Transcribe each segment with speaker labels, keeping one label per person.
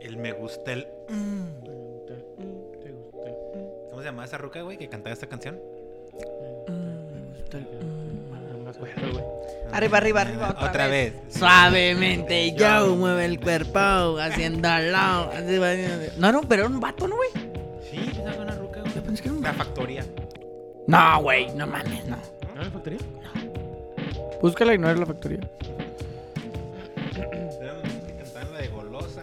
Speaker 1: El me gusta el. mm. ¿Cómo se llamaba esa ruca, güey, que cantaba esta canción?
Speaker 2: Arriba, arriba, arriba,
Speaker 1: Otra,
Speaker 2: otra
Speaker 1: vez.
Speaker 2: vez.
Speaker 3: Suavemente yo mueve el cuerpo haciéndolo. así va- No, no, pero era un vato, ¿no, güey?
Speaker 1: Sí, esa fue una ruca, güey.
Speaker 3: pensé que era un-
Speaker 1: La factoría.
Speaker 3: No, güey, no mames, no.
Speaker 4: ¿No la factoría?
Speaker 3: Búscala y no era la factoría.
Speaker 1: Eran los que cantaban la de golosa,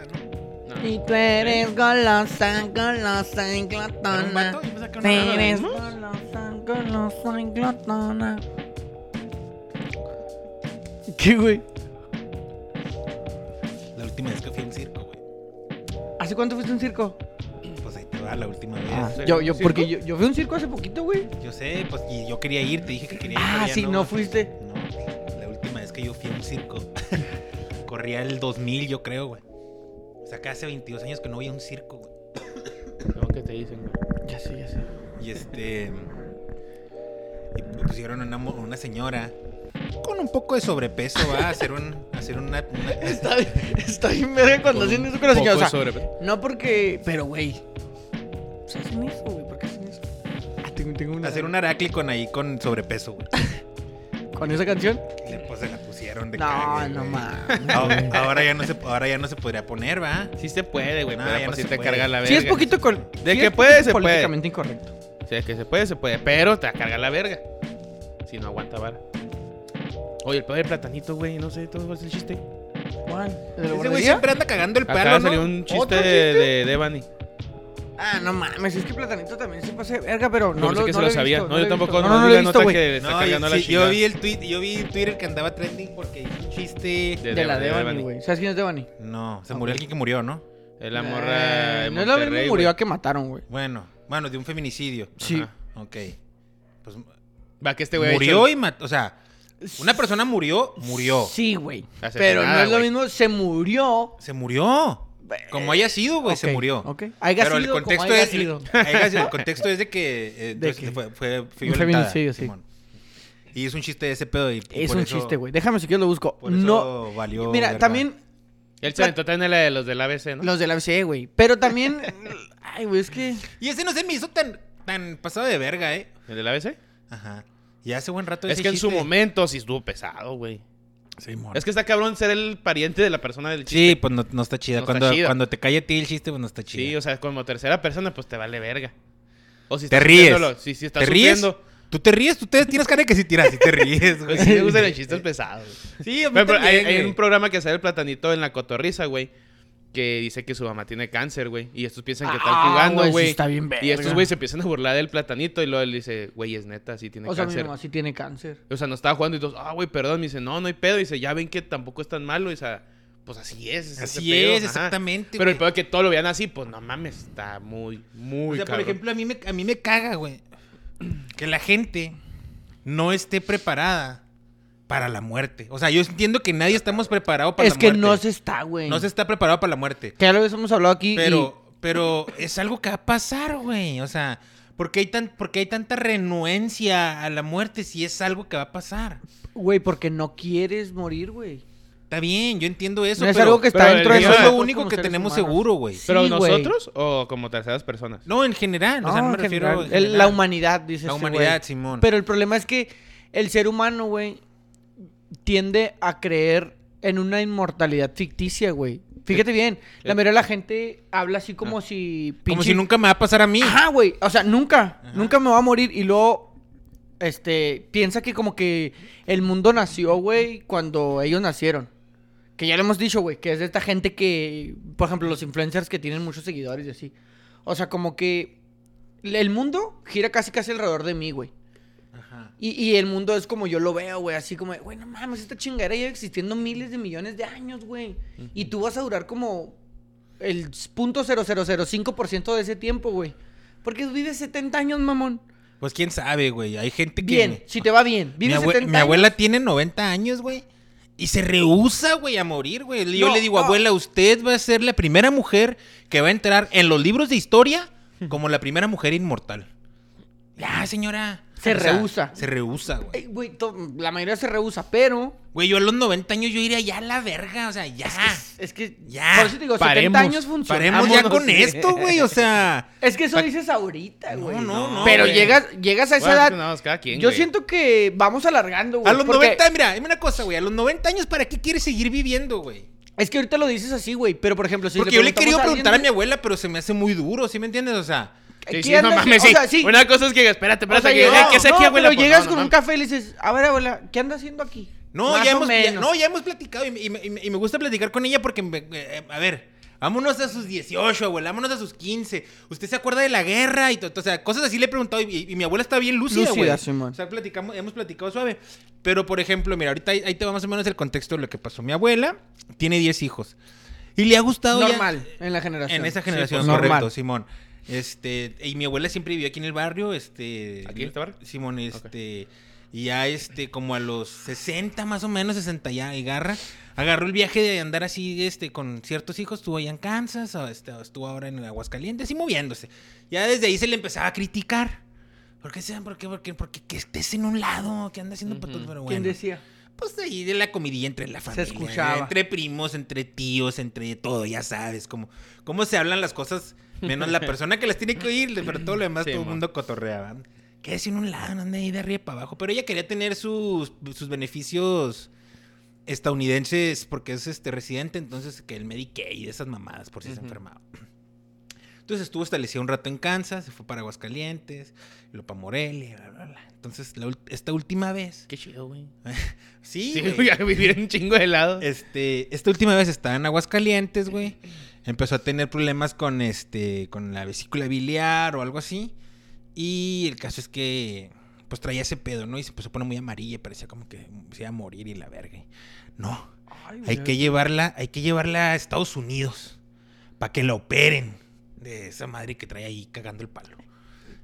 Speaker 1: ¿no?
Speaker 3: Y tú eres golosa, golosa
Speaker 1: ¿Era
Speaker 3: y
Speaker 1: un
Speaker 3: glotona.
Speaker 1: vato? Yo pensaba que era una
Speaker 3: Eres
Speaker 1: ruca.
Speaker 3: golosa, golosa y glotona. ¿Qué, güey?
Speaker 1: La última vez que fui a un circo, güey.
Speaker 3: ¿Hace cuánto fuiste a un circo?
Speaker 1: Pues ahí te va la última vez.
Speaker 3: Ah,
Speaker 4: ¿sí?
Speaker 3: yo, yo,
Speaker 4: ¿Circo?
Speaker 3: porque yo, yo fui a un circo hace poquito, güey.
Speaker 1: Yo sé, pues, y yo quería ir, te dije que quería ir.
Speaker 3: Ah,
Speaker 1: pero ya
Speaker 3: sí, no fuiste.
Speaker 1: No, pues, la última vez que yo fui a un circo, corría el 2000, yo creo, güey. O sea, que hace 22 años que no voy a un circo, güey.
Speaker 4: Lo que te dicen, güey.
Speaker 3: Ya sé, ya sé.
Speaker 1: Y este. Y pu- pusieron a una, mo- una señora con un poco de sobrepeso va a hacer, un, a hacer una. una-
Speaker 3: Está, está bien verga cuando hacen eso con la señora. o sea, no porque. Pero, güey. pues, ¿Se hacen eso, güey? ¿Por qué hacen eso? Ah, tengo, tengo una.
Speaker 1: hacer un Heracli con ahí con sobrepeso, güey.
Speaker 3: ¿Con esa canción?
Speaker 1: Y le- Pues se la pusieron de
Speaker 3: No,
Speaker 1: cague,
Speaker 3: no
Speaker 1: güey.
Speaker 3: mames.
Speaker 1: Ahora, ahora ya no se, ahora ya no se podría poner, va.
Speaker 4: Sí se puede, güey,
Speaker 1: No,
Speaker 4: pero
Speaker 1: ya no
Speaker 4: pues si
Speaker 1: se
Speaker 4: te
Speaker 1: puede.
Speaker 4: carga la verga.
Speaker 3: Sí, es poquito. Col...
Speaker 4: De
Speaker 3: sí
Speaker 4: que puede,
Speaker 3: es poquito
Speaker 4: se puede.
Speaker 3: políticamente incorrecto.
Speaker 4: Si es que se puede, se puede, pero te va a cargar la verga. Si no aguanta vara. Oye, el pedo del platanito, güey, no sé, todo cuál es el chiste.
Speaker 3: ¿Cuál?
Speaker 1: Ese
Speaker 3: ¿De la
Speaker 1: güey
Speaker 3: guardería?
Speaker 1: siempre anda cagando el
Speaker 4: Acá
Speaker 1: palo,
Speaker 4: salió
Speaker 1: ¿no?
Speaker 4: un chiste
Speaker 3: ¿Otro
Speaker 4: de,
Speaker 3: chiste?
Speaker 4: de Devani.
Speaker 3: Ah, no mames. Es que Platanito también se pasa de verga, pero no,
Speaker 4: No, pensé
Speaker 3: lo,
Speaker 4: que
Speaker 3: no
Speaker 4: se
Speaker 3: lo
Speaker 4: lo
Speaker 3: he
Speaker 4: sabía.
Speaker 3: visto,
Speaker 4: no,
Speaker 3: lo
Speaker 4: yo
Speaker 3: he
Speaker 4: tampoco.
Speaker 3: visto.
Speaker 4: No, no,
Speaker 3: lo he
Speaker 4: la
Speaker 3: visto,
Speaker 4: nota
Speaker 3: güey.
Speaker 4: que le está
Speaker 1: Oh, No, yo,
Speaker 4: cagando la
Speaker 1: sí-
Speaker 4: chingada.
Speaker 1: yo vi el tweet, yo vi en Twitter que andaba trending porque hizo un chiste.
Speaker 3: De la Devani, güey. ¿Sabes quién es Devani?
Speaker 1: No, se murió alguien que murió, ¿no?
Speaker 4: Es la morra.
Speaker 3: Eh,
Speaker 4: de
Speaker 3: No es la misma
Speaker 4: Monterrey,
Speaker 3: murió
Speaker 4: güey.
Speaker 3: a que mataron, güey.
Speaker 1: Bueno, bueno, de un feminicidio.
Speaker 3: Sí.
Speaker 4: Ajá.
Speaker 1: Ok. Pues
Speaker 4: Va, que este güey. ha
Speaker 1: murió
Speaker 4: hecho-
Speaker 1: y mató. O sea, una persona murió, murió.
Speaker 3: Sí, güey. Pero
Speaker 4: Asesinada,
Speaker 3: no es lo
Speaker 4: güey.
Speaker 3: mismo, se murió.
Speaker 1: Se murió. Como haya sido, güey, se
Speaker 3: Ok,
Speaker 1: murió.
Speaker 3: ok. Haiga
Speaker 1: Pero el
Speaker 3: sido como
Speaker 1: contexto
Speaker 3: haiga
Speaker 1: es. el-
Speaker 3: sido.
Speaker 1: haiga sido, el contexto es de que. eh, entonces
Speaker 3: que-
Speaker 1: Fue, fue, fue
Speaker 3: Un
Speaker 1: violentada,
Speaker 3: feminicidio, sí.
Speaker 1: Simón. Y es un chiste de ese pedo. Y, y
Speaker 3: Es
Speaker 1: por
Speaker 3: un
Speaker 1: eso-
Speaker 3: chiste, güey. Déjame si quieres lo busco.
Speaker 1: Por eso
Speaker 3: no.
Speaker 1: valió.
Speaker 3: Mira,
Speaker 1: verga.
Speaker 3: también
Speaker 4: Él se aventó también la de los del ABC, ¿no?
Speaker 3: los de la BCE, güey. Pero también. Ay, güey, es que.
Speaker 1: Y ese no se me hizo tan, tan pasado de verga, ¿eh?
Speaker 4: ¿El del ABC?
Speaker 1: Ajá. Y hace buen rato
Speaker 4: Es
Speaker 1: ese
Speaker 4: que en su
Speaker 1: chiste-
Speaker 4: momento sí estuvo pesado, güey.
Speaker 1: Simón.
Speaker 4: Es que está cabrón ser el pariente de la persona del chiste.
Speaker 1: Sí, pues no, no está chida.
Speaker 4: No está
Speaker 1: cuando,
Speaker 4: chida.
Speaker 1: cuando te cae a ti el chiste, pues no está chido.
Speaker 4: Sí, o sea, como tercera persona, pues te vale verga. O si
Speaker 1: Te
Speaker 4: estás
Speaker 1: ríes.
Speaker 4: sufriéndolo, Sí, sí, estás
Speaker 1: ¿Te ríes?
Speaker 4: sufriendo.
Speaker 1: Tú te ríes, tú te tienes cara de que si tiras, si te ríes, güey.
Speaker 4: Pues sí, me gustan los chistes pesados.
Speaker 1: Sí, a mí
Speaker 4: Por ejemplo, hay,
Speaker 1: también,
Speaker 4: hay
Speaker 1: güey.
Speaker 4: un programa que sale el platanito en la cotorriza, güey. Que dice que su mamá tiene cáncer, güey. Y estos piensan que están
Speaker 3: Ah,
Speaker 4: jugando,
Speaker 3: sí
Speaker 4: güey.
Speaker 3: Está bien verga.
Speaker 4: Y estos güey se empiezan a burlar del platanito. Y luego él dice, güey, es neta, sí tiene
Speaker 3: O sea, mi
Speaker 4: cáncer.
Speaker 3: mamá sí tiene cáncer.
Speaker 4: O sea, no estaba jugando y todos, ah, güey, perdón. Me dice, no, no hay pedo. Y dice, ya ven que tampoco es tan malo. Y o sea, pues así es. ese
Speaker 1: Así
Speaker 4: pedo,
Speaker 1: es,
Speaker 4: ajá.
Speaker 1: exactamente,
Speaker 4: Pero el
Speaker 1: güey.
Speaker 4: pedo es que todo lo vean así, pues no mames, está muy, muy
Speaker 1: O sea, por
Speaker 4: cabrón.
Speaker 1: ejemplo, a mí, me, a mí me caga, güey. Que la gente no esté preparada para la muerte. O sea, yo entiendo que nadie estamos preparados para
Speaker 3: es
Speaker 1: la
Speaker 3: que
Speaker 1: muerte.
Speaker 3: no se está, güey.
Speaker 1: No se está preparado para la muerte.
Speaker 3: Que ya lo hemos hablado aquí. y-
Speaker 1: Pero, pero es algo que va a pasar, güey. O sea, ¿por qué, hay tan, por qué hay tanta renuencia a la muerte si es algo que va a pasar?
Speaker 3: Güey, porque no quieres morir, güey.
Speaker 1: Está bien, yo entiendo eso.
Speaker 3: No es
Speaker 1: pero-
Speaker 3: algo que está
Speaker 4: pero
Speaker 3: dentro
Speaker 4: el
Speaker 3: de
Speaker 1: Eso es lo
Speaker 3: nosotros
Speaker 1: único
Speaker 3: como
Speaker 1: que
Speaker 3: seres
Speaker 1: tenemos
Speaker 3: humanos.
Speaker 1: seguro, güey.
Speaker 4: ¿Pero
Speaker 3: Sí, güey.
Speaker 4: nosotros o como terceras personas?
Speaker 1: No, en general. o sea, no
Speaker 3: No,
Speaker 1: me
Speaker 3: en
Speaker 1: refiero
Speaker 3: general.
Speaker 1: en
Speaker 3: El-
Speaker 1: general.
Speaker 3: la humanidad, dice
Speaker 1: La
Speaker 3: este
Speaker 1: humanidad,
Speaker 3: güey.
Speaker 1: Simón.
Speaker 3: Pero el problema es que el ser humano, güey, tiende a creer en una inmortalidad ficticia, güey. Fíjate bien, la mayoría de la gente habla así como si...
Speaker 1: Ah. Como
Speaker 3: pinche-
Speaker 1: si nunca me va a pasar a mí.
Speaker 3: Ajá, güey. O sea, nunca,
Speaker 1: Ajá.
Speaker 3: nunca me va a morir. Y luego, este, piensa que como que el mundo nació, güey, cuando ellos nacieron. Que ya lo hemos dicho, güey, que es de esta gente que, por ejemplo, los influencers que tienen muchos seguidores y así. O sea, como que el mundo gira casi casi alrededor de mí, güey.
Speaker 1: Ajá.
Speaker 3: Y, y el mundo es como yo lo veo, güey, así como, de, güey, no mames, esta chingadera lleva existiendo miles de millones de años, güey. Y tú vas a durar como el 0.0005% de ese tiempo, güey. Porque vives 70 años, mamón.
Speaker 1: Pues quién sabe, güey. Hay gente que.
Speaker 3: Bien, si te va bien.
Speaker 1: Mi,
Speaker 3: Vives
Speaker 1: abue-
Speaker 3: 70
Speaker 1: mi
Speaker 3: años.
Speaker 1: abuela tiene 90 años, güey. Y se rehúsa, güey, a morir, güey. Yo
Speaker 3: No,
Speaker 1: le digo,
Speaker 3: no.
Speaker 1: abuela, usted va a ser la primera mujer que va a entrar en los libros de historia como la primera mujer inmortal. Ya, señora.
Speaker 3: Se
Speaker 1: O sea,
Speaker 3: rehúsa.
Speaker 1: Se rehúsa, güey.
Speaker 3: Ey, güey, to- la mayoría se rehúsa, pero.
Speaker 1: Güey, yo a los 90 años yo iría ya a la verga, o sea, ya.
Speaker 3: Es que.
Speaker 1: Ya.
Speaker 3: Por eso te digo,
Speaker 4: Paremos.
Speaker 3: 70 años funciona.
Speaker 1: Paremos ya con
Speaker 4: sí.
Speaker 1: esto, güey, o sea.
Speaker 3: Es que eso dices ahorita, güey.
Speaker 1: no, no,
Speaker 3: Pero
Speaker 1: güey.
Speaker 3: llegas, llegas a esa
Speaker 4: Bueno, es
Speaker 3: edad.
Speaker 4: que nada más cada quien,
Speaker 3: yo
Speaker 4: güey.
Speaker 3: siento que vamos alargando, güey.
Speaker 1: A los
Speaker 3: porque
Speaker 1: 90, mira, dime una cosa, güey, a los 90 años, ¿para qué quieres seguir viviendo, güey?
Speaker 3: Es que ahorita lo dices así, güey. Pero por ejemplo, si
Speaker 1: Porque yo le quería
Speaker 3: preguntamos
Speaker 1: preguntar a mi
Speaker 3: alguien
Speaker 1: abuela, pero se me hace muy duro, ¿sí me entiendes? O sea,
Speaker 3: de-
Speaker 4: Sí,
Speaker 3: ¿qué
Speaker 4: sí, no
Speaker 3: andas-
Speaker 4: mames,
Speaker 3: o
Speaker 4: sí.
Speaker 3: sea, sí.
Speaker 4: Una cosa es que, espérate,
Speaker 3: O
Speaker 4: espérate,
Speaker 3: sea,
Speaker 4: que, eh,
Speaker 3: llegamos-
Speaker 4: ¿qué hace aquí,
Speaker 3: no,
Speaker 4: abuela?
Speaker 3: pero
Speaker 4: Pues,
Speaker 3: llegas
Speaker 4: no,
Speaker 3: con
Speaker 4: no
Speaker 3: un
Speaker 4: mames.
Speaker 3: café y le dices, a ver, abuela, ¿qué anda haciendo aquí?
Speaker 1: no,
Speaker 3: Más
Speaker 1: ya
Speaker 3: o
Speaker 1: hemos, ya-
Speaker 3: menos.
Speaker 1: no, ya hemos platicado y, me- y me- y me- y me gusta platicar con ella porque, me- eh, a ver, vámonos a sus 18, abuela, vámonos a sus 15. ¿Usted se acuerda de la guerra? Y to- o sea, cosas así le he preguntado y, y mi abuela está bien lúcida,
Speaker 3: Lúcida,
Speaker 1: güey.
Speaker 3: Simón.
Speaker 1: O sea, platicamos, hemos platicado suave. Pero, por ejemplo, mira, ahorita ahí, ahí te va más o menos el contexto de lo que pasó. Mi abuela tiene 10 hijos y le ha gustado ya-
Speaker 3: Normal, en la generación.
Speaker 1: En esa
Speaker 3: Sí,
Speaker 1: generación,
Speaker 3: pues,
Speaker 1: correcto,
Speaker 3: normal.
Speaker 1: Simón. Este, y mi abuela siempre vivió aquí en el barrio, este...
Speaker 4: ¿Aquí en este barrio?
Speaker 1: Simón, este... Y ya, este, como a los 60 más o menos, 60 ya, y garra, agarró el viaje de andar así, este, con ciertos hijos, estuvo allá en Kansas, o este, o estuvo ahora en Aguascalientes, y moviéndose. Ya desde ahí se le empezaba a criticar. ¿Por qué sean? ¿Por qué? ¿Por qué? Porque que estés en un lado, que anda haciendo
Speaker 4: Ujú.
Speaker 1: patos, pero bueno.
Speaker 3: ¿Quién decía?
Speaker 1: Pues ahí de la comidilla entre la familia.
Speaker 3: escuchaba.
Speaker 1: Entre primos, entre tíos, entre todo, ya sabes. Cómo, cómo se hablan las cosas, menos la persona que las tiene que oír, pero todo lo demás
Speaker 4: Sí,
Speaker 1: todo el
Speaker 4: mo.
Speaker 1: mundo cotorreaba. Quédese en un lado, no ande ahí de arriba para abajo. Pero ella quería tener sus, sus beneficios estadounidenses porque es este residente, entonces que el Medicaid, esas mamadas, por si se
Speaker 4: Ujú.
Speaker 1: enfermaba. Entonces estuvo establecida un rato en Kansas, se fue para Aguascalientes, luego para Morelia, bla, bla, bla. Entonces, la ult- esta última vez.
Speaker 4: Qué chido, güey.
Speaker 1: Sí,
Speaker 4: Sí,
Speaker 1: güey.
Speaker 4: güey, a vivir en un chingo de helado.
Speaker 1: Este, esta última vez estaba en Aguascalientes, güey. Empezó a tener problemas con este, con la vesícula biliar o algo así. Y el caso es que, pues traía ese pedo, ¿no? Y se empezó a poner muy amarilla, parecía como que se iba a morir y la verga. No, hay que llevarla, hay que llevarla a Estados Unidos para que la operen de esa madre que trae ahí cagando el palo.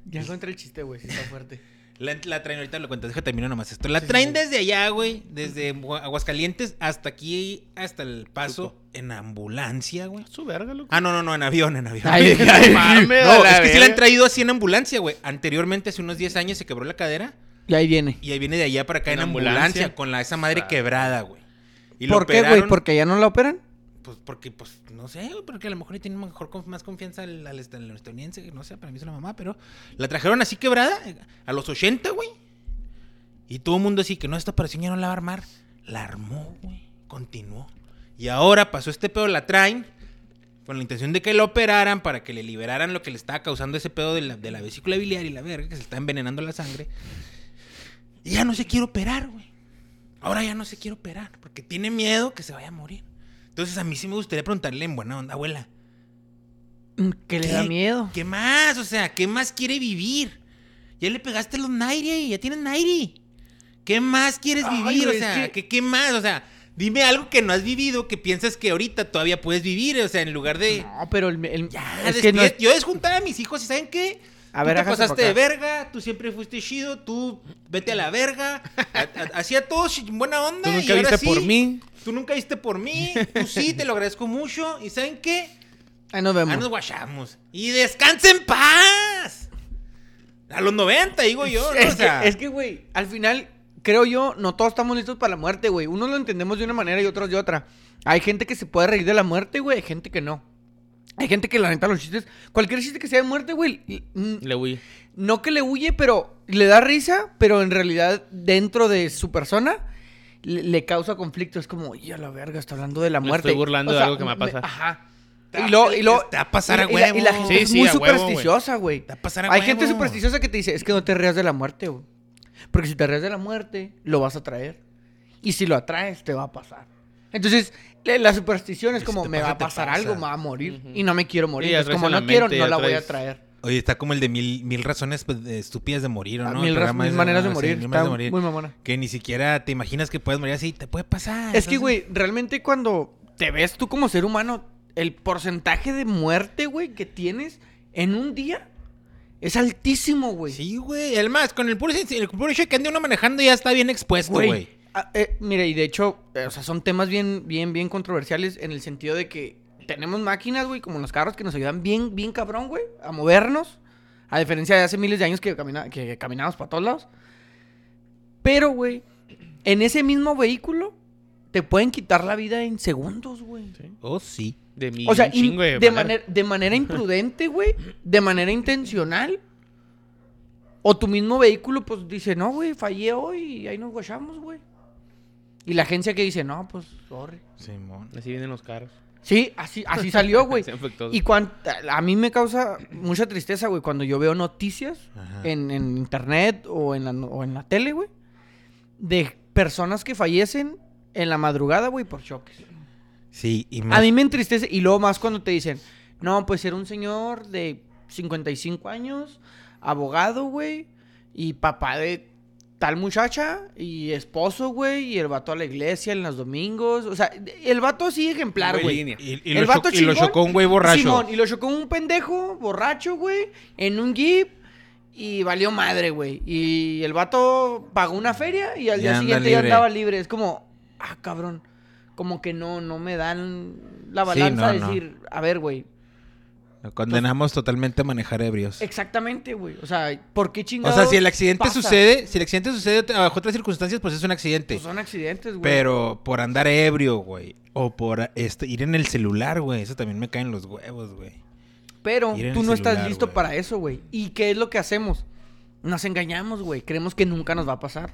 Speaker 3: Ya encontré el chiste, güey, si está fuerte.
Speaker 1: La, la traen ahorita lo cuentas, deja termino nomás esto. La traen desde allá, güey, desde Agua- Aguascalientes hasta aquí, hasta el paso,
Speaker 4: Chuco.
Speaker 1: en ambulancia, güey.
Speaker 4: Su verga, loco.
Speaker 1: Ah, no, no, no, en avión, en avión.
Speaker 3: Ay, ay,
Speaker 1: no,
Speaker 4: mames, a la
Speaker 1: es que sí la han
Speaker 4: verga.
Speaker 1: traído así en ambulancia, güey. Anteriormente, hace unos 10 años, se quebró la cadera
Speaker 3: Y ahí viene.
Speaker 1: y ahí viene de allá para acá en,
Speaker 4: ¿En
Speaker 1: ambulancia?
Speaker 4: ambulancia?
Speaker 1: con la esa madre
Speaker 4: Ah.
Speaker 1: quebrada, güey. Y lo
Speaker 3: ¿Por qué, güey?
Speaker 1: operaron,
Speaker 3: ¿Porque ya no la operan?
Speaker 1: Pues porque, pues, no sé, güey, porque a lo mejor le tienen mejor, conf- más confianza al, al, est- al estadounidense, que no sé, para mí es la mamá, pero la trajeron así quebrada eh, a los 80, güey. Y todo el mundo así que no, esta operación ya no la va a armar. La armó, güey. Continuó. Y ahora pasó este pedo, la traen con la intención de que la operaran para que le liberaran lo que le estaba causando ese pedo de la, de la vesícula biliar y la verga, que se está envenenando la sangre. Y ya no se quiere operar, güey. Ahora ya no se quiere operar porque tiene miedo que se vaya a morir. Entonces a mí sí me gustaría preguntarle en buena onda, abuela.
Speaker 3: Mm, Que le da
Speaker 1: ¿qué-
Speaker 3: miedo.
Speaker 1: ¿Qué más? O sea, ¿qué más quiere vivir? Ya le pegaste los 90, ya tienes 90. ¿Qué más quieres
Speaker 3: Ay,
Speaker 1: vivir? o
Speaker 3: güey, es
Speaker 1: sea,
Speaker 3: que-
Speaker 1: ¿qué, qué más? O sea, dime algo que no has vivido que piensas que ahorita todavía puedes vivir. O sea, en lugar de.
Speaker 3: No, pero el. el-
Speaker 1: Ya,
Speaker 3: es que no.
Speaker 1: despide- Yo es juntar a mis hijos y ¿saben qué?
Speaker 3: A
Speaker 1: tú
Speaker 3: ver,
Speaker 1: te
Speaker 3: hágase
Speaker 1: pasaste
Speaker 3: pa'
Speaker 1: de
Speaker 3: acá.
Speaker 1: verga, tú siempre fuiste chido, tú vete a la verga. Hacía todo chi- buena onda.
Speaker 4: Tú
Speaker 1: y
Speaker 4: nunca
Speaker 1: ahora
Speaker 4: viste
Speaker 1: sí,
Speaker 4: por mí.
Speaker 1: Tú nunca viste por mí. Tú sí, te lo agradezco mucho. ¿Y saben qué?
Speaker 3: Ahí nos
Speaker 1: Ah, nos
Speaker 3: vemos.
Speaker 1: guachamos. Y descansa en paz. A los 90, digo yo, ¿no?
Speaker 3: Es
Speaker 1: O
Speaker 3: que-
Speaker 1: sea,
Speaker 3: es que, güey, al final, creo yo, no todos estamos listos para la muerte, güey. Unos lo entendemos de una manera y otros de otra. Hay gente que se puede reír de la muerte, güey. Hay gente que no. Hay gente que, la neta, los chistes. Cualquier chiste que sea de muerte, güey. y- mm,
Speaker 4: Le huí.
Speaker 3: No que le huye, pero le da risa, pero en realidad dentro de su persona le, le causa conflicto. Es como, y a la verga, está hablando de la
Speaker 4: Me
Speaker 3: muerte.
Speaker 4: estoy burlando de algo que me va a pasar.
Speaker 3: Ajá.
Speaker 1: Te va
Speaker 3: y luego,
Speaker 1: a-
Speaker 3: y luego-
Speaker 1: te va a pasar a
Speaker 3: y la- y la
Speaker 1: huevo.
Speaker 3: gente
Speaker 4: Sí,
Speaker 3: es
Speaker 4: sí,
Speaker 3: muy
Speaker 4: a huevo, güey.
Speaker 3: supersticiosa, güey.
Speaker 1: Te va a pasar a
Speaker 3: Hay gente
Speaker 1: huevo.
Speaker 3: supersticiosa que te dice, es que no te rías de la muerte, güey. Porque si te rías de la muerte, lo vas a traer. Y si lo atraes, te va a pasar. Entonces, le- la superstición es
Speaker 1: Si
Speaker 3: como,
Speaker 1: te
Speaker 3: me
Speaker 1: pasa,
Speaker 3: va a
Speaker 1: te
Speaker 3: pasar
Speaker 1: pasa".
Speaker 3: algo, me va a morir.
Speaker 4: Ujú.
Speaker 3: Y no me quiero morir.
Speaker 4: Y
Speaker 3: Entonces,
Speaker 4: atraes
Speaker 3: como
Speaker 4: a la
Speaker 3: no quiero,
Speaker 4: mente,
Speaker 3: no
Speaker 4: ya
Speaker 3: la voy a
Speaker 4: traes-
Speaker 3: traer.
Speaker 1: Oye, está como el de mil, mil razones pues, de estúpidas de morir, ¿o
Speaker 3: Ah,
Speaker 1: ¿no?
Speaker 3: mil,
Speaker 1: El
Speaker 3: raz-
Speaker 1: programa
Speaker 3: mil
Speaker 1: ese,
Speaker 3: maneras de
Speaker 1: ¿no? Sí,
Speaker 3: morir.
Speaker 1: mil
Speaker 3: Está
Speaker 1: maneras de morir.
Speaker 3: muy mamona.
Speaker 1: Que ni siquiera te imaginas que puedes morir así, te puede pasar.
Speaker 3: Es
Speaker 1: Ah,
Speaker 3: que,
Speaker 1: entonces-
Speaker 3: güey, realmente cuando te ves tú como ser humano, el porcentaje de muerte, güey, que tienes en un día es altísimo, güey.
Speaker 1: Sí, güey. Además, con el puro, sen- el puro hecho de que ande uno manejando ya está bien expuesto, güey.
Speaker 3: Ah, eh, mira, y de hecho, eh, o sea, son temas bien, bien, bien controversiales en el sentido de que tenemos máquinas, güey, como los carros que nos ayudan bien, bien cabrón, güey, a movernos, A diferencia de hace miles de años que, camina- que caminábamos para todos lados. Pero, güey, en ese mismo vehículo te pueden quitar la vida en segundos, güey.
Speaker 1: Oh, sí.
Speaker 4: De mi
Speaker 3: O sea,
Speaker 4: un chingo
Speaker 3: in-
Speaker 4: de,
Speaker 3: de,
Speaker 4: maneras.
Speaker 3: manera, de manera imprudente, güey. De manera intencional. O tu mismo vehículo, pues dice, no, güey, fallé hoy y ahí nos guachamos, güey. Y la agencia que dice, no, pues, sorry.
Speaker 1: Simón.
Speaker 4: Así vienen los carros.
Speaker 3: Sí, así, así salió, güey.
Speaker 4: Se infectó.
Speaker 3: Y cuan- a mí me causa mucha tristeza, güey, cuando yo veo noticias
Speaker 1: Ajá.
Speaker 3: en, en internet o en, la, no- o en la tele, güey, de personas que fallecen en la madrugada, güey, por choques.
Speaker 1: Sí, y más.
Speaker 3: A mí me entristece, y luego más cuando te dicen, no, pues era un señor de 55 años, abogado, güey, y papá de tal muchacha, y esposo, güey, y el vato a la iglesia en los domingos. O sea, el vato así ejemplar,
Speaker 4: Güey,
Speaker 3: güey.
Speaker 4: línea.
Speaker 1: Y, y
Speaker 3: El
Speaker 1: lo
Speaker 3: vato
Speaker 1: cho- y lo
Speaker 3: chingón,
Speaker 1: chocó un güey borracho.
Speaker 3: Simón, y lo chocó un pendejo borracho, güey, en un jeep y valió madre, güey. Y el vato pagó una feria y al
Speaker 1: Y
Speaker 3: día
Speaker 1: anda
Speaker 3: siguiente ya
Speaker 1: libre.
Speaker 3: andaba libre. Es como, ah, cabrón. Como que no, no me dan la
Speaker 1: Sí,
Speaker 3: balanza
Speaker 1: no,
Speaker 3: de
Speaker 1: no.
Speaker 3: decir, a ver, güey.
Speaker 1: Lo condenamos totalmente a manejar ebrios.
Speaker 3: Exactamente, güey. O sea, ¿por qué
Speaker 1: O
Speaker 3: chingados?
Speaker 1: sea, si el accidente
Speaker 3: pasa?
Speaker 1: sucede, si el accidente sucede bajo otras circunstancias, pues es un accidente.
Speaker 3: Pues son accidentes, güey.
Speaker 1: Pero por andar ebrio, güey. O por este, ir en el celular, güey. Eso también me caen los huevos, güey.
Speaker 3: Pero
Speaker 1: Ir en
Speaker 3: tú
Speaker 1: el
Speaker 3: no estás
Speaker 1: celular,
Speaker 3: listo
Speaker 1: güey.
Speaker 3: para eso, güey. ¿Y qué es lo que hacemos? Nos engañamos, güey. Creemos que nunca nos va a pasar.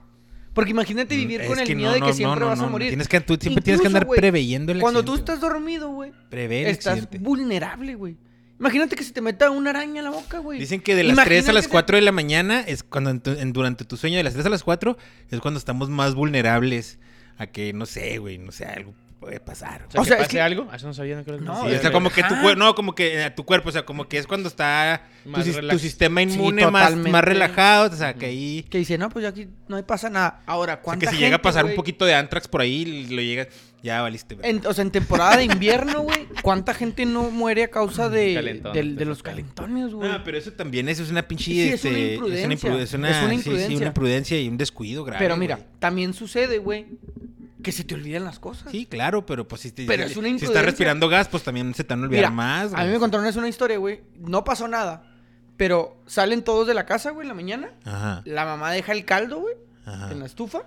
Speaker 3: Porque imagínate vivir
Speaker 1: Mm, Es
Speaker 3: con el
Speaker 1: que
Speaker 3: miedo
Speaker 1: no,
Speaker 3: de
Speaker 1: no,
Speaker 3: que
Speaker 1: no,
Speaker 3: siempre
Speaker 1: no,
Speaker 3: vas a
Speaker 1: no, no.
Speaker 3: morir.
Speaker 1: Tienes que, tú siempre tienes que
Speaker 3: Incluso,
Speaker 1: andar
Speaker 3: güey,
Speaker 1: preveyendo el
Speaker 3: Cuando tú
Speaker 1: accidente,
Speaker 3: estás dormido, güey,
Speaker 1: güey. Prevé el
Speaker 3: estás
Speaker 1: accidente.
Speaker 3: vulnerable, güey. Imagínate que se te meta una araña en la boca, güey.
Speaker 1: Dicen que de las 3 a
Speaker 3: Imagínate
Speaker 1: las
Speaker 3: que-
Speaker 1: 4 de la mañana es cuando en tu- en- durante tu sueño de las 3 a las 4 es cuando estamos más vulnerables a que no sé, güey, no sé, algo puede pasar.
Speaker 4: O sea,
Speaker 3: o sea,
Speaker 4: que
Speaker 3: es
Speaker 4: pase
Speaker 3: que-
Speaker 4: algo. Ah, eso no sabía. No, creo que
Speaker 3: No,
Speaker 1: Sí,
Speaker 4: no,
Speaker 3: o
Speaker 4: sabía,
Speaker 1: o sea,
Speaker 4: güey.
Speaker 1: como que tu
Speaker 3: ajá.
Speaker 1: cuerpo, no, como que eh, tu cuerpo, o sea, como que es cuando está tu,
Speaker 4: Más
Speaker 1: sis- tu
Speaker 4: relax.
Speaker 1: sistema
Speaker 3: Sí,
Speaker 1: inmune más, más
Speaker 3: totalmente.
Speaker 1: relajado, o sea, que ahí
Speaker 3: Que dice, no, pues ya aquí no me pasa nada. Ahora,
Speaker 1: o sea,
Speaker 3: ¿cuánta
Speaker 1: que si
Speaker 3: gente,
Speaker 1: llega a pasar
Speaker 3: güey?
Speaker 1: un poquito de Antrax por ahí, lo llegas, ya valiste. verga.
Speaker 3: En- o sea, en temporada de invierno, güey, ¿cuánta gente no muere a causa de,
Speaker 4: Calentón, Ah,
Speaker 3: del- de
Speaker 4: te
Speaker 3: los
Speaker 4: sacan.
Speaker 3: calentones, güey?
Speaker 1: No, pero eso también eso es una pinche
Speaker 3: Sí, es una
Speaker 1: este,
Speaker 3: imprudencia.
Speaker 1: Es una, imprudencia.
Speaker 3: Es una
Speaker 1: Sí,
Speaker 3: imprudencia.
Speaker 1: una imprudencia y un descuido grave.
Speaker 3: Pero mira,
Speaker 1: güey.
Speaker 3: también sucede, güey, que se te olvidan las cosas.
Speaker 1: Sí, claro, pero pues si, te-
Speaker 3: Pero es una
Speaker 1: si estás
Speaker 3: imprudencia.
Speaker 1: respirando gas, pues también se te van a olvidar
Speaker 3: Mira,
Speaker 1: más.
Speaker 3: a mí
Speaker 1: güey.
Speaker 3: me contaron es una historia, güey. No pasó nada, pero salen todos de la casa, güey, en la mañana.
Speaker 1: Ajá,
Speaker 3: La mamá deja el caldo, güey,
Speaker 1: ajá.
Speaker 3: en la estufa.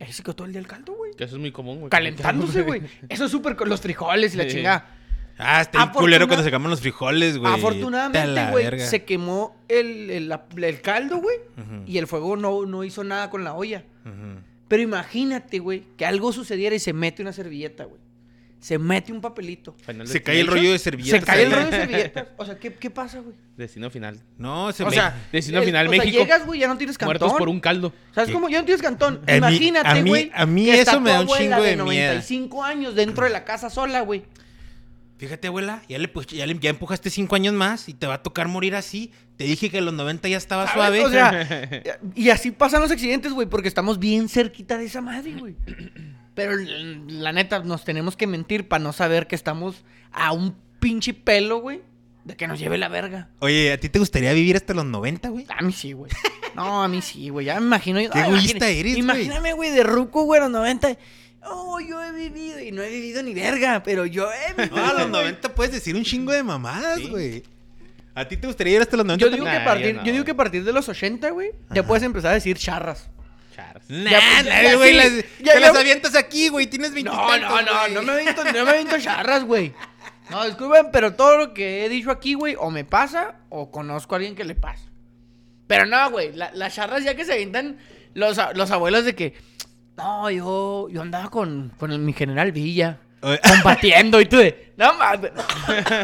Speaker 3: Ahí se quedó todo el día el caldo, güey.
Speaker 4: Que eso es muy común, güey.
Speaker 3: Calentándose, güey. Eso es súper con los frijoles y la
Speaker 4: Sí.
Speaker 3: chingada.
Speaker 1: Ah, está bien
Speaker 3: Afortuna-
Speaker 1: culero cuando se queman los frijoles, güey. Vete a
Speaker 3: Afortunadamente,
Speaker 1: la
Speaker 3: güey,
Speaker 1: verga.
Speaker 3: se quemó el, el- la- el caldo, güey.
Speaker 1: Ujú,
Speaker 3: Y el fuego no, no hizo nada con la olla.
Speaker 1: ujú.
Speaker 3: Pero imagínate, güey, que algo sucediera y se mete una servilleta, güey. Se mete un papelito.
Speaker 4: Final
Speaker 1: Se
Speaker 4: destino.
Speaker 1: cae el rollo de servilletas.
Speaker 3: se cae el
Speaker 1: ahí.
Speaker 3: rollo de servilletas. O sea, ¿qué, qué pasa, güey?
Speaker 4: Destino final.
Speaker 1: No, se
Speaker 3: O
Speaker 1: me-
Speaker 3: sea,
Speaker 4: Destino
Speaker 3: el-
Speaker 4: final
Speaker 3: o sea,
Speaker 4: México.
Speaker 3: llegas, güey, ya no tienes cantón.
Speaker 4: Muertos por un caldo.
Speaker 3: ¿Sabes
Speaker 1: Sí.
Speaker 3: cómo? Ya no tienes cantón.
Speaker 1: A mí- a
Speaker 3: Imagínate,
Speaker 1: mí-
Speaker 3: güey.
Speaker 1: a mí
Speaker 3: que está
Speaker 1: eso me
Speaker 3: tu
Speaker 1: da un
Speaker 3: abuela
Speaker 1: chingo de miedo.
Speaker 3: 95 años dentro de la casa sola, güey.
Speaker 1: Fíjate, abuela, ya, le, pu- ya, le- ya empujaste cinco años más y te va a tocar morir así. Te dije que a los 90 ya estaba
Speaker 3: ¿Sabes?
Speaker 1: suave.
Speaker 3: O sea, y así pasan los accidentes, güey, porque estamos bien cerquita de esa madre, güey. Pero l- la neta, nos tenemos que mentir para no saber que estamos a un pinche pelo, güey, de que nos lleve la verga.
Speaker 1: Oye, ¿a ti te gustaría vivir hasta los 90, güey?
Speaker 3: A mí sí, güey. No, a mí sí, güey. Ya me imagino. yo-
Speaker 1: Qué
Speaker 3: Ay,
Speaker 1: egoísta
Speaker 3: imagina-
Speaker 1: eres, güey.
Speaker 3: Imagíname, güey, de ruco, güey, a los 90. Oh, yo he vivido y no he vivido ni verga, pero yo he vivido.
Speaker 1: No, a los
Speaker 3: güey.
Speaker 1: 90 puedes decir un chingo de mamadas,
Speaker 4: Sí.
Speaker 1: güey. ¿A ti te gustaría ir hasta los 90?
Speaker 3: Yo digo,
Speaker 4: Nah,
Speaker 3: que a partir,
Speaker 4: yo no.
Speaker 3: yo digo que a partir de los 80, güey, ya
Speaker 1: Ajá.
Speaker 3: puedes empezar a decir charras.
Speaker 4: Charas.
Speaker 1: Nah,
Speaker 3: Ya,
Speaker 1: nah,
Speaker 3: ya,
Speaker 1: güey,
Speaker 3: sí,
Speaker 1: las,
Speaker 3: ya,
Speaker 1: te
Speaker 3: ya-
Speaker 1: las avientas aquí, güey. Tienes 20
Speaker 3: No, no, no, no me aviento, no me aviento charras, güey. No, disculpen, pero todo lo que he dicho aquí, güey, o me pasa o conozco a alguien que le pasa. Pero no, güey, la- las charras ya que se avientan los, a- los abuelos de que, no, yo, yo andaba con, con el- mi general Villa, combatiendo y tú de, no mames.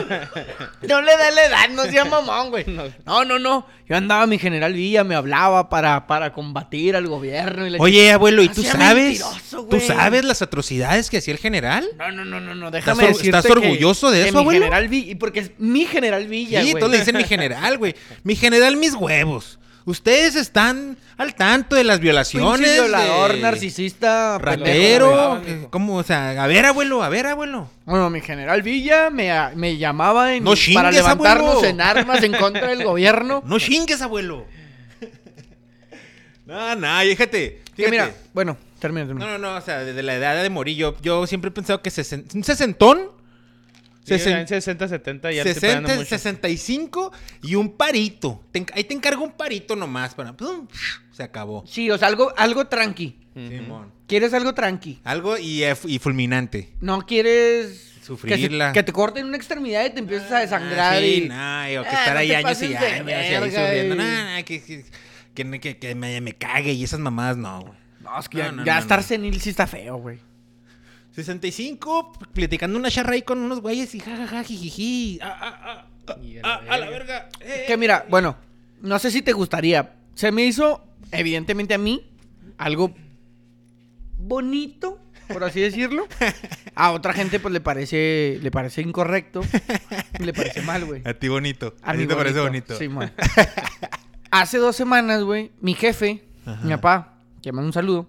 Speaker 3: No le da la edad, no sea mamón, güey. No, no, no, yo andaba, mi general Villa me hablaba para, para combatir al gobierno y la
Speaker 1: Oye, abuelo, ¿y
Speaker 3: Ah,
Speaker 1: tú
Speaker 3: sea
Speaker 1: sabes?
Speaker 3: mentiroso,
Speaker 1: ¿Tú
Speaker 3: güey.
Speaker 1: sabes las atrocidades que hacía el general?
Speaker 3: No, no, no, no, no, déjame
Speaker 1: or-
Speaker 3: decirte
Speaker 1: estás
Speaker 3: que-
Speaker 1: orgulloso de
Speaker 3: que
Speaker 1: eso,
Speaker 3: mi
Speaker 1: abuelo?
Speaker 3: general Vi- y porque es mi general Villa,
Speaker 1: Sí,
Speaker 3: güey.
Speaker 1: todos le dicen mi general, güey. Mi general, mis huevos. Ustedes están al tanto de las violaciones.
Speaker 3: Pinche violador,
Speaker 1: de
Speaker 3: narcisista, pendejo,
Speaker 1: Ratero.
Speaker 3: güey.
Speaker 1: que- ¿Cómo? O sea, a ver, abuelo, a ver, abuelo.
Speaker 3: Bueno, mi general Villa me, a- me llamaba en-
Speaker 1: No chingues,
Speaker 3: para levantarnos
Speaker 1: abuelo.
Speaker 3: en armas en contra del gobierno.
Speaker 1: No chingues, abuelo. No, no, fíjate.
Speaker 3: Que
Speaker 1: fíjate.
Speaker 3: mira, bueno, termina,
Speaker 1: No,
Speaker 3: termina.
Speaker 1: no, no, o sea, desde la edad de morir, yo, yo siempre he pensado que sesen- un sesentón
Speaker 4: Sí,
Speaker 1: Sesen-
Speaker 4: en 60, 70 Ah, ya te pegando
Speaker 1: 60,
Speaker 4: mucho.
Speaker 1: 65 y un parito. Te enc- ahí te encargo un parito nomás para. ¡pum! Se acabó.
Speaker 3: Sí, o sea, algo, algo tranqui.
Speaker 4: Ujú.
Speaker 1: Simón.
Speaker 3: ¿Quieres algo tranqui?
Speaker 1: Algo y, eh, y fulminante.
Speaker 3: No quieres que se-
Speaker 1: Sufrirla. Ah,
Speaker 3: Que, te corten una extremidad y te empieces a desangrar
Speaker 1: Sí,
Speaker 3: y...
Speaker 1: no, y- o que
Speaker 3: Ah,
Speaker 1: estar
Speaker 3: no
Speaker 1: ahí
Speaker 3: te
Speaker 1: años y
Speaker 3: pases de
Speaker 1: años y ahí
Speaker 3: verga,
Speaker 1: sufriendo.
Speaker 3: y-
Speaker 1: No, no, que, que, que- que- que me, me cague y esas mamadas no, güey.
Speaker 3: No, es que
Speaker 1: No,
Speaker 3: ya,
Speaker 1: no,
Speaker 3: ya
Speaker 1: no,
Speaker 3: estar
Speaker 1: no.
Speaker 3: senil sí está feo, güey.
Speaker 1: 65, platicando una charra ahí con unos güeyes y jajaja, jijiji. Ah, ah, ah, ah,
Speaker 4: Y a la
Speaker 1: ah, a la verga. Eh,
Speaker 3: Que mira, bueno, no sé si te gustaría. Se me hizo, evidentemente a mí, algo bonito, por así decirlo. A otra gente, pues le parece, le parece incorrecto. Le parece mal, güey.
Speaker 1: A ti bonito.
Speaker 3: A
Speaker 1: A,
Speaker 3: mí
Speaker 1: ti te parece bonito.
Speaker 3: Sí, mon. Hace dos semanas, güey, mi jefe,
Speaker 1: Ajá.
Speaker 3: mi papá, que le mando un saludo,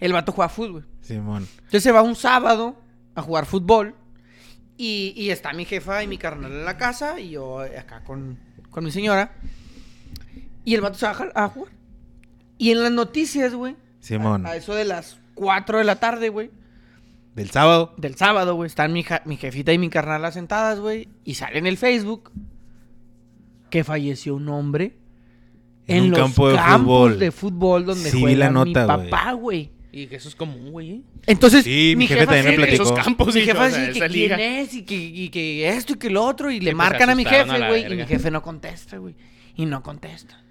Speaker 3: el vato juega fútbol, güey.
Speaker 1: Simón.
Speaker 3: Entonces se va un sábado a jugar fútbol y, y está mi jefa y mi carnal en la casa y yo acá con, con mi señora. Y el vato se baja a jugar. Y en las noticias, güey,
Speaker 1: Simón.
Speaker 3: a eso de las 4 de la tarde, güey,
Speaker 1: Del sábado.
Speaker 3: del sábado, güey, están mi, ja- mi jefita y mi carnal sentadas, güey, y sale en el Facebook que falleció un hombre en,
Speaker 1: En un
Speaker 3: los
Speaker 1: campo de
Speaker 3: campos
Speaker 1: fútbol.
Speaker 3: de fútbol donde
Speaker 1: Sí vi
Speaker 3: juega
Speaker 1: la nota,
Speaker 3: mi
Speaker 1: güey.
Speaker 3: papá, güey.
Speaker 4: Y que eso es común, güey. ¿eh?
Speaker 3: Entonces,
Speaker 1: Sí, mi jefe
Speaker 3: jefa
Speaker 1: también me
Speaker 3: sí-
Speaker 4: En
Speaker 1: platicó.
Speaker 4: esos campos,
Speaker 3: mi
Speaker 4: hijo,
Speaker 3: jefa
Speaker 4: o sea,
Speaker 3: dice que
Speaker 4: esa liga.
Speaker 3: quién es y que, y que esto y que lo otro. Y le
Speaker 4: Sí, pues,
Speaker 3: marcan a mi
Speaker 4: asustaron a
Speaker 3: jefe,
Speaker 4: la
Speaker 3: güey. Y
Speaker 4: verga.
Speaker 3: mi jefe no contesta, güey. Y no contesta.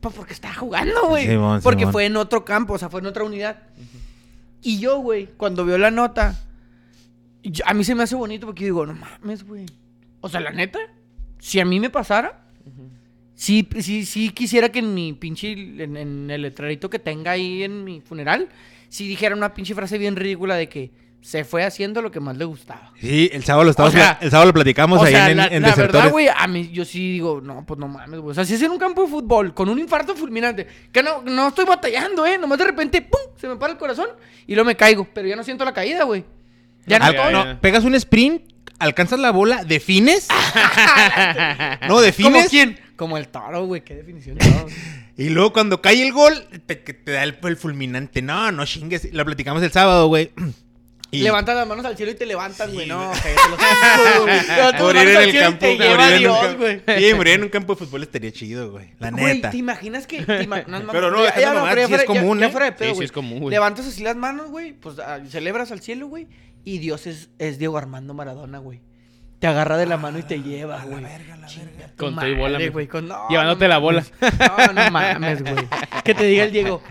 Speaker 3: Pues porque estaba jugando, güey.
Speaker 1: Simón,
Speaker 3: porque
Speaker 1: Simón.
Speaker 3: fue en otro campo, o sea, fue en otra unidad. Y yo, güey, cuando veo la nota, yo- a mí se me hace bonito porque yo digo, no mames, güey. O sea, la neta, si a mí me pasara, sí, sí, sí quisiera que en mi pinche, en, en el letrerito que tenga ahí en mi funeral, si dijera una pinche frase bien ridícula de que se fue haciendo lo que más le gustaba.
Speaker 1: Sí, el sábado lo, estamos
Speaker 3: O sea,
Speaker 1: pla- el sábado lo platicamos
Speaker 3: o
Speaker 1: ahí
Speaker 3: sea,
Speaker 1: en,
Speaker 3: la,
Speaker 1: en
Speaker 3: la verdad,
Speaker 1: Desertores.
Speaker 3: güey, a mí yo sí digo, no, pues no mames, güey. O sea, si es en un campo de fútbol con un infarto fulminante, que no, no estoy batallando, ¿eh? Nomás de repente, ¡pum! Se me para el corazón y luego me caigo. Pero ya no siento la caída, güey. Ya no
Speaker 1: Al-
Speaker 4: ya,
Speaker 3: estoy.
Speaker 1: no,
Speaker 4: ya.
Speaker 1: pegas un sprint, alcanzas la bola, defines. no,
Speaker 3: ¿Como
Speaker 1: defines.
Speaker 3: quién? Como el toro, güey. Qué definición de toro.
Speaker 1: Y luego cuando cae el gol, te, que te da el, el fulminante. No, no chingues. Lo platicamos el sábado, güey. Y
Speaker 3: Levantas las manos al cielo y te levantas,
Speaker 1: Sí,
Speaker 3: güey. no,
Speaker 1: güey.
Speaker 3: cállate los hocico, güey. Levantas las
Speaker 1: morir
Speaker 3: manos
Speaker 1: en
Speaker 3: al
Speaker 1: el
Speaker 3: cielo y
Speaker 1: campo.
Speaker 3: te lleva
Speaker 1: morir en un
Speaker 3: Dios,
Speaker 1: campo-
Speaker 3: güey.
Speaker 1: Sí, morir en un campo de fútbol estaría chido, güey. La
Speaker 3: Güey,
Speaker 1: neta.
Speaker 3: ¿te imaginas que.? te ima- no,
Speaker 1: Pero
Speaker 3: mamá,
Speaker 1: no, dejando mamadas,
Speaker 3: pero
Speaker 1: sí es
Speaker 3: fuera-
Speaker 1: común,
Speaker 3: ya
Speaker 1: ¿eh?
Speaker 3: fuera de pedo,
Speaker 4: Sí, sí
Speaker 3: güey.
Speaker 4: es común, güey.
Speaker 3: Levantas así las manos, güey. Pues ah, celebras al cielo, güey. Y Dios es, es Diego Armando Maradona, güey. Te agarra de la mano y te
Speaker 1: Ah,
Speaker 3: lleva, güey. Chinga tu
Speaker 4: Con todo y bola,
Speaker 3: madre,
Speaker 4: mijo.
Speaker 3: güey. Con- no,
Speaker 4: Llevándote la bola.
Speaker 3: No, no mames, güey. Que te diga el Diego,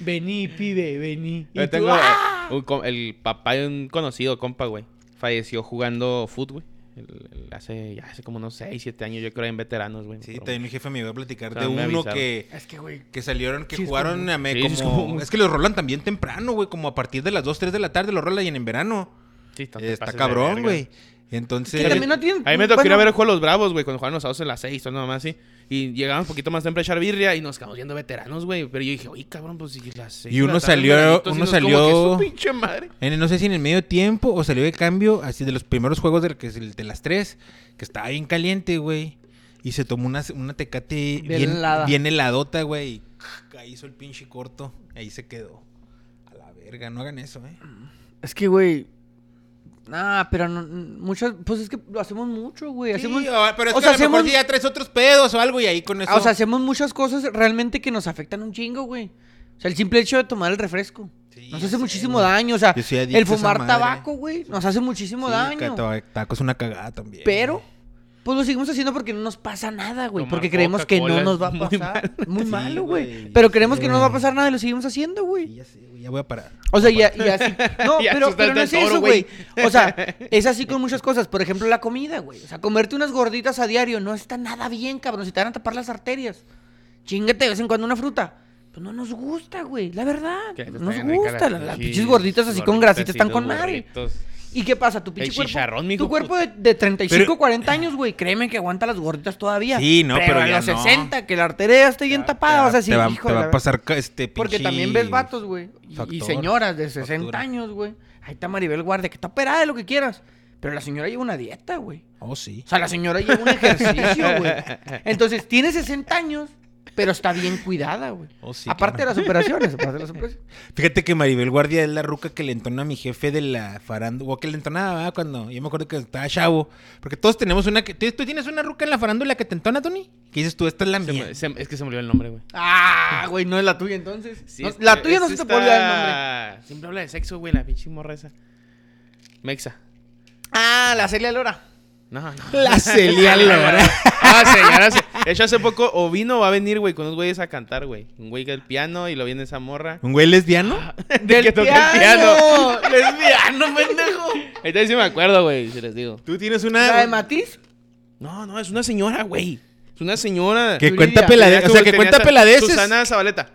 Speaker 3: vení, pibe, vení. Y
Speaker 4: Yo
Speaker 3: tú,
Speaker 4: tengo
Speaker 3: ¡ah!
Speaker 4: eh, un com- el papá de un conocido compa, güey. Falleció jugando fútbol, güey. El- el- Hace, ya hace como unos 6, 7 años, yo creo, en veteranos, güey.
Speaker 1: Sí,
Speaker 4: Pero-
Speaker 1: también mi jefe me iba a platicar
Speaker 4: Ah,
Speaker 1: de
Speaker 4: me
Speaker 1: uno
Speaker 4: avisaron.
Speaker 1: que,
Speaker 3: Es que, güey.
Speaker 1: que salieron, que
Speaker 3: Sí, es
Speaker 1: jugaron
Speaker 3: común.
Speaker 1: a me
Speaker 4: Sí, sí, es
Speaker 1: como...
Speaker 4: común.
Speaker 1: Es que los rolan también temprano, güey. Como a partir de las 2, 3 de la tarde los rolan y en verano.
Speaker 4: Sí, no te
Speaker 1: Está
Speaker 4: pases de
Speaker 1: cabrón,
Speaker 4: verga.
Speaker 1: güey.
Speaker 3: Que
Speaker 1: Entonces...
Speaker 3: también no tienen.
Speaker 4: A mí me tocó ir
Speaker 3: bueno,
Speaker 4: a ver el juego de los Bravos, güey, cuando jugaban los sábados en las 6 o nada más así. Y llegábamos un poquito más temprano a echar birria y nos quedamos viendo veteranos, güey. Pero yo dije, oye, cabrón, pues si las 6.
Speaker 1: Y uno salió- uno salió-
Speaker 4: pinche madre.
Speaker 1: En el- no sé si en el medio tiempo o salió de cambio, así de los primeros juegos del que es el de las tres, que estaba bien caliente, güey. Y se tomó una, una tecate bien,
Speaker 3: helada.
Speaker 1: bien heladota, güey. y Ahí hizo el pinche corto. Ahí se quedó. A la verga, no hagan eso, eh.
Speaker 3: Es que, güey. Nah, pero no, muchas. Pues es que lo hacemos mucho, güey. Hacemos,
Speaker 1: Sí, o- pero es
Speaker 3: o
Speaker 1: que
Speaker 3: sea,
Speaker 1: a lo mejor
Speaker 3: hacemos-
Speaker 1: si ya traes otros pedos o algo y ahí con eso.
Speaker 3: Ah, O sea, hacemos muchas cosas realmente que nos afectan un chingo, güey. O sea, el simple hecho de tomar el refresco.
Speaker 1: Sí,
Speaker 3: nos
Speaker 1: ya
Speaker 3: hace
Speaker 1: sé,
Speaker 3: muchísimo
Speaker 1: güey.
Speaker 3: daño. O sea,
Speaker 1: Yo soy adicto a
Speaker 3: el
Speaker 1: esa
Speaker 3: fumar
Speaker 1: madre.
Speaker 3: tabaco, güey, nos hace muchísimo
Speaker 1: Sí,
Speaker 3: daño.
Speaker 1: ca- Taco es una cagada también.
Speaker 3: Pero, pues lo seguimos haciendo porque no nos pasa nada, güey.
Speaker 4: Tomar
Speaker 3: Porque creemos que no
Speaker 4: Coca-Cola
Speaker 3: nos va a
Speaker 4: es muy
Speaker 3: pasar. Muy,
Speaker 1: Sí,
Speaker 3: malo, güey.
Speaker 1: güey.
Speaker 3: Pero creemos que no nos va a
Speaker 1: Sí.
Speaker 3: pasar nada y lo seguimos haciendo, güey.
Speaker 1: Sí, ya sé, güey, ya voy a parar.
Speaker 3: O sea, ya, ya sí. No,
Speaker 4: Ya
Speaker 3: pero,
Speaker 4: asustaste
Speaker 3: pero no
Speaker 4: al
Speaker 3: es
Speaker 4: toro,
Speaker 3: eso,
Speaker 4: güey.
Speaker 3: güey. O sea, es así con muchas cosas. Por ejemplo, la comida, güey. O sea, comerte unas gorditas a diario no está nada bien, cabrón. Si te van a tapar las arterias. Chingate de vez en cuando una fruta. Pues no nos gusta, güey. La verdad.
Speaker 4: Que
Speaker 3: No
Speaker 4: están
Speaker 3: nos
Speaker 4: bien ricas
Speaker 3: gusta. Las, las pinches gorditas así con
Speaker 4: gorditas y
Speaker 3: grasita están
Speaker 4: los
Speaker 3: con madre.
Speaker 4: burritos.
Speaker 3: ¿Y qué pasa? Tu pinche
Speaker 4: El
Speaker 3: cuerpo.
Speaker 4: chicharrón, mijo,
Speaker 3: tu cuerpo de, de 35,
Speaker 1: Pero-
Speaker 3: 40 años, güey. Créeme que aguanta las gorditas todavía.
Speaker 1: Sí, no, pero
Speaker 3: a
Speaker 1: ya
Speaker 3: los
Speaker 1: no.
Speaker 3: 60, que la arteria ya esté bien tapada, vas a decir,
Speaker 1: te va,
Speaker 3: hijo
Speaker 1: te va
Speaker 3: de la
Speaker 1: a
Speaker 3: ver-".
Speaker 1: pasar ca- este
Speaker 3: Porque
Speaker 1: pinche
Speaker 3: también ves vatos, güey. y- Y,
Speaker 1: factor,
Speaker 3: señoras de 60
Speaker 1: factura.
Speaker 3: años, güey. Ahí está Maribel Guardia, que está operada de lo que quieras. Pero la señora lleva una dieta, güey.
Speaker 1: Oh, sí.
Speaker 3: O sea, la señora lleva un ejercicio, güey. Entonces, tiene 60 años pero está bien cuidada, güey.
Speaker 1: Oh, sí,
Speaker 3: aparte
Speaker 1: claro.
Speaker 3: de las operaciones, aparte de las operaciones.
Speaker 1: Fíjate que Maribel Guardia es la ruca que le entonó a mi jefe de la farándula. O que le entonaba ¿verdad? cuando yo me acuerdo que estaba chavo. Porque todos tenemos una que. ¿Tú tú tienes una ruca en la farándula que te entona, Tony? Que dices tú, esta es la
Speaker 4: Se
Speaker 1: mía.
Speaker 4: me- se- es que se me olvidó el nombre, güey.
Speaker 3: Ah, güey, no es la tuya entonces.
Speaker 4: Sí,
Speaker 3: No,
Speaker 4: es-
Speaker 3: la tuya no
Speaker 4: es
Speaker 3: se te
Speaker 4: esta-
Speaker 3: puede olvidar el nombre.
Speaker 4: Siempre habla de sexo, güey, la pinche morra esa. Mexa.
Speaker 3: Ah, la Celia Lora.
Speaker 4: No, no.
Speaker 1: La Celia Lora.
Speaker 4: Ah, señora. se- De hecho, hace poco Ovino va a venir, güey, con unos güeyes a cantar, güey. Un güey que el piano y lo viene esa morra.
Speaker 1: ¿Un güey lesbiano?
Speaker 3: Ah, Del
Speaker 4: que toca el Ah,
Speaker 3: piano. Lesbiano, pendejo.
Speaker 4: Entonces sí me acuerdo, güey, si les digo.
Speaker 1: Tú tienes
Speaker 3: ¿La
Speaker 1: una.
Speaker 3: de Matiz?
Speaker 4: No, no, es una señora, güey. Es una señora.
Speaker 1: Que
Speaker 3: Yuridia.
Speaker 1: cuenta
Speaker 4: Tenía
Speaker 1: peladeces. O
Speaker 4: su-
Speaker 1: sea, que
Speaker 4: tenía
Speaker 1: cuenta
Speaker 4: esa-
Speaker 1: peladeces.
Speaker 4: Susana Zabaleta.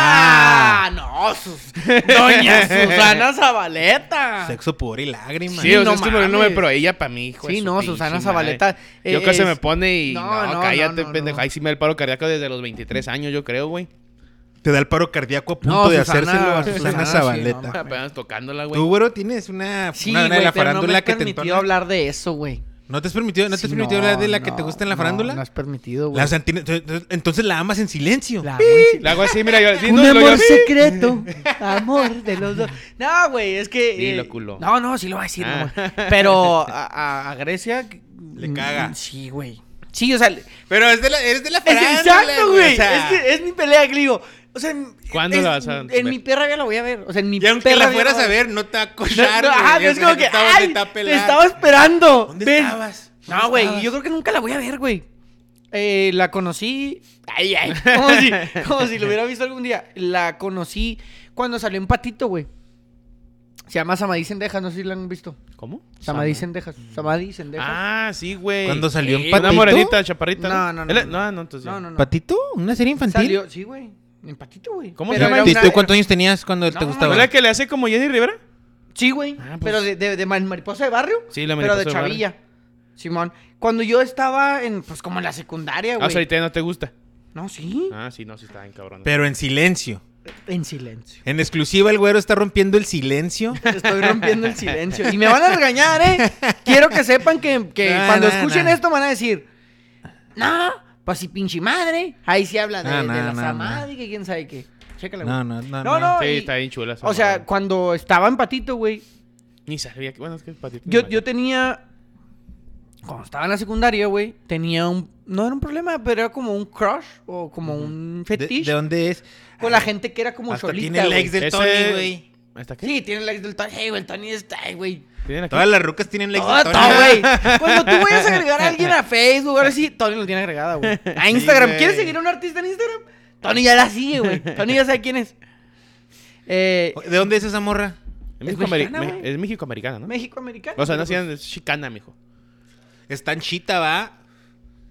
Speaker 3: Ah, no, sus- doña Susana Zabaleta.
Speaker 1: Sexo, pudor y lágrimas.
Speaker 4: Sí, o sea,
Speaker 3: no
Speaker 4: es que Moreno me-
Speaker 3: mames.
Speaker 4: pero ella para mí, hijo de
Speaker 3: Sí,
Speaker 4: su
Speaker 3: no,
Speaker 4: pinche
Speaker 3: Susana
Speaker 4: madre.
Speaker 3: Zabaleta.
Speaker 4: Yo
Speaker 3: es-
Speaker 4: que se me pone y.
Speaker 3: No,
Speaker 4: No,
Speaker 3: no,
Speaker 4: cállate,
Speaker 3: no, no,
Speaker 4: pendejo.
Speaker 3: no.
Speaker 4: Ahí sí me da el paro cardíaco desde los 23 años, yo creo, güey.
Speaker 1: Te da el paro cardíaco a punto
Speaker 3: No,
Speaker 1: de
Speaker 3: Susana-
Speaker 1: hacérselo a
Speaker 3: Susana,
Speaker 1: Susana
Speaker 3: sí,
Speaker 1: Zabaleta.
Speaker 3: no, mames.
Speaker 4: Apenas tocándola,
Speaker 1: Tú,
Speaker 4: güey.
Speaker 1: güero, tienes una,
Speaker 3: Sí,
Speaker 1: una
Speaker 3: güey,
Speaker 1: de la
Speaker 3: pero no
Speaker 1: farándula
Speaker 3: me has
Speaker 1: que te
Speaker 3: permitido
Speaker 1: entona.
Speaker 3: hablar de eso, güey.
Speaker 1: ¿No te has permitido, no te has
Speaker 3: Sí,
Speaker 1: permitido hablar de la
Speaker 3: no,
Speaker 1: que te gusta en la
Speaker 3: no,
Speaker 1: farándula?
Speaker 3: No has permitido, güey.
Speaker 1: La Santina- entonces la amas en silencio.
Speaker 3: La amo en
Speaker 4: La hago así, mira, yo. sí,
Speaker 3: Un
Speaker 4: no, lo-
Speaker 3: amor
Speaker 4: yo-
Speaker 3: secreto, amor de los dos. No, güey, es que. eh,
Speaker 4: Dilo, culo.
Speaker 3: No, no, sí lo va a decir,
Speaker 4: Ah.
Speaker 3: no, güey. Pero a, a- a Grecia.
Speaker 1: Le
Speaker 3: mm,
Speaker 1: caga.
Speaker 3: Sí, güey. Sí, o sea. le-
Speaker 1: Pero es de la, eres de la
Speaker 3: Es
Speaker 1: farándula.
Speaker 3: exacto, güey.
Speaker 1: o sea,
Speaker 3: es, que eh, es mi pelea que le digo. O sea, en-
Speaker 4: ¿Cuándo
Speaker 3: es-
Speaker 4: la vas a ver?
Speaker 3: En mi perra ya la voy a ver. O sea, en mi
Speaker 1: Y aunque
Speaker 3: perra
Speaker 1: la
Speaker 3: vida
Speaker 1: fueras
Speaker 3: voy
Speaker 1: a ver, no te va a
Speaker 3: No,
Speaker 1: cochar,
Speaker 3: no,
Speaker 1: güey.
Speaker 3: ajá,
Speaker 1: O
Speaker 3: es
Speaker 1: sea,
Speaker 3: como
Speaker 1: te
Speaker 3: que.
Speaker 1: estaba- te
Speaker 3: ay,
Speaker 1: estaba
Speaker 3: te
Speaker 1: pelando.
Speaker 3: estaba esperando.
Speaker 1: ¿Dónde
Speaker 3: Ven.
Speaker 1: estabas?
Speaker 3: No, güey, yo creo que nunca la voy a ver, güey. Eh, la conocí. Ay, ay. Como si, como si lo hubiera visto algún día. La conocí cuando salió en Patito, güey. Se llama Samadí Sendejas, no sé si la han visto.
Speaker 4: ¿Cómo?
Speaker 3: Samadí Sendejas. Samadí Sendejas.
Speaker 4: Ah, sí, güey.
Speaker 1: ¿Cuándo salió en
Speaker 4: en
Speaker 1: Patito?
Speaker 4: Una morenita, chaparrita.
Speaker 3: No, no, no,
Speaker 4: Él-
Speaker 3: no.
Speaker 4: No, no, entonces.
Speaker 3: no,
Speaker 4: No,
Speaker 3: no, no.
Speaker 1: ¿Patito? ¿Una serie infantil?
Speaker 3: Salió, sí, güey. En Patito, güey.
Speaker 4: ¿Cómo se
Speaker 3: Pero era
Speaker 4: llama?
Speaker 1: ¿Y
Speaker 3: una-
Speaker 1: tú cuántos años tenías cuando
Speaker 3: No,
Speaker 1: te
Speaker 4: ¿No
Speaker 1: gustaba?
Speaker 4: es la que le hace como Jenny Rivera?
Speaker 3: Eh, Sí, güey.
Speaker 4: Ah, pues.
Speaker 3: Pero de, de, de ma- mariposa de barrio.
Speaker 4: Sí, la
Speaker 3: Pero de
Speaker 4: mariposa de
Speaker 3: chavilla. Simón. Cuando yo estaba en, pues como en la secundaria,
Speaker 4: Ah, o
Speaker 3: güey.
Speaker 4: sea, ahorita ya no te gusta.
Speaker 3: No, sí.
Speaker 4: Ah, sí, no, sí, está bien cabrón.
Speaker 1: Pero en silencio.
Speaker 3: En silencio.
Speaker 1: En exclusiva, el güero está rompiendo el silencio.
Speaker 3: Estoy rompiendo el silencio. Y me van a regañar, ¿eh? Quiero que sepan que, que
Speaker 1: No,
Speaker 3: cuando
Speaker 1: no,
Speaker 3: escuchen
Speaker 1: no.
Speaker 3: esto van a decir, no, pues si pinche madre. Ahí sí habla de,
Speaker 1: No, no,
Speaker 3: de la
Speaker 1: no,
Speaker 3: Samad
Speaker 1: no.
Speaker 3: y que quién sabe qué. Chécala, güey.
Speaker 1: No, no, no.
Speaker 3: No, no.
Speaker 4: Sí,
Speaker 3: y-
Speaker 4: está bien chula. esa
Speaker 3: O sea,
Speaker 4: morra.
Speaker 3: cuando estaba en Patito, güey,
Speaker 4: Ni sabía que. Bueno, es que es Patito.
Speaker 3: yo, yo tenía... Cuando estaba en la secundaria, güey, tenía un... No era un problema, pero era como un crush o como un
Speaker 1: ¿De,
Speaker 3: fetiche
Speaker 1: de dónde es?
Speaker 3: con la gente que era como
Speaker 1: Hasta
Speaker 3: solita,
Speaker 1: tiene el
Speaker 3: güey.
Speaker 1: ex del
Speaker 4: Ese-
Speaker 1: Tony, güey.
Speaker 4: ¿Hasta qué?
Speaker 3: Sí, tiene el ex del Tony. Hey, güey, el Tony está, ay, güey.
Speaker 4: ¿Tienen aquí?
Speaker 1: Todas las rucas tienen el ex
Speaker 3: Todo,
Speaker 1: del Tony.
Speaker 3: güey. Cuando tú vayas a agregar a alguien a Facebook, ahora sí, Tony lo tiene agregado, güey. A Instagram.
Speaker 1: güey.
Speaker 3: ¿Quieres seguir a un artista en Instagram? Tony ya la sigue, güey. Tony ya sabe quién es. Eh,
Speaker 1: ¿De dónde es esa morra?
Speaker 4: Es
Speaker 3: Es
Speaker 4: México-ameri-
Speaker 3: mexicana, güey.
Speaker 4: me- es México-americana, ¿no?
Speaker 3: México americano.
Speaker 4: O sea, no hacían. Es chicana, mijo.
Speaker 1: Es tan chita, va.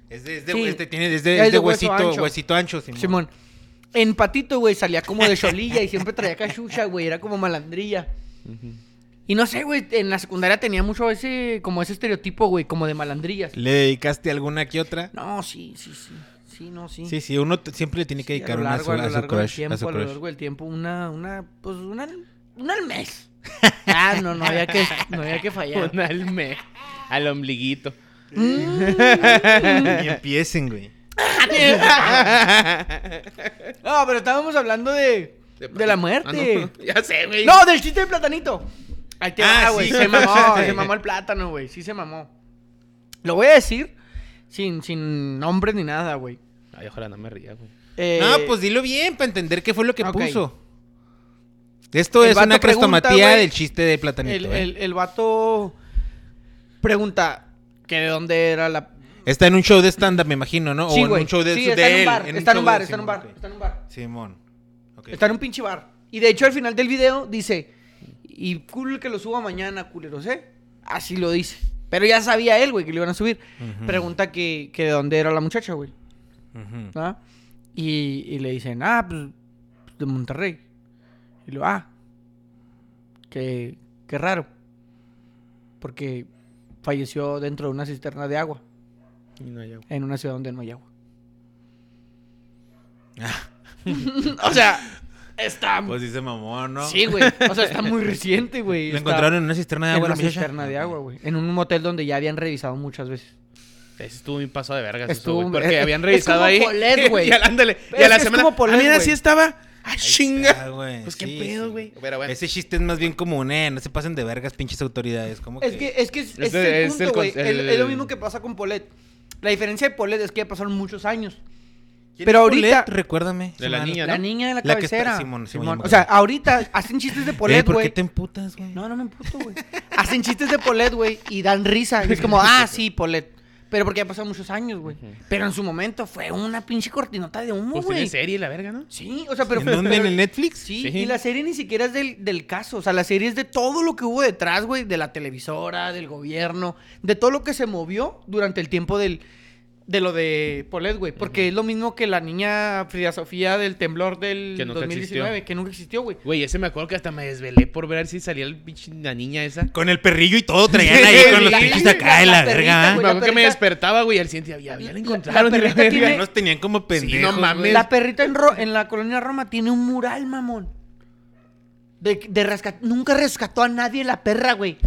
Speaker 1: Es de, es de-
Speaker 3: Sí.
Speaker 1: es de- tiene, es de,
Speaker 3: Es
Speaker 1: es de
Speaker 3: de hueso
Speaker 1: huesito,
Speaker 3: ancho.
Speaker 1: ancho. huesito ancho, Simón.
Speaker 3: Simón. En Patito, güey, salía como de cholilla y siempre traía cachucha, güey. Era como malandrilla. Y no sé, güey, en la secundaria tenía mucho ese, como ese estereotipo, güey, como de malandrillas.
Speaker 1: ¿Le dedicaste alguna que otra?
Speaker 3: No, sí, sí, sí. Sí, no, sí.
Speaker 1: Sí, sí, uno t- siempre le tiene que
Speaker 3: Sí, a
Speaker 1: dedicar
Speaker 3: lo
Speaker 1: una a su,
Speaker 3: largo, a lo
Speaker 1: a su
Speaker 3: largo
Speaker 1: crush.
Speaker 3: del
Speaker 1: a su
Speaker 3: tiempo, a lo
Speaker 1: crush.
Speaker 3: largo del tiempo, una, una, pues una, una al mes. Ah, no, no había que, no había que fallar.
Speaker 4: Un alme. Al ombliguito.
Speaker 1: Ni empiecen, güey.
Speaker 3: No, pero estábamos hablando de, de la
Speaker 4: Ah,
Speaker 3: muerte.
Speaker 4: no. Ya sé, güey.
Speaker 3: No, del chiste de platanito. Ahí te
Speaker 1: Ah,
Speaker 3: va, güey.
Speaker 1: sí.
Speaker 3: Se mamó, se mamó el plátano, güey. Sí se mamó. Lo voy a decir sin, sin nombres ni nada, güey.
Speaker 4: Ay, ojalá no me ría, güey.
Speaker 3: Eh,
Speaker 1: No, pues dilo bien para entender qué fue lo que
Speaker 3: ok.
Speaker 1: puso. Esto
Speaker 3: El
Speaker 1: es
Speaker 3: vato
Speaker 1: una
Speaker 3: pregunta,
Speaker 1: crestomatía
Speaker 3: güey.
Speaker 1: del chiste de platanito.
Speaker 3: el,
Speaker 1: eh.
Speaker 3: el, el vato pregunta que de dónde era la,
Speaker 1: Está en un show de stand-up, me imagino, ¿no?
Speaker 3: Sí,
Speaker 1: o en
Speaker 3: güey.
Speaker 1: un show de,
Speaker 3: Sí,
Speaker 1: de
Speaker 3: está en un
Speaker 1: él,
Speaker 3: bar, está en
Speaker 1: show
Speaker 3: un
Speaker 1: de-
Speaker 3: bar, está en un bar,
Speaker 1: Simón, ok.
Speaker 3: está en un
Speaker 1: Simón.
Speaker 3: bar.
Speaker 1: ok.
Speaker 3: Está en un pinche bar. Y de hecho al final del video dice, y cool que lo suba mañana, culeros, ¿eh? Así lo dice. Pero ya sabía él, güey, que lo iban a subir.
Speaker 1: Ujú.
Speaker 3: Pregunta que, que de dónde era la muchacha, güey.
Speaker 1: Ujú.
Speaker 3: ¿ah? Y, y le dicen, ah, pues de Monterrey. Y lo, ah, qué, qué raro. Porque falleció dentro de una cisterna de agua,
Speaker 4: Y no hay agua.
Speaker 3: en una ciudad donde no hay agua. o sea, está...
Speaker 1: Pues dice mamón, ¿no?
Speaker 3: Sí, güey. O sea, está muy reciente, güey.
Speaker 1: Lo
Speaker 3: Está
Speaker 1: encontraron en una cisterna de
Speaker 3: en
Speaker 1: agua. la
Speaker 3: una
Speaker 1: muchacha?
Speaker 3: cisterna de agua, güey. En un motel donde ya habían revisado muchas veces.
Speaker 4: Ese estuvo bien pasado de vergas. eso,
Speaker 3: Estuvo-
Speaker 4: güey, porque
Speaker 3: es-
Speaker 4: habían
Speaker 3: es
Speaker 4: revisado
Speaker 3: como
Speaker 4: ahí.
Speaker 3: Polet, güey.
Speaker 4: y al ándale. Y
Speaker 3: Es
Speaker 4: a la
Speaker 3: que es
Speaker 4: semana.
Speaker 3: como Polet,
Speaker 4: ah, mira,
Speaker 3: güey.
Speaker 4: sí estaba. Ah,
Speaker 1: Ah,
Speaker 4: chinga.
Speaker 1: güey,
Speaker 4: Pues qué
Speaker 1: sí,
Speaker 4: pedo,
Speaker 1: sí.
Speaker 4: güey. Pero bueno.
Speaker 1: Ese chiste es más bien común, eh. No se pasen de vergas, pinches autoridades. Como
Speaker 3: Es que es, que
Speaker 4: Es
Speaker 3: es, ese es
Speaker 4: el-
Speaker 3: el
Speaker 4: es el
Speaker 3: punto, güey.
Speaker 4: con-
Speaker 3: Es-
Speaker 4: el-
Speaker 3: es lo mismo que pasa con Polet. La diferencia de Polet es que ya pasaron muchos años.
Speaker 1: ¿Quién
Speaker 3: pero
Speaker 1: es
Speaker 3: ahorita-
Speaker 1: Polet? Recuérdame.
Speaker 4: De la
Speaker 1: Simón.
Speaker 4: niña,
Speaker 3: La
Speaker 4: ¿no?
Speaker 3: niña de la,
Speaker 1: La que está-
Speaker 3: cabecera.
Speaker 1: Simón, Simón,
Speaker 3: Simón.
Speaker 1: ya me
Speaker 3: O sea,
Speaker 1: acordé.
Speaker 3: ahorita hacen chistes de
Speaker 1: Güey,
Speaker 3: Polet,
Speaker 1: Eh, ¿Por qué
Speaker 3: güey.
Speaker 1: te emputas, güey?
Speaker 3: No, no me emputo, güey. Hacen chistes de Polet, güey, y dan risa. Y es como, ah, sí, Polet. Pero porque ya pasaron muchos años, güey. Pero en su momento fue una pinche cortinota de humo,
Speaker 4: Pues tiene
Speaker 3: güey.
Speaker 4: serie la verga, ¿no?
Speaker 3: Sí, o sea, pero...
Speaker 1: ¿En dónde? ¿En el Netflix?
Speaker 3: Sí,
Speaker 4: Sí.
Speaker 3: y la serie ni siquiera es del, del caso. O sea, la serie es de todo lo que hubo detrás, güey. De la televisora, del gobierno, de todo lo que se movió durante el tiempo del, de lo de Polet, güey. Porque es lo mismo que la niña Frida Sofía del temblor del
Speaker 4: Que nunca
Speaker 3: 2019, que nunca existió, güey.
Speaker 4: Güey, ese me acuerdo que hasta me desvelé por ver si salía el pinche- la niña
Speaker 3: Pues
Speaker 4: esa.
Speaker 1: Con el perrillo y todo traían ahí con los
Speaker 3: Sí,
Speaker 1: pinches
Speaker 3: la-
Speaker 1: acá de
Speaker 3: la
Speaker 1: la
Speaker 3: perrita,
Speaker 1: verga.
Speaker 3: güey,
Speaker 4: me
Speaker 1: ¿eh?
Speaker 3: la
Speaker 4: acuerdo que me
Speaker 3: perrita-
Speaker 4: despertaba, güey, y al siguiente había, ya
Speaker 3: La-
Speaker 4: la
Speaker 3: la
Speaker 4: encontraron. y la
Speaker 3: perrita
Speaker 4: verga.
Speaker 3: tiene-
Speaker 1: Nos tenían como pendejos.
Speaker 4: no mames.
Speaker 1: güey.
Speaker 3: La perrita en, Ro- en la colonia Roma tiene un mural, mamón. De, de rescat- nunca rescató a nadie la perra, güey.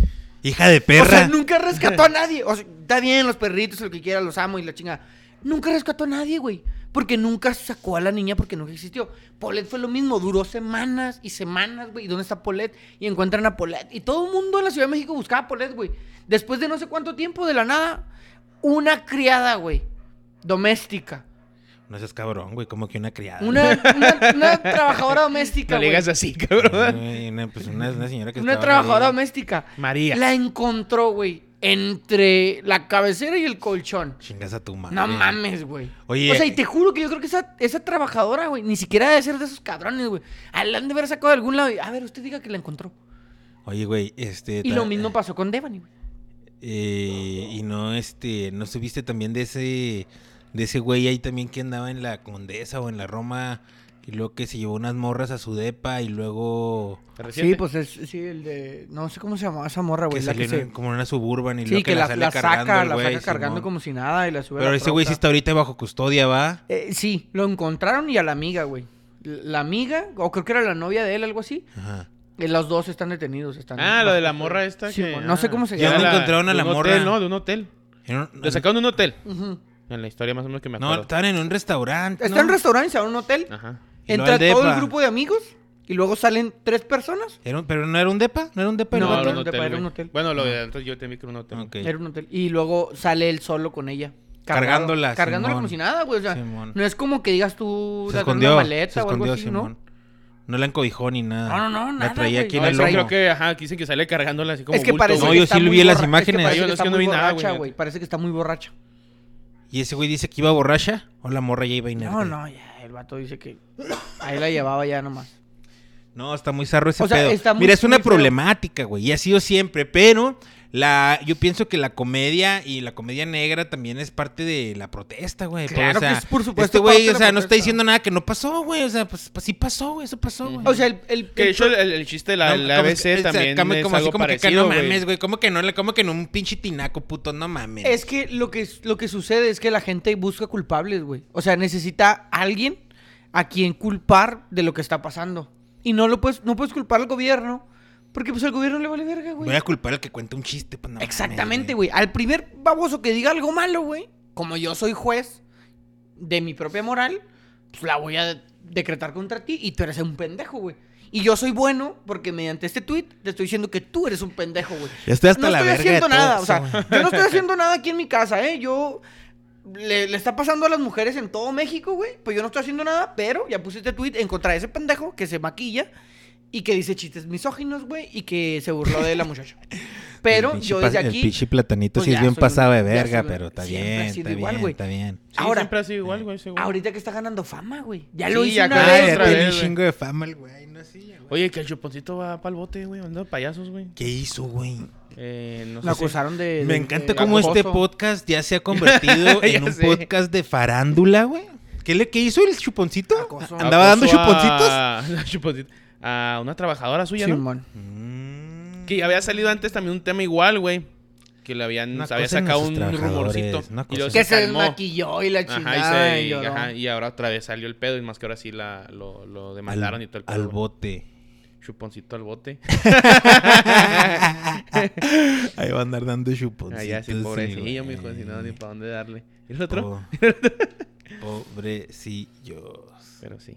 Speaker 1: Hija de
Speaker 3: O sea,
Speaker 1: perra.
Speaker 3: nunca rescató a nadie. O sea, está bien, los perritos, lo que quiera, los amo y la chinga. Nunca rescató a nadie, güey. Porque nunca sacó a la niña porque nunca existió. Polet fue lo mismo, duró semanas y semanas, güey. ¿Y dónde está Polet? Y encuentran a Polet. Y todo el mundo en la Ciudad de México buscaba a Polet, güey. Después de no sé cuánto tiempo, de la nada, una criada, güey. Doméstica.
Speaker 1: No seas cabrón, güey. Como que una criada.
Speaker 3: Una, una- una trabajadora doméstica.
Speaker 4: No le
Speaker 3: güey.
Speaker 4: digas así,
Speaker 1: güey.
Speaker 4: cabrón.
Speaker 1: Güey, Una, pues una, una señora que
Speaker 3: Una
Speaker 1: estaba
Speaker 3: trabajadora
Speaker 1: ahí.
Speaker 3: doméstica.
Speaker 4: María.
Speaker 3: La encontró, güey, entre la cabecera y el colchón.
Speaker 1: Chingas a tu madre.
Speaker 3: No mames, güey.
Speaker 1: Oye. eh,
Speaker 3: O sea, y te juro que yo creo que esa, esa trabajadora, güey, ni siquiera debe ser de esos cabrones, güey. Ah, La han de haber sacado de algún lado. y, A ver, usted diga que la encontró.
Speaker 1: Oye, güey, este.
Speaker 3: Y
Speaker 1: ta-
Speaker 3: lo mismo pasó con Devani, güey.
Speaker 1: Eh, y no, este, no subiste también de ese, de ese güey ahí también que andaba en la Condesa o en la Roma y luego que se llevó unas morras a su depa y luego
Speaker 4: Reciente.
Speaker 3: es sí, el de. No sé cómo se llamaba esa morra,
Speaker 1: que salió en- como en una suburban y
Speaker 3: Sí,
Speaker 1: luego
Speaker 3: que la,
Speaker 1: sale
Speaker 3: la
Speaker 1: cargando
Speaker 3: saca,
Speaker 1: el
Speaker 3: la
Speaker 1: güey,
Speaker 3: saca cargando
Speaker 1: Simón.
Speaker 3: como si nada y la sube a
Speaker 1: Pero
Speaker 3: la
Speaker 1: ese güey sí
Speaker 3: troca.
Speaker 1: está ahorita bajo custodia, ¿va?
Speaker 3: Eh, sí, lo encontraron y a la amiga, güey. La amiga, o creo que era la novia de él, algo así.
Speaker 1: Ajá.
Speaker 3: eh, Los dos están detenidos. Están
Speaker 4: Ah, lo de la morra esta.
Speaker 3: Sí,
Speaker 4: que-
Speaker 3: mo- no sé cómo se
Speaker 4: ah,
Speaker 1: llama.
Speaker 4: de
Speaker 1: Ya
Speaker 4: la-
Speaker 1: encontraron a
Speaker 4: de
Speaker 1: la
Speaker 4: un
Speaker 1: morra.
Speaker 4: hotel, no, de un hotel.
Speaker 1: Era un-
Speaker 4: Lo sacaron de un hotel.
Speaker 3: Ujú.
Speaker 4: En la historia más o menos que me
Speaker 1: no,
Speaker 4: acuerdo.
Speaker 1: estaban en un restaurante.
Speaker 3: Está en
Speaker 1: ¿no?
Speaker 3: restaurantes, a un hotel.
Speaker 4: Ajá.
Speaker 1: Y luego
Speaker 3: Entra
Speaker 1: al
Speaker 3: todo
Speaker 1: depa.
Speaker 3: el grupo de amigos y luego salen tres personas.
Speaker 1: Era un- pero no era un depa, no era un depa,
Speaker 3: No,
Speaker 1: era
Speaker 4: no,
Speaker 1: un
Speaker 4: era
Speaker 1: hotel?
Speaker 4: un
Speaker 3: de-
Speaker 4: hotel,
Speaker 3: era un
Speaker 4: güey.
Speaker 3: hotel.
Speaker 4: Bueno, lo de entonces yo te vi que era un hotel.
Speaker 1: Ok.
Speaker 3: Era un hotel. Y luego sale él solo con ella. cargado.
Speaker 1: Cargándola,
Speaker 3: Cargándola
Speaker 1: Simón.
Speaker 3: como si nada, güey. O sea,
Speaker 1: Simón.
Speaker 3: no es como que digas tú
Speaker 1: Se
Speaker 3: la
Speaker 1: escondió,
Speaker 3: maleta
Speaker 1: se
Speaker 3: o algo
Speaker 1: escondió
Speaker 3: así, ¿no?
Speaker 1: Simón. No la encobijó ni nada.
Speaker 3: No, no, no,
Speaker 1: La
Speaker 3: nada,
Speaker 1: traía
Speaker 3: güey.
Speaker 1: aquí
Speaker 4: No,
Speaker 1: en el
Speaker 4: esa
Speaker 1: lomo.
Speaker 4: creo que, ajá, dicen que sale cargando así como
Speaker 3: Es que
Speaker 4: bulto,
Speaker 3: parece
Speaker 1: No,
Speaker 4: güey.
Speaker 3: que
Speaker 1: yo
Speaker 3: está
Speaker 1: sí
Speaker 3: muy
Speaker 1: vi las
Speaker 3: borra-
Speaker 1: imágenes.
Speaker 3: Es que
Speaker 4: Yo
Speaker 3: parece
Speaker 4: no,
Speaker 3: que
Speaker 4: es
Speaker 3: está
Speaker 4: que no
Speaker 3: muy
Speaker 4: vi nada,
Speaker 3: borracha,
Speaker 4: güey.
Speaker 3: güey. Parece que está muy borracha.
Speaker 1: Y ese güey dice que iba borracha o la morra ya iba inerte.
Speaker 3: No, no, ya. El vato dice que ahí la llevaba ya nomás.
Speaker 1: No, está muy zarro ese
Speaker 3: O sea,
Speaker 1: pedo.
Speaker 3: está muy-
Speaker 1: Mira, es una
Speaker 3: muy feo.
Speaker 1: problemática, güey, y ha sido siempre, pero la yo pienso que la comedia y la comedia negra también es parte de la protesta, güey. Pues,
Speaker 3: Claro
Speaker 1: o sea,
Speaker 3: que es, por supuesto,
Speaker 1: Este güey,
Speaker 3: parte de
Speaker 1: o
Speaker 3: la
Speaker 1: sea, no está
Speaker 3: protesta.
Speaker 1: diciendo nada que no pasó, güey, o sea, pues, pues sí pasó, güey, eso pasó, güey.
Speaker 3: O sea, el. el-
Speaker 4: Que de
Speaker 3: el-
Speaker 4: hecho el, el chiste de la,
Speaker 1: No,
Speaker 4: la
Speaker 1: como-
Speaker 4: ABC
Speaker 1: o sea,
Speaker 4: también
Speaker 1: como-
Speaker 4: es
Speaker 1: como así
Speaker 4: algo
Speaker 1: como que,
Speaker 4: parecido,
Speaker 1: no
Speaker 4: güey.
Speaker 1: mames, güey, como que no, le- como que en un pinche tinaco, puto, no mames.
Speaker 3: Es que lo que, lo que sucede es que la gente busca culpables, güey. O sea, necesita alguien a quien culpar de lo que está pasando. Y no lo puedes, no puedes culpar al gobierno, porque pues al gobierno le vale verga, güey.
Speaker 1: Voy a culpar al que cuenta un chiste, pues, no mames,
Speaker 3: Exactamente, güey. Al primer baboso que diga algo malo, güey, como yo soy juez de mi propia moral, pues la voy a decretar contra ti y tú eres un pendejo, güey. Y yo soy bueno porque mediante este tweet te estoy diciendo que tú eres un pendejo, güey.
Speaker 1: Ya estoy hasta
Speaker 3: no
Speaker 1: la
Speaker 3: estoy
Speaker 1: verga de
Speaker 3: haciendo
Speaker 1: todo
Speaker 3: nada,
Speaker 1: eso,
Speaker 3: o sea,
Speaker 1: güey.
Speaker 3: yo no estoy haciendo nada aquí en mi casa, ¿eh? Yo le, le está pasando a las mujeres en todo México, güey. Pues yo no estoy haciendo nada, pero ya puse este tweet en contra de ese pendejo que se maquilla y que dice chistes misóginos, güey, y que se burló de la muchacha. Pero
Speaker 1: El pinche
Speaker 3: yo
Speaker 1: pa-
Speaker 3: desde
Speaker 1: El
Speaker 3: aquí.
Speaker 1: pinche platanito
Speaker 3: pues
Speaker 1: sí es
Speaker 3: ya
Speaker 1: bien
Speaker 3: soy
Speaker 1: pasado
Speaker 3: un-
Speaker 1: de
Speaker 3: ya
Speaker 1: verga,
Speaker 3: soy un-
Speaker 1: pero está
Speaker 3: siempre
Speaker 1: bien,
Speaker 3: ha sido
Speaker 1: está
Speaker 3: igual,
Speaker 1: bien,
Speaker 3: güey.
Speaker 1: está bien.
Speaker 4: Sí,
Speaker 3: Ahora-
Speaker 4: siempre ha sido igual, güey. ese güey.
Speaker 3: Ahorita que está ganando fama, güey. Ya
Speaker 4: Sí,
Speaker 3: lo hice
Speaker 4: ya
Speaker 3: una
Speaker 4: con-
Speaker 3: vez,
Speaker 1: Ay,
Speaker 4: otra
Speaker 1: ya
Speaker 3: güey.
Speaker 1: tiene
Speaker 4: vez,
Speaker 1: un
Speaker 4: güey.
Speaker 1: chingo de fama el güey, no sé, güey.
Speaker 4: Oye, que el chuponcito va pa'l bote, güey, andando de payasos, güey.
Speaker 1: ¿Qué hizo, güey?
Speaker 4: Eh, no
Speaker 3: Lo
Speaker 4: sé si-
Speaker 3: acusaron de.
Speaker 1: Me
Speaker 3: de-
Speaker 1: encanta
Speaker 3: de
Speaker 1: cómo este
Speaker 3: acoso.
Speaker 1: podcast ya se ha convertido
Speaker 4: Ya
Speaker 1: en un
Speaker 4: sé.
Speaker 1: podcast de farándula, güey. ¿Qué le qué hizo el chuponcito?
Speaker 3: Acoso.
Speaker 1: ¿Andaba dando
Speaker 4: Acusó
Speaker 1: chuponcitos?
Speaker 4: Ah, pues, A... chuponcito- a una trabajadora suya, ¿no?
Speaker 3: Simón.
Speaker 1: Mm,
Speaker 4: Que ya había salido antes también un tema igual, güey. Que le habían
Speaker 1: Una
Speaker 4: se había
Speaker 1: cosa en
Speaker 4: sacado
Speaker 1: nuestros
Speaker 4: un
Speaker 1: trabajadores,
Speaker 4: rumorcito.
Speaker 1: una
Speaker 4: Y luego
Speaker 1: cosa
Speaker 3: Que se
Speaker 4: Pues calmó.
Speaker 3: desmaquilló y la chingada.
Speaker 4: Ajá, y, se-
Speaker 3: y lloró.
Speaker 4: ajá, y ahora otra vez salió el pedo, y más que ahora sí la, lo, lo
Speaker 1: Al,
Speaker 4: demandaron y todo el pedo.
Speaker 1: al
Speaker 4: güey.
Speaker 1: bote.
Speaker 4: Chuponcito al bote.
Speaker 1: Ahí va a andar dando chuponcitos.
Speaker 4: Allá sí, pobrecillo,
Speaker 1: güey. Oh.
Speaker 4: mijo, si no, ni para dónde darle. ¿Y el otro?
Speaker 1: Po- Pobrecillos.
Speaker 4: Pero sí.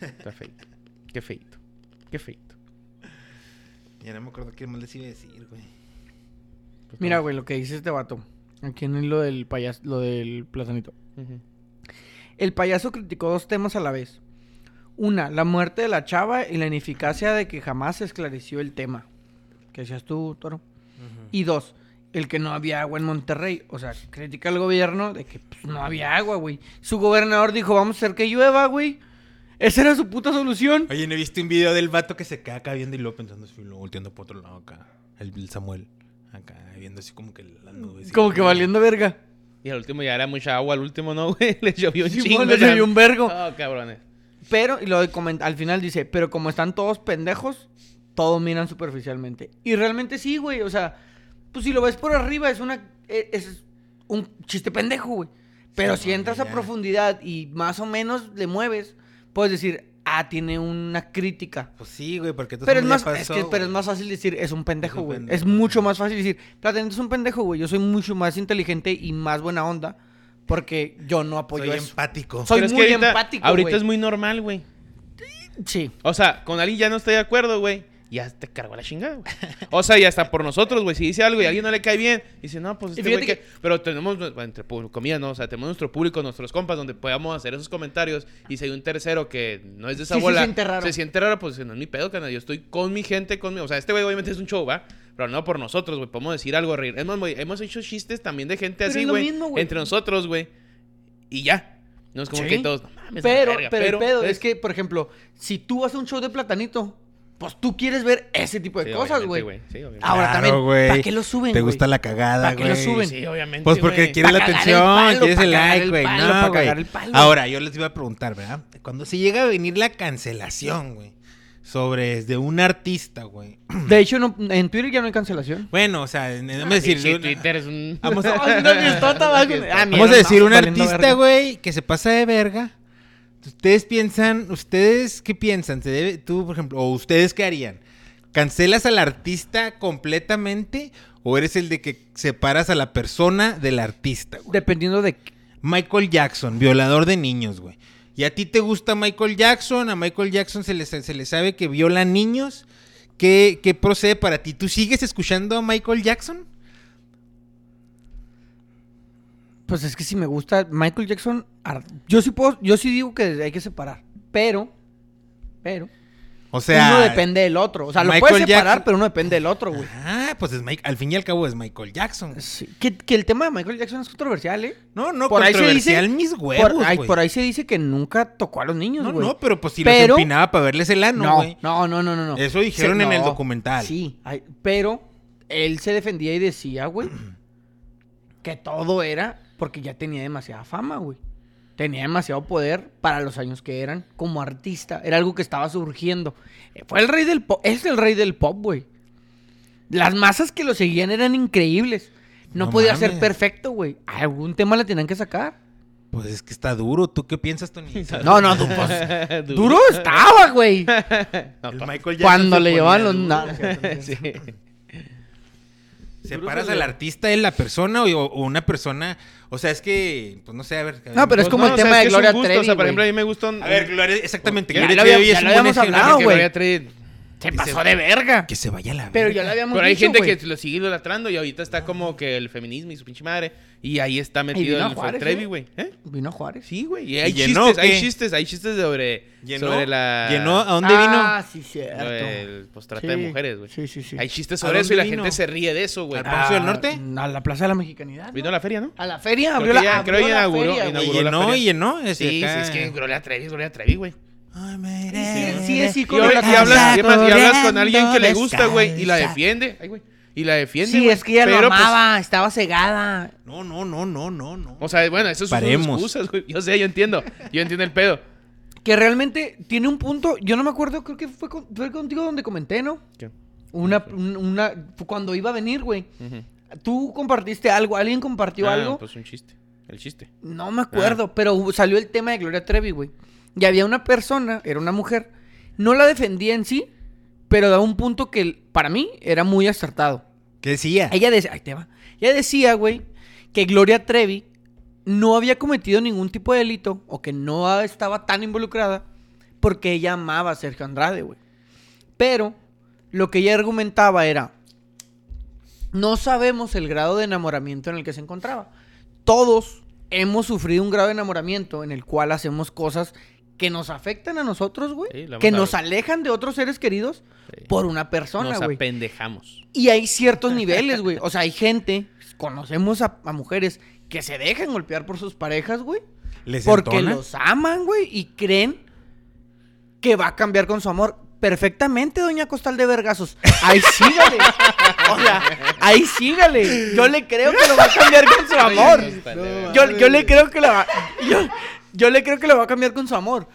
Speaker 4: Está feito. Qué feito. Qué feito.
Speaker 1: Ya no me acuerdo qué más les iba a decir, güey.
Speaker 4: Pues
Speaker 3: Mira,
Speaker 4: no.
Speaker 3: güey, lo que dice este vato. Aquí en lo del payaso, lo del platanito.
Speaker 4: Ujú.
Speaker 3: El payaso criticó dos temas a la vez. Una, la muerte de la chava y la ineficacia de que jamás se esclareció el tema. Que decías tú, Toro. Y dos, el que no había agua en Monterrey. O sea, critica al gobierno de que pues, no había agua, güey. Su gobernador dijo, vamos a hacer que llueva, güey. Esa era su puta solución.
Speaker 1: Oye, ¿no viste un video del vato que se queda acá viendo y luego pensando así, luego volteando por otro lado acá? El, el Samuel. Acá, viendo así como que las nubes.
Speaker 3: Como que valiendo verga.
Speaker 4: Y al último ya era mucha agua, al último no, güey. Le llovió un
Speaker 3: Simón,
Speaker 4: chingo.
Speaker 3: le llovió un vergo.
Speaker 4: Oh, cabrones.
Speaker 3: Pero, y lo coment- al final dice, pero como están todos pendejos, todos miran superficialmente. Y realmente sí, güey. O sea, pues si lo ves por arriba, es una. e- Es un chiste pendejo, güey. Pero
Speaker 1: Sí,
Speaker 3: si entras a
Speaker 1: ya.
Speaker 3: profundidad y más o menos le mueves, puedes decir, ah, tiene una crítica.
Speaker 1: Pues sí, güey, porque entonces
Speaker 3: Pero es,
Speaker 1: ya
Speaker 3: más,
Speaker 1: pasó,
Speaker 3: es que, pero es
Speaker 1: güey.
Speaker 3: más fácil decir, es un pendejo,
Speaker 1: un
Speaker 3: güey. Es,
Speaker 1: pendejo.
Speaker 3: mucho más fácil decir, Platanito es un pendejo, güey. Yo soy mucho más inteligente y más buena onda porque pues yo no apoyo
Speaker 1: Soy
Speaker 3: eso.
Speaker 1: empático.
Speaker 3: Soy
Speaker 4: Pero es
Speaker 3: muy
Speaker 4: que ahorita,
Speaker 3: empático,
Speaker 4: Ahorita
Speaker 3: güey.
Speaker 4: es muy normal, güey.
Speaker 3: Sí.
Speaker 4: O sea, con alguien ya no estoy de acuerdo, güey. Ya te cargó la chingada, güey. O sea, y hasta por nosotros, güey. Si dice algo y a alguien no le cae bien, dice, no, pues
Speaker 3: Y
Speaker 4: este güey
Speaker 3: fíjate
Speaker 4: que... Pero tenemos, bueno, entre pu- comillas, ¿no? O sea, tenemos nuestro público, nuestros compas, donde podamos hacer esos comentarios. Y si hay un tercero que no es de esa
Speaker 3: Sí, se
Speaker 4: bola...
Speaker 3: siente raro.
Speaker 4: Se siente raro, pues no es mi pedo, canal. Yo estoy con mi gente, con mi... O sea, este güey obviamente es un show, ¿va? Pero no por nosotros, güey. Podemos decir algo, reír. Es más, güey, hemos hecho chistes también de gente
Speaker 3: Pero
Speaker 4: así,
Speaker 3: es lo
Speaker 4: güey.
Speaker 3: mismo, güey.
Speaker 4: Entre nosotros, güey. Y ya. No es como
Speaker 3: Sí.
Speaker 4: que todos... No mames, a la
Speaker 3: Pero,
Speaker 4: verga",
Speaker 3: pero, el pedo
Speaker 4: ¿sabes?
Speaker 3: es que, por ejemplo, si tú haces un show de platanito, pues tú quieres ver ese tipo de
Speaker 4: Sí,
Speaker 3: cosas,
Speaker 4: obviamente,
Speaker 3: güey.
Speaker 4: Sí, obviamente.
Speaker 3: Ahora
Speaker 1: Claro,
Speaker 3: también,
Speaker 1: güey.
Speaker 3: ¿para qué lo suben?
Speaker 1: Te
Speaker 3: güey?
Speaker 1: gusta la cagada,
Speaker 3: ¿Para
Speaker 1: güey.
Speaker 3: qué lo suben?
Speaker 4: Sí, obviamente.
Speaker 1: Pues porque
Speaker 4: güey.
Speaker 1: quieres la
Speaker 3: Pa' cagar
Speaker 1: atención,
Speaker 3: el palo,
Speaker 1: quieres
Speaker 3: pa'
Speaker 1: el
Speaker 3: cagar
Speaker 1: like,
Speaker 3: el
Speaker 1: güey.
Speaker 3: palo,
Speaker 1: No,
Speaker 3: pa'
Speaker 1: güey.
Speaker 3: cagar el palo.
Speaker 1: Ahora, yo les iba a preguntar, ¿verdad? Cuando se llega a venir la cancelación, güey, sobre de un artista, güey.
Speaker 3: De hecho, no- en Twitter ya no hay cancelación.
Speaker 1: Bueno, o sea, en-
Speaker 3: Ah,
Speaker 1: vamos a decir,
Speaker 4: Sí,
Speaker 1: una-
Speaker 4: Twitter es un...
Speaker 1: vamos a,
Speaker 3: Ay, una fiestota, va, con- Ah, mira,
Speaker 1: vamos a decir
Speaker 3: no,
Speaker 1: un
Speaker 3: valiendo
Speaker 1: artista,
Speaker 3: verga.
Speaker 1: güey, que se pasa de verga. Ustedes piensan, ustedes qué piensan, ¿Se debe, tú por ejemplo, o ustedes qué harían? ¿Cancelas al artista completamente o eres el de que separas a la persona del artista, güey?
Speaker 3: Dependiendo de.
Speaker 1: Michael Jackson, violador de niños, güey. ¿Y a ti te gusta Michael Jackson? A Michael Jackson se le, se le sabe que viola niños. ¿Qué, ¿Qué procede para ti? ¿Tú sigues escuchando a Michael Jackson?
Speaker 3: Pues es que si me gusta Michael Jackson, ar- yo sí puedo, yo sí digo que hay que separar. Pero, pero,
Speaker 1: O sea...
Speaker 3: uno depende del otro. O sea, lo
Speaker 1: Michael
Speaker 3: puedes separar,
Speaker 1: Jackson-
Speaker 3: pero uno depende del otro, güey.
Speaker 1: Ah, pues es Mike- al fin y al cabo es Michael Jackson. güey.
Speaker 3: Sí. Que, que el tema de Michael Jackson es controversial, ¿eh?
Speaker 1: No, no,
Speaker 3: Por ahí se
Speaker 1: controversial
Speaker 3: dice-
Speaker 1: mis huevos,
Speaker 3: por, ahí,
Speaker 1: güey.
Speaker 3: por ahí se dice que nunca tocó a los niños,
Speaker 1: No,
Speaker 3: güey.
Speaker 1: no, pero pues si
Speaker 3: Pero-
Speaker 1: los empinaba para verles el ano,
Speaker 3: No,
Speaker 1: güey.
Speaker 3: no, no, no, no, no.
Speaker 1: Eso dijeron en el documental.
Speaker 3: Sí, ay, pero él se defendía y decía, güey, que todo era porque ya tenía demasiada fama, güey. Tenía demasiado poder para los años que eran como artista. Era algo que estaba surgiendo. Eh, Fue el rey del pop. Es el rey del pop, güey. Las masas que lo seguían eran increíbles. No,
Speaker 1: No
Speaker 3: podía ser
Speaker 1: mames.
Speaker 3: perfecto, güey. Algún tema le tenían que sacar.
Speaker 1: Pues es que está duro. ¿Tú qué piensas, Tony?
Speaker 3: No, no, du- pues,
Speaker 4: Ah,
Speaker 3: duro estaba, güey.
Speaker 1: El Michael
Speaker 3: Cuando
Speaker 1: se
Speaker 3: le
Speaker 1: ponía
Speaker 3: llevaban los...
Speaker 1: duro.
Speaker 3: no, no es cierto.
Speaker 4: Sí.
Speaker 1: ¿Separas al artista de la persona o, o una persona? O sea, es que, pues no sé, a ver. a ver.
Speaker 3: No, pero es
Speaker 4: Pues
Speaker 3: como
Speaker 4: no,
Speaker 3: el
Speaker 4: o sea, es
Speaker 3: tema de
Speaker 4: que es un
Speaker 3: Gloria
Speaker 4: gusto,
Speaker 3: Trevi,
Speaker 4: O sea, por
Speaker 3: güey.
Speaker 4: ejemplo, a mí me gusta... un-
Speaker 1: A ver, Gloria, exactamente.
Speaker 3: Ya
Speaker 1: Gloria
Speaker 3: lo
Speaker 1: Trevi es
Speaker 3: había- ya
Speaker 1: un
Speaker 3: lo habíamos
Speaker 1: buen ejemplo.
Speaker 3: hablado,
Speaker 4: que
Speaker 3: güey.
Speaker 4: Gloria Trevi-
Speaker 3: Se
Speaker 1: Que
Speaker 3: pasó
Speaker 1: se-
Speaker 3: de verga.
Speaker 1: Que se vaya a la
Speaker 3: Pero
Speaker 1: verga.
Speaker 3: ya lo habíamos
Speaker 4: Pero hay
Speaker 3: dicho,
Speaker 4: gente
Speaker 3: güey.
Speaker 4: que lo sigue idolatrando y ahorita está como que el feminismo y su pinche madre. Y ahí está metido
Speaker 3: vino a
Speaker 4: el
Speaker 3: Juárez,
Speaker 4: Trevi,
Speaker 3: ¿eh?
Speaker 4: güey. ¿Eh?
Speaker 3: Vino a Juárez.
Speaker 4: Sí, güey. Y hay
Speaker 1: ¿Y llenó
Speaker 4: chistes,
Speaker 1: o qué?
Speaker 4: hay chistes, hay chistes sobre,
Speaker 1: ¿Llenó?
Speaker 4: sobre la...
Speaker 1: ¿Llenó? ¿A dónde
Speaker 3: Ah, sí,
Speaker 4: lo
Speaker 3: cierto.
Speaker 4: del, pues, trata de
Speaker 3: Sí,
Speaker 4: mujeres, güey.
Speaker 3: Sí, sí, sí.
Speaker 4: Hay chistes
Speaker 1: ¿A
Speaker 4: sobre eso y la
Speaker 1: dónde vino?
Speaker 4: gente se ríe de eso,
Speaker 1: vino?
Speaker 4: güey.
Speaker 1: ¿Al Palacio del Norte?
Speaker 3: A la Plaza de la Mexicanidad. ¿no?
Speaker 4: Vino a la feria, ¿no?
Speaker 3: A la
Speaker 4: Creo
Speaker 3: feria. Abrió
Speaker 4: que
Speaker 3: la,
Speaker 4: ya- creo
Speaker 3: abrió
Speaker 4: ya
Speaker 3: la
Speaker 4: inauguró-
Speaker 3: feria, güey.
Speaker 1: Y
Speaker 4: inauguró la
Speaker 1: llenó,
Speaker 4: feria.
Speaker 1: y llenó. ese
Speaker 4: Sí, sí,
Speaker 1: acá.
Speaker 4: es que Gloria Trevi es Gloria Trevi, güey.
Speaker 1: Ay, me
Speaker 3: Sí,
Speaker 1: iré.
Speaker 3: sí, es
Speaker 4: Y,
Speaker 3: icono de
Speaker 4: ahora-
Speaker 3: la
Speaker 4: y hablas, y
Speaker 3: comunidad.
Speaker 4: además- y hablas con alguien que le gusta, güey, y la
Speaker 1: descansa.
Speaker 4: defiende. Ay, güey. Y la defiende.
Speaker 3: Sí,
Speaker 4: güey.
Speaker 3: es que ella lo
Speaker 4: Pero, pues,
Speaker 3: amaba, estaba cegada.
Speaker 1: No, no, no, no, no, no.
Speaker 4: o sea, bueno, eso son
Speaker 1: Paremos.
Speaker 4: excusas, güey. Yo sé, yo entiendo. Yo entiendo el pedo.
Speaker 3: Que realmente tiene un punto, yo no me acuerdo, creo que fue, con- fue contigo donde comenté, ¿no? Una, un- una, cuando iba a venir, güey.
Speaker 4: Ujú.
Speaker 3: Tú compartiste algo, alguien compartió
Speaker 4: Ah,
Speaker 3: algo.
Speaker 4: Pues un chiste. El chiste.
Speaker 3: No me acuerdo, pero hubo- salió el tema de Gloria Trevi, güey. Y había una persona, era una mujer, no la defendía en sí, pero da un punto que para mí era muy acertado.
Speaker 1: ¿Qué decía?
Speaker 3: Ella decía, Ella decía, güey, que Gloria Trevi no había cometido ningún tipo de delito o que no estaba tan involucrada porque ella amaba a Sergio Andrade, güey. Pero lo que ella argumentaba era, no sabemos el grado de enamoramiento en el que se encontraba. Todos hemos sufrido un grado de enamoramiento en el cual hacemos cosas que nos afectan a nosotros, güey,
Speaker 4: Sí, lo hemos
Speaker 3: que nos
Speaker 4: hablado.
Speaker 3: alejan de otros seres queridos
Speaker 4: Sí.
Speaker 3: por una persona,
Speaker 4: Nos
Speaker 3: güey.
Speaker 4: apendejamos.
Speaker 3: Y hay ciertos niveles, güey. O sea, hay gente, conocemos a, a mujeres que se dejan golpear por sus parejas, güey.
Speaker 1: ¿Les
Speaker 3: Porque
Speaker 1: entona?
Speaker 3: los aman, güey, y creen que va a cambiar con su amor. Perfectamente, doña Costal de Vergazos. Ahí sígale. O sea, ahí sígale. Yo le creo que lo va a cambiar con su amor. Yo, yo le creo que lo va. Yo, yo le creo que lo va a cambiar con su amor.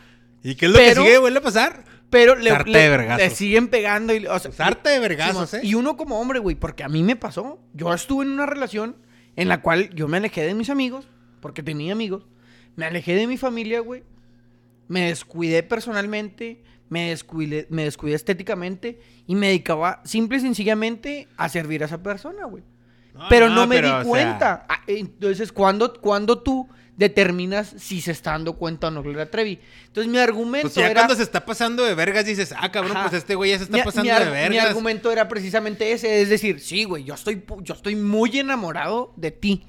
Speaker 1: ¿Y qué es lo
Speaker 3: Pero-
Speaker 1: que sigue? ¿Vuelve a pasar?
Speaker 3: Pero le,
Speaker 1: Sarta
Speaker 3: le-
Speaker 1: de vergazos.
Speaker 3: le siguen pegando. Y, o sea,
Speaker 1: Sarte de vergazos,
Speaker 3: Simón,
Speaker 1: ¿eh?
Speaker 3: Y uno como hombre, güey, porque a mí me pasó. Yo estuve en una relación en la cual yo me alejé de mis amigos, porque tenía amigos. Me alejé de mi familia, güey. Me descuidé personalmente, me descuidé, me descuidé estéticamente y me dedicaba simple y sencillamente a servir a esa persona, güey. pero no, me
Speaker 1: pero, o
Speaker 3: di
Speaker 1: sea,
Speaker 3: cuenta. Ah, Entonces, ¿cuándo, cuándo tú determinas si se está dando cuenta o no Gloria Trevi? Entonces, mi argumento
Speaker 1: pues ya
Speaker 3: era...
Speaker 1: cuando se está pasando de vergas dices, ah, cabrón,
Speaker 3: Ajá.
Speaker 1: pues este güey ya se está
Speaker 3: Mi-
Speaker 1: pasando
Speaker 3: mi ar-
Speaker 1: de
Speaker 3: Mi
Speaker 1: vergas.
Speaker 3: argumento era precisamente ese, es decir, sí, güey, yo estoy, pu- yo estoy muy enamorado de ti.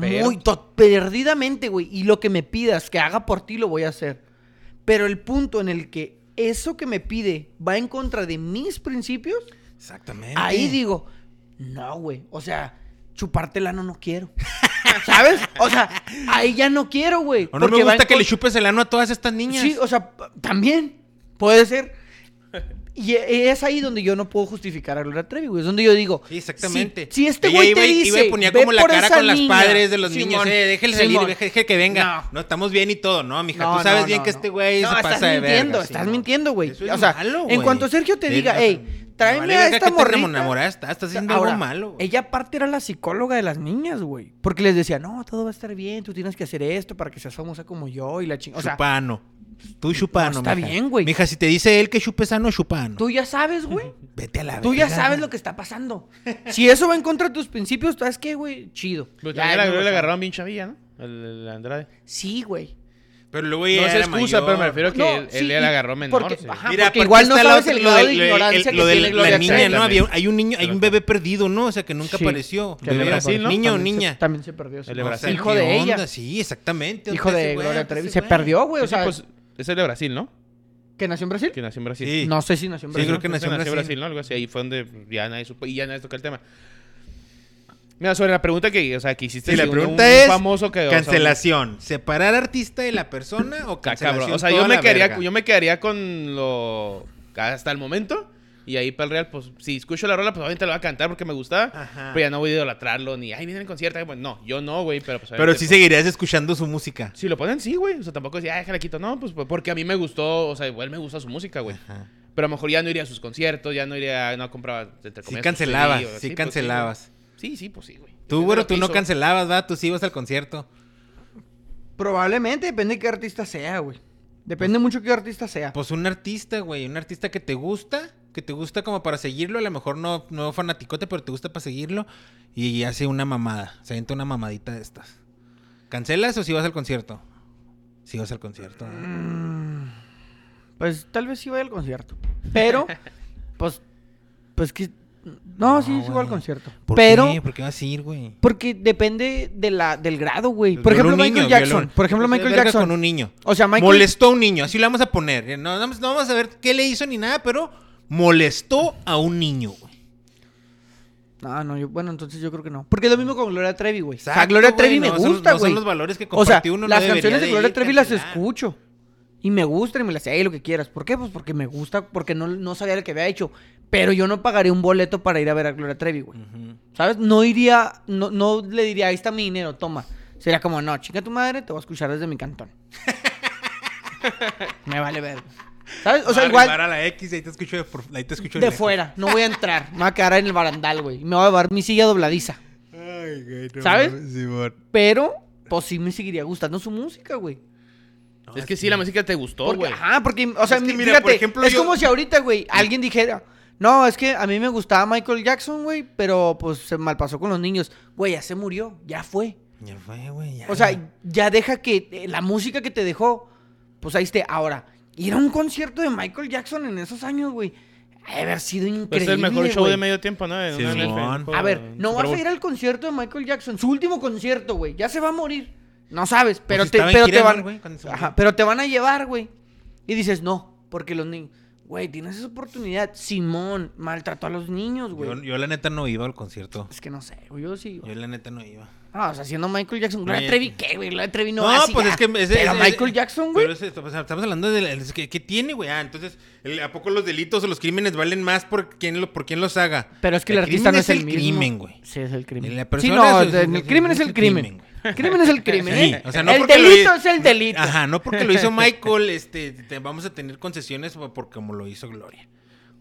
Speaker 4: Pero-
Speaker 3: Muy, to- perdidamente, güey. Y lo que me pidas que haga por ti, lo voy a hacer. Pero el punto en el que eso que me pide va en contra de mis principios,
Speaker 1: Exactamente.
Speaker 3: ahí digo, no, güey. O sea, chuparte el ano no quiero. ¿Sabes? O sea, ahí ya no quiero, güey.
Speaker 1: O no me
Speaker 3: porque va
Speaker 1: gusta
Speaker 3: en
Speaker 1: que le
Speaker 3: con-
Speaker 1: chupes el ano a todas estas niñas.
Speaker 3: Sí, o sea, p- también puede ser. Y e- es ahí donde yo no puedo justificar a Gloria Trevi, güey. Es donde yo digo.
Speaker 1: Sí, exactamente.
Speaker 3: Si, si este
Speaker 1: Ella
Speaker 3: güey
Speaker 1: iba
Speaker 3: te
Speaker 1: y-
Speaker 3: dice.
Speaker 1: iba y ponía
Speaker 3: "Ve
Speaker 1: como la
Speaker 3: por
Speaker 1: cara
Speaker 3: esa
Speaker 1: con las
Speaker 3: niña",
Speaker 1: padres de los
Speaker 3: Simón,
Speaker 1: niños. Eh, déjele salir,
Speaker 3: Simón.
Speaker 1: deje, deje que venga.
Speaker 3: No.
Speaker 1: No. estamos bien y todo, ¿no, mija?
Speaker 3: No,
Speaker 1: Tú sabes
Speaker 3: no,
Speaker 1: bien
Speaker 3: no,
Speaker 1: que
Speaker 3: no.
Speaker 1: este güey
Speaker 3: No,
Speaker 1: se
Speaker 3: estás
Speaker 1: pasa de verga.
Speaker 3: mintiendo,
Speaker 1: sí,
Speaker 3: estás
Speaker 1: no.
Speaker 3: mintiendo, güey.
Speaker 1: Eso es
Speaker 3: o sea,
Speaker 1: malo,
Speaker 3: en
Speaker 1: güey.
Speaker 3: cuanto Sergio te
Speaker 1: Es- o
Speaker 3: diga,
Speaker 1: sea,
Speaker 3: hey, tráeme
Speaker 1: vale
Speaker 3: a
Speaker 1: verga
Speaker 3: esta
Speaker 1: que estés
Speaker 3: morrita.
Speaker 1: enamorada, estás, estás haciendo
Speaker 3: Ahora,
Speaker 1: algo malo. güey.
Speaker 3: Ella aparte era la psicóloga de las niñas, güey. Porque les decía, no, todo va a estar bien, tú tienes que hacer esto para que seas famosa como yo y la chingada. O sea,
Speaker 1: chupano. Tú chupano,
Speaker 3: no está
Speaker 1: mija.
Speaker 3: bien, güey.
Speaker 1: Mija, si te dice él que chupes ano, chupano.
Speaker 3: tú ya sabes, güey.
Speaker 1: Vete a la
Speaker 3: Tú ya sabes lo que está pasando. Si eso va en contra de tus principios, ¿sabes qué, güey? Chido.
Speaker 1: Pues
Speaker 4: Pero
Speaker 3: Ya,
Speaker 4: también la,
Speaker 3: no lo
Speaker 4: le
Speaker 3: sabes.
Speaker 4: agarraron bien chavilla, ¿no? El, el Andrade.
Speaker 3: Sí, güey.
Speaker 1: Pero luego ella
Speaker 4: no es
Speaker 1: era
Speaker 4: excusa,
Speaker 1: mayor.
Speaker 4: pero me refiero a que
Speaker 3: No,
Speaker 4: él,
Speaker 3: sí,
Speaker 4: él
Speaker 3: y-
Speaker 4: la agarró menor.
Speaker 3: porque-
Speaker 4: sí.
Speaker 3: ajá.
Speaker 1: Mira,
Speaker 3: porque
Speaker 1: porque
Speaker 3: igual no
Speaker 1: está la
Speaker 3: sabes
Speaker 1: otra-
Speaker 3: el
Speaker 1: lo
Speaker 3: grado
Speaker 1: de- lo
Speaker 3: de
Speaker 1: de-
Speaker 3: ignorancia
Speaker 1: el-
Speaker 3: que
Speaker 1: lo de
Speaker 3: tiene
Speaker 1: la
Speaker 3: Gloria
Speaker 1: niña,
Speaker 3: Trevi.
Speaker 1: ¿no? Había un- hay un niño, hay un bebé perdido, ¿no? O sea, que nunca
Speaker 3: Sí.
Speaker 1: apareció.
Speaker 4: Que el de
Speaker 1: Bebé.
Speaker 4: Brasil, ¿no?
Speaker 1: Niño o
Speaker 3: También se-
Speaker 1: niña.
Speaker 3: también se perdió. sí.
Speaker 4: El de
Speaker 1: O sea,
Speaker 4: Brasil.
Speaker 3: Hijo
Speaker 1: ¿qué
Speaker 3: de
Speaker 1: onda?
Speaker 3: ella.
Speaker 1: Sí, exactamente.
Speaker 3: Hijo
Speaker 1: ¿Dónde
Speaker 3: de
Speaker 1: ese güey?
Speaker 3: Gloria
Speaker 1: ¿Dónde
Speaker 3: Trevi.
Speaker 1: ese
Speaker 3: Se
Speaker 1: güey?
Speaker 3: perdió, pues, güey. O
Speaker 4: Sí,
Speaker 3: sea,
Speaker 4: pues, es el de Brasil, ¿no?
Speaker 3: ¿que nació en Brasil?
Speaker 4: Que nació en Brasil.
Speaker 1: Sí.
Speaker 3: No sé si nació en
Speaker 1: Sí,
Speaker 3: Brasil.
Speaker 1: creo que nació en Brasil.
Speaker 4: ¿no? Algo así. Ahí fue donde ya nadie supo y ya nadie tocó el tema. Mira, sobre la pregunta que, o sea, que hiciste.
Speaker 1: Sí, la
Speaker 4: si un-
Speaker 1: pregunta
Speaker 4: un
Speaker 1: es
Speaker 4: famoso que, o sea,
Speaker 1: cancelación. ¿Separar artista de la persona o
Speaker 4: Ca-
Speaker 1: cancelación?
Speaker 4: cabrón. O sea,
Speaker 1: toda
Speaker 4: yo me,
Speaker 1: la
Speaker 4: quedaría,
Speaker 1: verga?
Speaker 4: yo me quedaría con lo. Hasta el momento. Y ahí para el Real, pues si escucho la rola, pues obviamente la voy a cantar porque me gusta.
Speaker 1: Ajá.
Speaker 4: Pero ya no voy a idolatrarlo ni. Ay, viene el concierto. ay, pues, no, yo no, güey. Pero pues.
Speaker 1: Pero
Speaker 4: obviamente,
Speaker 1: sí
Speaker 4: pues,
Speaker 1: seguirías escuchando su música.
Speaker 4: Si lo ponen, sí, güey. O sea, tampoco decía, ay, déjala quito. No, pues pues, porque a mí me gustó. O sea, igual me gusta su música, güey.
Speaker 1: Ajá.
Speaker 4: Pero a lo mejor ya no iría a sus conciertos, ya no iría. No compraba.
Speaker 1: Sí
Speaker 4: Entre comillas, sus
Speaker 1: cancelabas,
Speaker 4: CD, o-
Speaker 1: sí
Speaker 4: pues,
Speaker 1: cancelabas.
Speaker 4: güey. Sí, sí, pues sí, güey.
Speaker 1: Tú, güero,
Speaker 4: Lo
Speaker 1: tú no
Speaker 4: piso.
Speaker 1: cancelabas, ¿va? Tú sí ibas al concierto.
Speaker 3: Probablemente, depende de qué artista sea, güey. Depende mucho de qué artista sea.
Speaker 1: Pues un artista, güey, un artista que te gusta, que te gusta como para seguirlo, a lo mejor no, no fanaticote, pero te gusta para seguirlo y hace una mamada, se avienta una mamadita de estas. ¿Cancelas o si vas al concierto? Si vas al concierto. ¿no?
Speaker 3: Mm, Pues tal vez sí vaya al concierto. Pero, pues, pues que... No,
Speaker 1: No,
Speaker 3: sí, sí voy
Speaker 1: güey.
Speaker 3: al concierto.
Speaker 1: ¿Por
Speaker 3: Pero...
Speaker 1: qué? ¿Por qué vas a ir, güey?
Speaker 3: Porque depende de la, del grado, güey.
Speaker 1: Pues
Speaker 3: Por
Speaker 1: viola
Speaker 3: ejemplo,
Speaker 1: un
Speaker 3: Michael
Speaker 1: niño,
Speaker 3: Jackson.
Speaker 1: viola un-
Speaker 3: Por ejemplo,
Speaker 1: Pues de
Speaker 3: Michael
Speaker 1: verga
Speaker 3: Jackson.
Speaker 1: con un niño.
Speaker 3: O sea, Michael...
Speaker 1: Molestó a un niño, así lo vamos a poner. No vamos, no vamos a ver qué le hizo ni nada, pero molestó a un niño, güey.
Speaker 3: No, no, yo, bueno, entonces yo creo que no. Porque es lo mismo con Gloria Trevi, güey. o sea,
Speaker 1: Exacto,
Speaker 3: Gloria Trevi
Speaker 1: güey,
Speaker 3: me
Speaker 1: no son-
Speaker 3: gusta,
Speaker 1: no son
Speaker 3: güey.
Speaker 1: los valores que
Speaker 3: o sea,
Speaker 1: compartió uno, no
Speaker 3: las
Speaker 1: debería
Speaker 3: canciones de
Speaker 1: de
Speaker 3: Gloria
Speaker 1: ir
Speaker 3: Trevi las
Speaker 1: cancelar.
Speaker 3: escucho. Y me gustan y me las sé y lo que quieras. ¿Por qué? Pues porque me gusta, porque no, no sabía lo que había hecho. Pero yo no pagaría un boleto para ir a ver a Gloria Trevi, güey.
Speaker 1: Ujú.
Speaker 3: ¿Sabes? No iría, no, no le diría, ahí está mi dinero, toma. Sería como, no, chica tu madre, te voy a escuchar desde mi cantón. me vale ver. ¿Sabes? O sea,
Speaker 1: Va a
Speaker 3: igual
Speaker 1: arribar a la X y ahí te escucho de, por- ahí te escucho
Speaker 3: de
Speaker 1: lejos.
Speaker 3: fuera, no voy a entrar, me voy a quedar en el barandal, güey. y Me voy a llevar mi silla dobladiza.
Speaker 1: Ay, güey, no
Speaker 3: ¿Sabes?
Speaker 1: mames, Simón.
Speaker 3: Pero, pues sí me seguiría gustando su música, güey.
Speaker 4: Es que sí, la música te gustó,
Speaker 3: Porque-
Speaker 4: güey.
Speaker 3: Ajá, porque, o sea,
Speaker 1: Es que
Speaker 3: mi-
Speaker 1: mira,
Speaker 3: fíjate,
Speaker 1: por ejemplo,
Speaker 3: es
Speaker 1: yo-
Speaker 3: como si ahorita, güey, alguien dijera, No, es que a mí me gustaba Michael Jackson, güey, pero pues se malpasó con los niños. Güey, ya se murió, ya fue.
Speaker 1: Ya fue, güey. ya.
Speaker 3: O sea, ya deja que eh, la música que te dejó, pues ahí esté. Ahora, ir a un concierto de Michael Jackson en esos años, güey, ha de haber sido increíble.
Speaker 4: Pues es el mejor show
Speaker 3: güey.
Speaker 4: de medio tiempo, ¿no? En
Speaker 1: Sí,
Speaker 4: una NFL,
Speaker 1: Simón.
Speaker 4: por-
Speaker 3: A ver, no
Speaker 4: Super
Speaker 3: vas a
Speaker 4: Bowl.
Speaker 3: ir al concierto de Michael Jackson, su último concierto, güey. Ya se va a morir. No sabes, pero
Speaker 1: Pues si
Speaker 3: te,
Speaker 1: estaba en
Speaker 3: pero
Speaker 1: gira,
Speaker 3: te van,
Speaker 1: ¿no, güey? Cuando se
Speaker 3: Ajá,
Speaker 1: murió.
Speaker 3: pero te van a llevar, güey. Y dices no, porque los niños, güey, tienes esa oportunidad. Simón maltrató a los niños, güey.
Speaker 1: yo, yo la neta no iba al concierto.
Speaker 3: Es que no sé, güey, yo sí. güey.
Speaker 1: Yo la neta no iba.
Speaker 3: Ah, o sea, siendo Michael Jackson,
Speaker 1: No,
Speaker 3: Gloria
Speaker 1: ya-
Speaker 3: Trevi, ¿qué, güey? Gloria Trevi no,
Speaker 1: No,
Speaker 3: así
Speaker 1: pues
Speaker 3: ya.
Speaker 1: es que. Es,
Speaker 3: Pero
Speaker 1: es-
Speaker 3: Michael
Speaker 1: es-
Speaker 3: Jackson, güey.
Speaker 1: Pero es esto, o sea, estamos hablando de. la- es que, ¿Qué tiene, güey? Ah, entonces, el- ¿a poco los delitos o los crímenes valen más por quién, lo, por quién los haga?
Speaker 3: Pero es que el, artista
Speaker 1: crimen
Speaker 3: no es el, mismo.
Speaker 1: crimen, güey.
Speaker 3: Sí, es el crimen.
Speaker 1: Y la
Speaker 3: sí,
Speaker 1: persona
Speaker 3: no,
Speaker 1: es- es-
Speaker 3: el,
Speaker 1: es-
Speaker 3: crimen es
Speaker 1: es
Speaker 3: el
Speaker 1: el
Speaker 3: crimen.
Speaker 1: crimen,
Speaker 3: El crimen es el crimen,
Speaker 1: Sí,
Speaker 3: ¿eh?
Speaker 1: o sea, no
Speaker 3: el
Speaker 1: porque lo
Speaker 3: delito
Speaker 1: hi-
Speaker 3: es el delito.
Speaker 1: Ajá, no porque lo hizo Michael, este, te vamos a tener concesiones por por como lo hizo Gloria.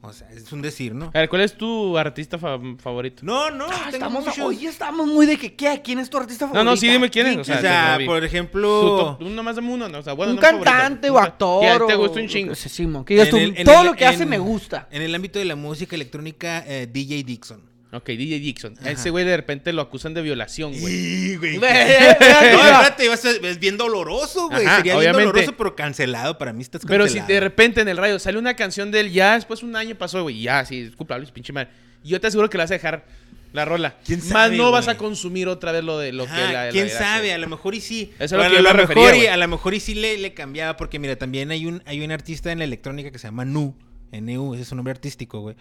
Speaker 1: O sea, es un decir, ¿no?
Speaker 4: A ver, ¿cuál es tu artista fa- favorito?
Speaker 1: No, no,
Speaker 3: Ah,
Speaker 1: tengo
Speaker 3: estamos,
Speaker 1: muchos.
Speaker 3: hoy estamos muy de que, ¿qué? ¿Quién es tu artista
Speaker 4: No,
Speaker 3: favorito?
Speaker 4: no, sí, dime quién es. O
Speaker 1: O
Speaker 4: sea,
Speaker 1: sea,
Speaker 4: tu-
Speaker 1: por
Speaker 4: tu
Speaker 1: ejemplo,
Speaker 4: top- uno más de uno, ¿no? O sea, bueno,
Speaker 3: un
Speaker 4: no favorito.
Speaker 3: cantante o
Speaker 4: Un ca- Que a
Speaker 3: actor.
Speaker 4: ti te
Speaker 3: o-
Speaker 4: gusta un
Speaker 3: o-
Speaker 4: chingo.
Speaker 3: Sí, Simón, que digas
Speaker 1: En
Speaker 3: tú,
Speaker 1: el- en
Speaker 3: todo
Speaker 1: el-
Speaker 3: lo que hace
Speaker 1: en-
Speaker 3: me gusta.
Speaker 1: en el ámbito de la música electrónica, eh, DJ Dixon.
Speaker 4: Ok, DJ Dixon. A Ese güey de repente lo acusan de violación, güey.
Speaker 1: Sí, güey.
Speaker 3: Ve,
Speaker 1: No,
Speaker 3: ve, ve, ve.
Speaker 1: espérate, vas a- es bien doloroso, güey.
Speaker 4: Ajá,
Speaker 1: Sería bien
Speaker 4: obviamente.
Speaker 1: doloroso, pero cancelado. Para mí estás
Speaker 4: Pero
Speaker 1: cancelado.
Speaker 4: si de repente en el radio sale una canción de él, ya después un año pasó, güey, ya, sí, es culpable, es pinche madre. Yo te aseguro que la vas a dejar la rola.
Speaker 1: ¿Quién
Speaker 4: Más
Speaker 1: sabe,
Speaker 4: no vas
Speaker 1: güey?
Speaker 4: a consumir otra vez lo de lo que
Speaker 1: Ajá,
Speaker 4: la- la-
Speaker 1: quién
Speaker 4: la-
Speaker 1: sabe, a lo mejor y sí.
Speaker 4: Eso es lo
Speaker 1: Bueno,
Speaker 4: que yo
Speaker 1: a,
Speaker 4: me
Speaker 1: lo
Speaker 4: refería,
Speaker 1: mejor y,
Speaker 4: güey.
Speaker 1: a lo mejor y sí le, le cambiaba, porque mira, también hay un, hay un artista en la electrónica que se llama Nu, NU, ese es su nombre artístico, güey,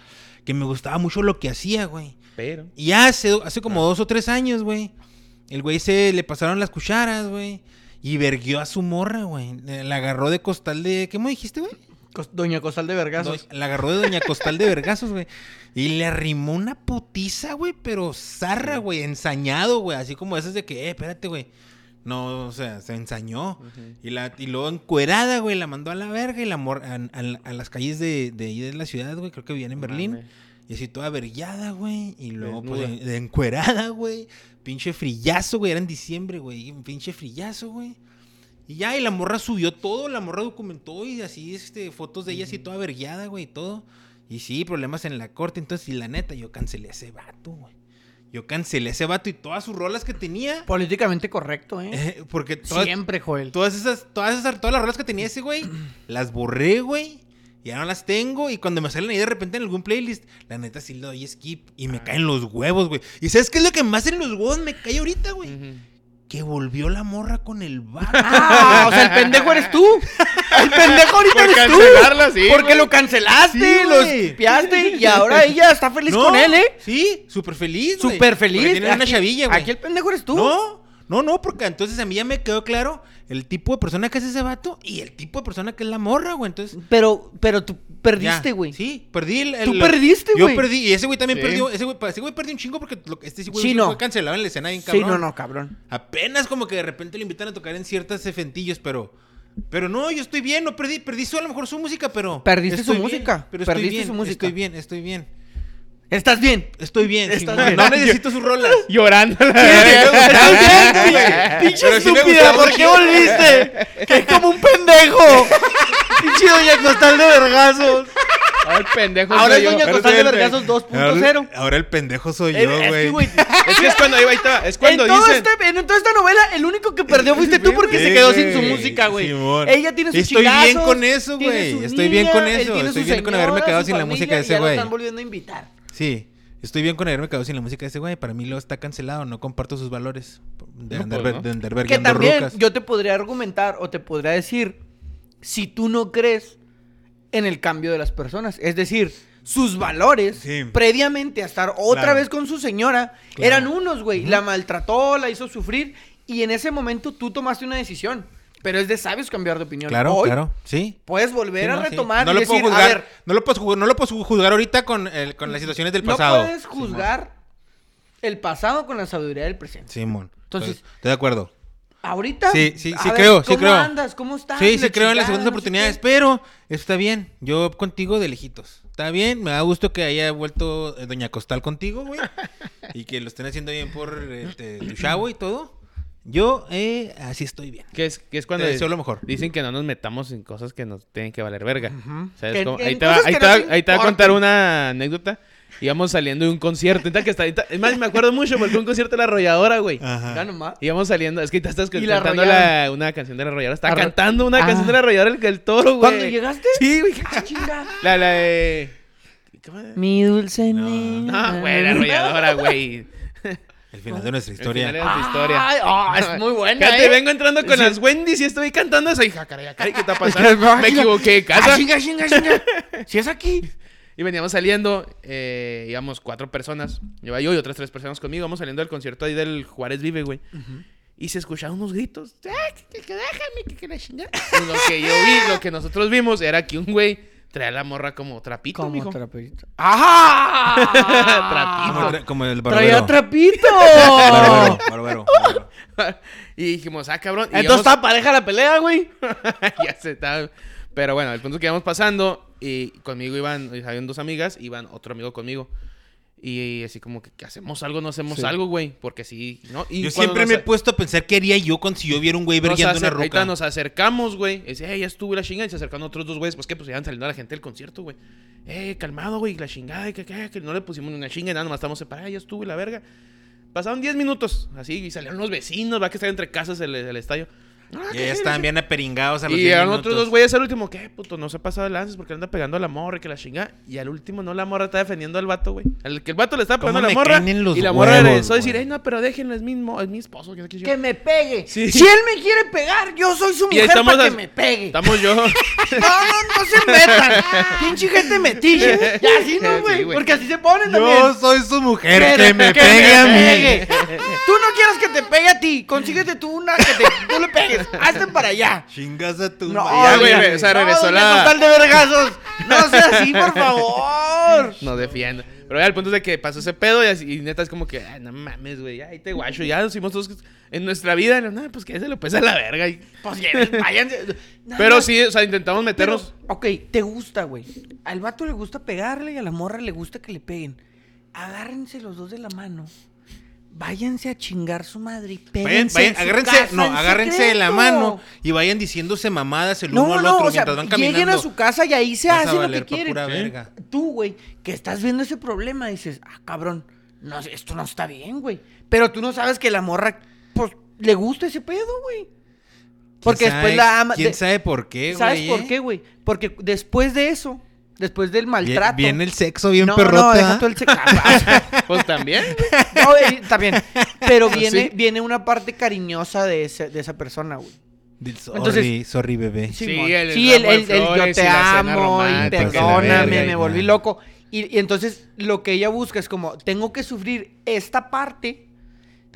Speaker 1: que me gustaba mucho lo que hacía, güey.
Speaker 4: Pero.
Speaker 1: Y hace, hace como dos o tres años, güey, el güey se le pasaron las cucharas, güey, y verguió a su morra, güey. Eh, La agarró de costal de... ¿Qué me dijiste, güey?
Speaker 3: Cos- Doña Costal de Vergazos.
Speaker 1: Doña- la agarró de Doña Costal de Vergazos, güey. Y le arrimó una putiza, güey, pero zarra, güey, ensañado, güey. Así como esas de que, eh, espérate, güey. No, o sea, se ensañó. y, la, y luego encuerada, güey, la mandó a la verga y la mor- a, a- a las calles de, de ahí de la ciudad, güey. Creo que vivían en Berlín.
Speaker 4: Mames.
Speaker 1: Y así toda vergueada, güey. Y luego, pues,
Speaker 4: Desnuda.
Speaker 1: en- de encuerada, güey. Pinche frillazo, güey. Era en diciembre, güey. y un Pinche frillazo, güey. Y ya, y la morra subió todo. La morra documentó y así, este, fotos de ella así toda vergueada, güey, y todo. Y sí, problemas en la corte. Entonces, y la neta, yo cancelé a ese vato, güey. Yo cancelé a ese vato y todas sus rolas que tenía.
Speaker 3: Políticamente correcto, ¿eh?
Speaker 1: eh, porque todas,
Speaker 3: Siempre, Joel.
Speaker 1: Todas esas, todas esas, todas las rolas que tenía ese güey, las borré, güey. Ya no las tengo. Y cuando me salen ahí de repente en algún playlist, la neta sí le doy skip. Y me caen los huevos, güey. ¿Y sabes qué es lo que más en los huevos me cae ahorita, güey?
Speaker 4: Ujú.
Speaker 1: Que volvió la morra con el bar.
Speaker 3: Ah, o sea, el pendejo eres tú. El pendejo ahorita
Speaker 4: Por
Speaker 3: eres tú.
Speaker 4: cancelarla, sí,
Speaker 3: Porque
Speaker 4: güey.
Speaker 3: lo cancelaste,
Speaker 1: Sí,
Speaker 3: lo
Speaker 1: güey.
Speaker 3: espiaste y ahora ella está feliz con él, ¿eh?
Speaker 1: Sí, súper feliz, güey.
Speaker 3: Súper feliz.
Speaker 1: Porque tiene una
Speaker 3: Aquí-
Speaker 1: chavilla, güey.
Speaker 3: Aquí el pendejo eres tú.
Speaker 1: No, no, no, porque entonces a mí ya me quedó claro el tipo de persona que es ese vato y el tipo de persona que es la morra, güey. Entonces,
Speaker 3: Pero, pero tú perdiste,
Speaker 1: Ya,
Speaker 3: güey.
Speaker 1: Sí, perdí el. el-
Speaker 3: Tú
Speaker 1: lo-
Speaker 3: perdiste, güey.
Speaker 1: Yo perdí. Y ese güey también
Speaker 4: Sí.
Speaker 1: perdió. Ese güey, ese güey perdió un chingo porque lo- este güey
Speaker 3: Sí, no.
Speaker 1: fue cancelado en la escena bien
Speaker 3: Sí,
Speaker 1: cabrón.
Speaker 3: no, no, cabrón.
Speaker 1: Apenas como que de repente lo invitan a tocar en ciertas eventillos, pero. Pero no, yo estoy bien, no perdí, perdí su- a lo mejor su música, pero.
Speaker 3: Perdiste
Speaker 1: estoy
Speaker 3: su
Speaker 1: bien,
Speaker 3: música,
Speaker 1: Pero estoy
Speaker 3: perdiste
Speaker 1: bien,
Speaker 3: su música.
Speaker 1: Estoy bien, estoy bien.
Speaker 3: ¿Estás bien?
Speaker 1: Estoy bien.
Speaker 3: Estás
Speaker 1: Simón.
Speaker 3: bien.
Speaker 1: No necesito sus rolas.
Speaker 4: Llorando.
Speaker 3: ¿Estás bien,
Speaker 1: Pero
Speaker 3: güey? Pinche
Speaker 1: sí me
Speaker 3: estúpida,
Speaker 1: gustaba
Speaker 3: ¿por
Speaker 1: mucho.
Speaker 3: qué volviste? Que es como un pendejo. Pinche doña Costal de Vergazos.
Speaker 4: Ahora el pendejo.
Speaker 3: Ahora
Speaker 4: soy
Speaker 3: es
Speaker 4: yo.
Speaker 3: doña
Speaker 4: Pero
Speaker 3: Costal de
Speaker 4: soy el
Speaker 3: Vergazos
Speaker 4: pe-
Speaker 3: 2.0.
Speaker 1: Ahora el pendejo soy
Speaker 3: Eh, es que, güey,
Speaker 4: Es que es cuando ahí va, ahí está, Es
Speaker 3: En,
Speaker 4: cuando
Speaker 3: todo
Speaker 4: dicen.
Speaker 3: este- en toda esta novela, el único que perdió fuiste tú porque se
Speaker 1: Sí,
Speaker 3: quedó sin su
Speaker 1: güey.
Speaker 3: música, güey.
Speaker 1: Simón.
Speaker 3: Ella tiene sus
Speaker 1: Estoy bien
Speaker 3: chingazos,
Speaker 1: con eso,
Speaker 3: tiene
Speaker 1: güey.
Speaker 3: su
Speaker 1: Estoy bien con
Speaker 3: él
Speaker 1: eso.
Speaker 3: tiene su
Speaker 1: Estoy bien con haberme
Speaker 3: señora,
Speaker 1: quedado
Speaker 3: su
Speaker 1: sin la música de
Speaker 3: familia,
Speaker 1: ese
Speaker 3: y ya lo
Speaker 1: güey.
Speaker 3: están volviendo a invitar.
Speaker 1: Sí, estoy bien con haberme quedado sin la música de ese güey. Para mí lo está cancelado, no comparto sus valores. De
Speaker 4: No,
Speaker 1: andar,
Speaker 4: pues, ¿no?
Speaker 1: de andar
Speaker 3: Que
Speaker 1: vergueando
Speaker 3: también
Speaker 1: rucas.
Speaker 3: yo te podría argumentar o te podría decir si tú no crees en el cambio de las personas. Es decir, sus valores
Speaker 1: Sí.
Speaker 3: previamente a estar otra
Speaker 1: Claro.
Speaker 3: vez con su señora
Speaker 1: Claro.
Speaker 3: eran unos, güey. La maltrató, la hizo sufrir y en ese momento tú tomaste una decisión. Pero es de sabios cambiar de opinión.
Speaker 1: Claro,
Speaker 3: Hoy
Speaker 1: claro, sí.
Speaker 3: Puedes volver
Speaker 1: Sí,
Speaker 3: a
Speaker 1: no, sí.
Speaker 3: retomar
Speaker 1: No
Speaker 3: y
Speaker 1: lo
Speaker 3: decir,
Speaker 1: puedo
Speaker 3: a
Speaker 1: juzgar.
Speaker 3: ver,
Speaker 1: no, lo puedo, ju- no lo puedo ju- juzgar ahorita con, el- con las situaciones del
Speaker 3: no
Speaker 1: pasado.
Speaker 3: puedes juzgar el pasado con la sabiduría del presente.
Speaker 1: Simón.
Speaker 3: Entonces-
Speaker 1: Entonces, estoy de acuerdo.
Speaker 3: Ahorita.
Speaker 1: Sí, sí,
Speaker 3: a
Speaker 1: sí
Speaker 3: ver,
Speaker 1: creo, sí
Speaker 3: ¿cómo
Speaker 1: creo.
Speaker 3: andas? ¿Cómo estás?
Speaker 1: Sí, sí
Speaker 3: La
Speaker 1: creo en
Speaker 3: chingada,
Speaker 1: las segundas
Speaker 3: no sé
Speaker 1: oportunidades,
Speaker 3: qué.
Speaker 1: pero está bien. Yo contigo de lejitos. Está bien, me da gusto que haya vuelto eh, Doña Costal contigo, güey. y que lo estén haciendo bien por este, tu chavo y todo. Yo, eh, así estoy bien.
Speaker 4: Que es, que es
Speaker 1: Te
Speaker 4: cuando
Speaker 1: deseo lo mejor.
Speaker 4: dicen que no nos metamos en cosas que nos tienen que valer verga.
Speaker 3: Ujú.
Speaker 4: ¿Sabes
Speaker 3: Que-
Speaker 4: cómo?
Speaker 3: que
Speaker 4: Ahí
Speaker 3: en
Speaker 4: te va,
Speaker 3: cosas
Speaker 4: ahí
Speaker 3: que
Speaker 4: te
Speaker 3: no
Speaker 4: va-
Speaker 3: te
Speaker 4: ahí te va a
Speaker 3: importen.
Speaker 4: contar una anécdota. Íbamos saliendo de un concierto. Ahorita que está, ahorita- es más, me acuerdo mucho porque fue un concierto de la arrolladora, güey.
Speaker 1: Ah.
Speaker 3: Ya nomás.
Speaker 4: Íbamos saliendo, es que ahorita estás
Speaker 3: Y la
Speaker 4: cantando la- una canción de la arrolladora. Estaba
Speaker 3: Arro-
Speaker 4: cantando una
Speaker 3: Ah.
Speaker 4: canción de la arrolladora el, el toro, güey.
Speaker 3: ¿Cuándo llegaste?
Speaker 4: Sí, güey.
Speaker 3: Ah, chinga.
Speaker 4: La, la de. ¿Cómo era?
Speaker 3: Mi dulce
Speaker 1: No.
Speaker 4: No, güey, la arrolladora, güey.
Speaker 1: El final de nuestra
Speaker 4: El
Speaker 1: historia.
Speaker 4: final de tu historia.
Speaker 3: Ay, ah, es muy buena,
Speaker 4: Fíjate,
Speaker 3: ¿eh?
Speaker 4: vengo entrando con
Speaker 3: Sí.
Speaker 4: las Wendy's y estoy cantando esa hija, caray, ah, caray, ¿qué está pasando? Me equivoqué,
Speaker 3: Ah,
Speaker 4: casa.
Speaker 3: chinga, chinga, chinga. Si es aquí.
Speaker 4: Y veníamos saliendo, eh, íbamos cuatro personas. Llevaba yo y otras tres personas conmigo. Vamos saliendo del concierto ahí del Juárez Vive, güey. Y se escuchaban unos gritos. ¡Ah, que, que- que déjame, que, que la chingada! Y lo que yo vi, lo que nosotros vimos, era que un güey traía la morra como trapito, mijo. Ah,
Speaker 3: trapito. ¡Ajá!
Speaker 1: Como,
Speaker 4: Trapito.
Speaker 1: tra- como el barbero.
Speaker 3: Traía trapito.
Speaker 1: Barbero, barbero, barbero.
Speaker 4: y dijimos, ah, cabrón. Y
Speaker 3: Entonces
Speaker 4: íbamos-
Speaker 3: estaba pareja la pelea, güey.
Speaker 4: ya se está. Pero bueno, el punto es que íbamos pasando y conmigo iban, habían dos amigas, iban otro amigo conmigo. Y así como que, ¿qué hacemos algo, no hacemos
Speaker 3: Sí.
Speaker 4: algo, güey, porque sí, ¿no? Y
Speaker 1: Yo
Speaker 4: cuando
Speaker 1: siempre
Speaker 4: nos
Speaker 1: me he
Speaker 4: a-
Speaker 1: puesto a pensar qué haría yo cuando si yo viera un güey
Speaker 4: nos
Speaker 1: vergueando una
Speaker 4: acer- ahorita
Speaker 1: roca.
Speaker 4: nos acercamos, güey. Y dice, "Ey, ya estuvo la chingada. Y se acercaron otros dos güeyes. Pues que pues ya iban saliendo la gente del concierto, güey. Eh, calmado, güey. La chingada. y Que, que, que no le pusimos ni una chinga. y Nada, nomás estamos separados. Ya estuvo y la verga. Pasaron 10 minutos. Así. Y salieron los vecinos. Va que estar entre casas el, el estadio. Ah,
Speaker 1: Y
Speaker 4: que-
Speaker 1: ya estaban bien aperingados a los
Speaker 4: y
Speaker 1: 10
Speaker 4: llegaron otros
Speaker 1: minutos.
Speaker 4: dos güeyes al último. ¿Qué, puto? No se ha pasado de lances porque anda pegando a la morra y que la chinga. Y al último, no, la morra está defendiendo al vato, güey. Al que el vato le estaba
Speaker 1: ¿Cómo
Speaker 4: pegando a la
Speaker 1: me
Speaker 4: morra.
Speaker 1: caen en los
Speaker 4: y la morra
Speaker 1: huevos,
Speaker 4: regresó a decir,
Speaker 1: güey?
Speaker 4: ay, no, pero déjenlo, es mi, mo- es mi esposo. Que,
Speaker 3: Que me pegue.
Speaker 4: Sí.
Speaker 3: Si él me quiere pegar, yo soy su
Speaker 4: Y ahí
Speaker 3: mujer para
Speaker 4: estamos
Speaker 3: que
Speaker 4: as-
Speaker 3: me pegue.
Speaker 4: Estamos yo.
Speaker 3: No, no, no se metan. Pinche gente metiche. Y así no, güey.
Speaker 4: Sí, güey.
Speaker 3: porque así se ponen
Speaker 1: Yo
Speaker 3: también.
Speaker 1: soy su mujer,
Speaker 3: Pero
Speaker 1: que me
Speaker 3: que
Speaker 1: pegue a mí.
Speaker 3: pegue. Tú no quieres que te pegue a ti. Consíguete tú una que te, tú le pegues. Hazte para allá.
Speaker 1: Chingas a tu
Speaker 3: No,
Speaker 1: madre.
Speaker 4: ya, güey,
Speaker 3: doña-
Speaker 4: o sea, regresó
Speaker 3: no, doña
Speaker 4: la-
Speaker 3: Costal de vergazos. No sea así, por favor.
Speaker 4: No defiendo. Pero ya, el punto es de que pasó ese pedo y, así- y neta es como que, "Ah, no mames, güey, ahí te guacho, ya nos hicimos todos en nuestra vida. No, no, pues que se lo pesa la verga. y-
Speaker 3: Pues ya, váyanse. Nada
Speaker 4: Pero
Speaker 3: más.
Speaker 4: sí, o sea, intentamos
Speaker 3: Pero,
Speaker 4: meternos.
Speaker 3: ok, te gusta, güey. Al vato le gusta pegarle y a la morra le gusta que le peguen. Agárrense los dos de la mano. Váyanse a chingar su madre y
Speaker 1: Vayan,
Speaker 3: péguense
Speaker 1: vayan,
Speaker 3: en su
Speaker 1: agárrense,
Speaker 3: casa
Speaker 1: no,
Speaker 3: en
Speaker 1: agárrense de la
Speaker 3: secreto.
Speaker 1: mano y vayan diciéndose mamadas el uno
Speaker 3: No,
Speaker 1: al
Speaker 3: no,
Speaker 1: otro
Speaker 3: o sea,
Speaker 1: mientras van caminando.
Speaker 3: lleguen a su casa y ahí se
Speaker 1: Vas a
Speaker 3: hacen lo
Speaker 1: valer
Speaker 3: que
Speaker 1: pa'
Speaker 3: quieren.
Speaker 1: pura verga.
Speaker 3: Tú, güey, que estás viendo ese problema, dices, ah, cabrón, no, esto no está bien, güey. Pero tú no sabes que la morra, pues, le gusta ese pedo, güey. Porque
Speaker 1: ¿Quién
Speaker 3: después
Speaker 1: sabe-
Speaker 3: la ama.
Speaker 1: ¿Quién
Speaker 3: de-
Speaker 1: sabe por qué, güey?
Speaker 3: ¿Sabes por
Speaker 1: eh?
Speaker 3: qué, güey? Porque después de eso, después del
Speaker 1: Vie-
Speaker 3: maltrato.
Speaker 1: Viene el sexo bien
Speaker 3: no, No,
Speaker 1: perrota.
Speaker 3: deja tú el sexo.
Speaker 1: ¿ah?
Speaker 4: Pues también.
Speaker 3: No, eh, está bien. Pero
Speaker 1: ¿Ah,
Speaker 4: Pues
Speaker 3: viene,
Speaker 4: sí.
Speaker 3: viene una parte cariñosa de, ese- de esa persona, güey.
Speaker 1: Di- Sorry,
Speaker 3: Entonces-
Speaker 1: sorry, bebé.
Speaker 4: Sí,
Speaker 3: Simón.
Speaker 4: el
Speaker 3: Sí, el,
Speaker 4: ramo de
Speaker 3: el- el yo
Speaker 4: flores y
Speaker 3: te
Speaker 4: la cena
Speaker 3: amo y
Speaker 4: romántica,
Speaker 1: que la verga
Speaker 3: perdóname,
Speaker 1: y
Speaker 3: me
Speaker 1: la-
Speaker 3: volví loco. Y, y entonces lo que ella busca es como, tengo que sufrir esta parte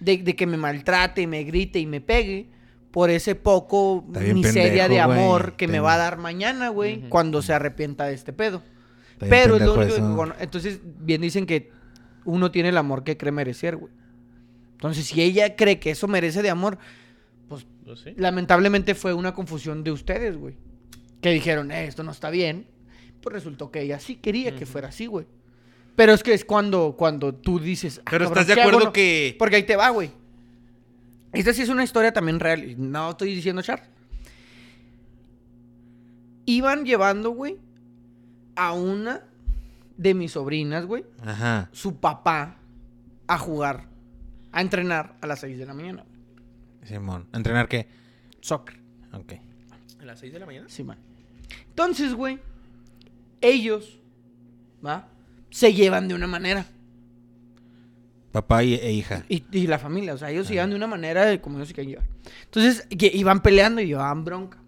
Speaker 3: de, de que me maltrate, me grite y me pegue por ese poco
Speaker 1: Está bien
Speaker 3: miseria
Speaker 1: pendejo,
Speaker 3: de amor
Speaker 1: güey.
Speaker 3: que me
Speaker 1: Ten-
Speaker 3: va a dar mañana, güey,
Speaker 4: Ujú.
Speaker 3: cuando se arrepienta de este pedo.
Speaker 1: bien
Speaker 3: Pero es lo
Speaker 1: pendejo
Speaker 3: único que
Speaker 1: eso.
Speaker 3: cono- Entonces, bien dicen que uno tiene el amor que cree merecer, güey. Entonces, si ella cree que eso merece de amor,
Speaker 4: Pues sí.
Speaker 3: lamentablemente fue una confusión de ustedes, güey. Que dijeron, "Eh, esto no está bien. Pues resultó que ella sí quería que fuera así, güey. Pero es que es cuando, cuando tú dices. "Ah,
Speaker 1: Pero
Speaker 3: cabrón,
Speaker 1: estás de
Speaker 3: ¿qué hago?
Speaker 1: acuerdo
Speaker 3: No".
Speaker 1: que.
Speaker 3: Porque ahí te va, güey. Esta sí es una historia también real. y No estoy diciendo char. Iban llevando, güey, a una de mis sobrinas, güey,
Speaker 1: Ajá.
Speaker 3: su papá, a jugar, a entrenar a las 6 de la mañana. güey.
Speaker 1: Simón. ¿Entrenar qué?
Speaker 3: Soccer.
Speaker 1: Ok.
Speaker 4: ¿A las 6 de la mañana?
Speaker 3: Sí, man. Entonces, güey, ellos, ¿va? Se llevan de una manera.
Speaker 1: Papá y, e hija.
Speaker 3: Y, y la familia, o sea, ellos se llevan de una manera de como ellos se quieren llevar. Entonces, que iban peleando y llevaban bronca.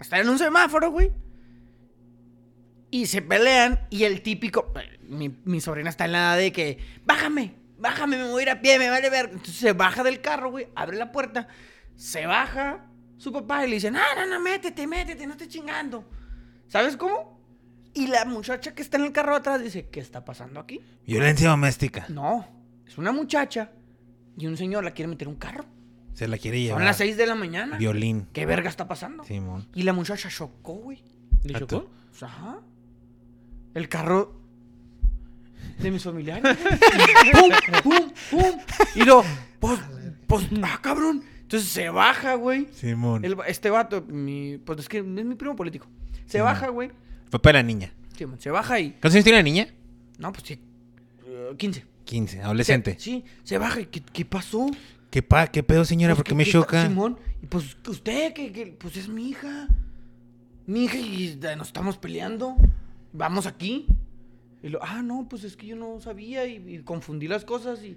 Speaker 3: Están en un semáforo, güey. Y se pelean y el típico... Mi, mi sobrina está en la edad de que, bájame, bájame, me voy a ir a pie, me vale ver. Entonces se baja del carro, güey, abre la puerta, se baja su papá y le dice, no, no, no, métete, métete, no estés chingando. ¿Sabes cómo? Y la muchacha que está en el carro atrás dice, ¿qué está pasando aquí?
Speaker 1: Violencia doméstica.
Speaker 3: No, es una muchacha y un señor la quiere meter en un carro.
Speaker 1: Se la quiere llevar.
Speaker 3: Son las 6 de la mañana.
Speaker 1: Violín.
Speaker 3: ¿Qué verga está pasando?
Speaker 1: Simón.
Speaker 3: Y la muchacha chocó, güey.
Speaker 4: ¿Le
Speaker 1: Ah,
Speaker 4: chocó?
Speaker 1: tú.
Speaker 3: Pues, ajá. El carro de mis familiares. güey. pum, pum, pum. Y lo, pues, pues, ah, cabrón. Entonces se baja, güey.
Speaker 1: Simón.
Speaker 3: El va- este vato, mi, pues es que es mi primo político. Se baja, güey.
Speaker 1: Papá de la niña.
Speaker 3: Sí, man, se baja y.
Speaker 1: ¿Cuántos años tiene la niña?
Speaker 3: No, pues sí. eh, 15.
Speaker 1: 15, adolescente.
Speaker 3: Se- sí, se baja y ¿qué, qué pasó?
Speaker 1: ¿Qué, pa ¿Qué pedo, señora?
Speaker 3: Pues,
Speaker 1: ¿Por qué
Speaker 3: ¿qué-
Speaker 1: me
Speaker 3: qué está-
Speaker 1: choca?
Speaker 3: Simón, y pues usted, que, que- pues es mi hija. Mi hija y da- nos estamos peleando. Vamos aquí. Y lo, ah, no, pues es que yo no sabía y, y confundí las cosas y...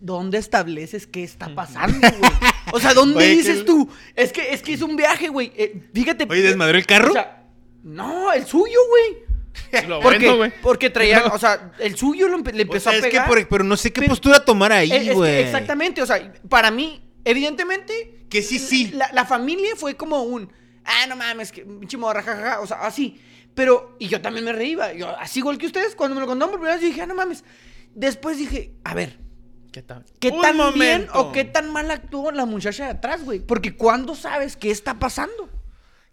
Speaker 3: ¿Dónde estableces qué está pasando, güey? O sea, ¿dónde
Speaker 1: Oye,
Speaker 3: dices
Speaker 1: que-
Speaker 3: tú? Es que, es que es un viaje, güey. Eh, fíjate.
Speaker 1: Oye, ¿desmadró el carro?
Speaker 3: O sea, no, el suyo, güey.
Speaker 4: Lo
Speaker 3: Porque,
Speaker 4: bueno, güey.
Speaker 3: porque traía, o sea, el suyo lo empe- le
Speaker 1: O
Speaker 3: empezó
Speaker 1: sea,
Speaker 3: a
Speaker 1: es que
Speaker 3: pegar.
Speaker 1: por- pero no sé qué
Speaker 3: Pero-
Speaker 1: postura tomar
Speaker 3: Es- es
Speaker 1: ahí,
Speaker 3: que
Speaker 1: güey.
Speaker 3: exactamente, o sea, para mí, evidentemente.
Speaker 1: Que sí, sí.
Speaker 3: La, la familia fue como un. Ah, no mames, que pinche morra, jajaja. O sea, así. Pero, y yo también me reíba. Yo, así igual que ustedes, cuando me lo contaron por primera vez, yo dije, ah, no mames. Después dije, a ver,
Speaker 4: ¿Qué tal?
Speaker 3: ¿qué
Speaker 4: Un
Speaker 3: tan bien
Speaker 4: momento.
Speaker 3: o qué tan mal actuó la muchacha de atrás, güey? Porque ¿cuándo sabes qué está pasando?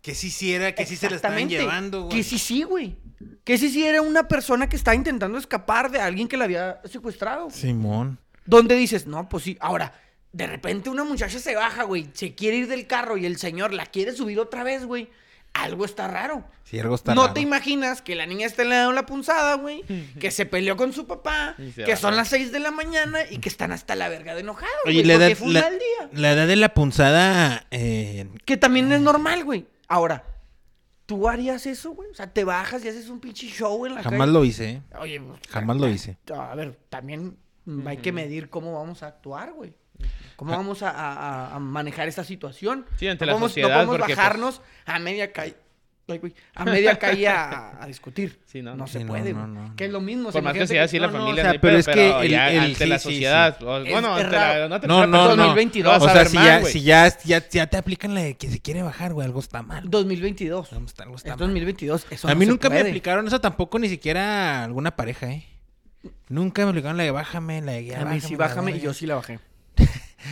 Speaker 1: Que sí, sí era, que sí se la estaban
Speaker 3: Exactamente.
Speaker 1: llevando, güey.
Speaker 3: Que sí, sí, güey. Que sí, sí era una persona que estaba intentando escapar de alguien que la había secuestrado.
Speaker 1: Simón.
Speaker 3: Donde dices, no, pues sí. Ahora, de repente una muchacha se baja, güey. Se quiere ir del carro y el señor la quiere subir otra vez, güey. Algo está raro.
Speaker 1: Sí, algo está
Speaker 3: no
Speaker 1: raro.
Speaker 3: te imaginas que la niña está en la, en la punzada, güey. Que se peleó con su papá.
Speaker 4: Y se
Speaker 3: Que son
Speaker 4: bajó.
Speaker 3: las 6 de la mañana y que están hasta la verga de enojados.
Speaker 1: Oye,
Speaker 3: Oye,
Speaker 1: la edad,
Speaker 3: porque fue un
Speaker 1: la-
Speaker 3: mal día.
Speaker 1: la edad de la punzada, eh,
Speaker 3: Que también es normal, güey. Ahora, ¿tú harías eso, güey? O sea, te bajas y haces un pinche show en la
Speaker 1: jamás
Speaker 3: calle.
Speaker 1: lo hice, eh.
Speaker 3: Oye, pues,
Speaker 1: Jamás lo hice.
Speaker 3: a ver, también mm, hay que medir cómo vamos a actuar, güey. ¿Cómo vamos a, a- a- a manejar esta situación?
Speaker 4: Sí, ante
Speaker 3: no
Speaker 4: la
Speaker 3: podemos,
Speaker 4: sociedad,
Speaker 3: No podemos
Speaker 4: porque, pues-
Speaker 3: bajarnos a media calle. ay, güey, a media calle a, a discutir.
Speaker 4: Sí, no,
Speaker 3: no
Speaker 4: no.
Speaker 3: se
Speaker 1: Sí, no,
Speaker 3: puede.
Speaker 1: no,
Speaker 3: güey.
Speaker 1: no, no.
Speaker 3: Que es lo mismo. o sea,
Speaker 4: Por más que
Speaker 3: imagínate
Speaker 4: sea así la
Speaker 3: no, no,
Speaker 4: familia,
Speaker 1: sea,
Speaker 4: pero,
Speaker 1: pero es que
Speaker 4: pero
Speaker 1: el-
Speaker 4: ya
Speaker 1: el-
Speaker 4: ante
Speaker 1: sí,
Speaker 4: la
Speaker 1: sí, sí.
Speaker 4: sociedad, o-
Speaker 3: Es-
Speaker 4: bueno,
Speaker 3: es
Speaker 4: ante
Speaker 3: raro.
Speaker 4: la, no te
Speaker 1: No, no, no.
Speaker 3: 2022,
Speaker 1: O
Speaker 4: vas a
Speaker 1: sea,
Speaker 4: ver
Speaker 1: si,
Speaker 4: mal,
Speaker 1: ya,
Speaker 4: güey.
Speaker 1: si ya, ya, ya te aplican la de que se quiere bajar, güey, algo está mal.
Speaker 3: 2022.
Speaker 1: Algo está- algo pues, está
Speaker 3: Es
Speaker 1: mal.
Speaker 3: 2022. Eso
Speaker 1: A
Speaker 3: no
Speaker 1: mí
Speaker 3: se
Speaker 1: nunca me
Speaker 3: puede.
Speaker 1: aplicaron eso tampoco, ni siquiera alguna pareja, eh. Nunca me aplicaron la de bájame, la de ya
Speaker 3: A mí sí,
Speaker 1: la
Speaker 3: bájame y
Speaker 1: verga.
Speaker 3: yo sí la bajé.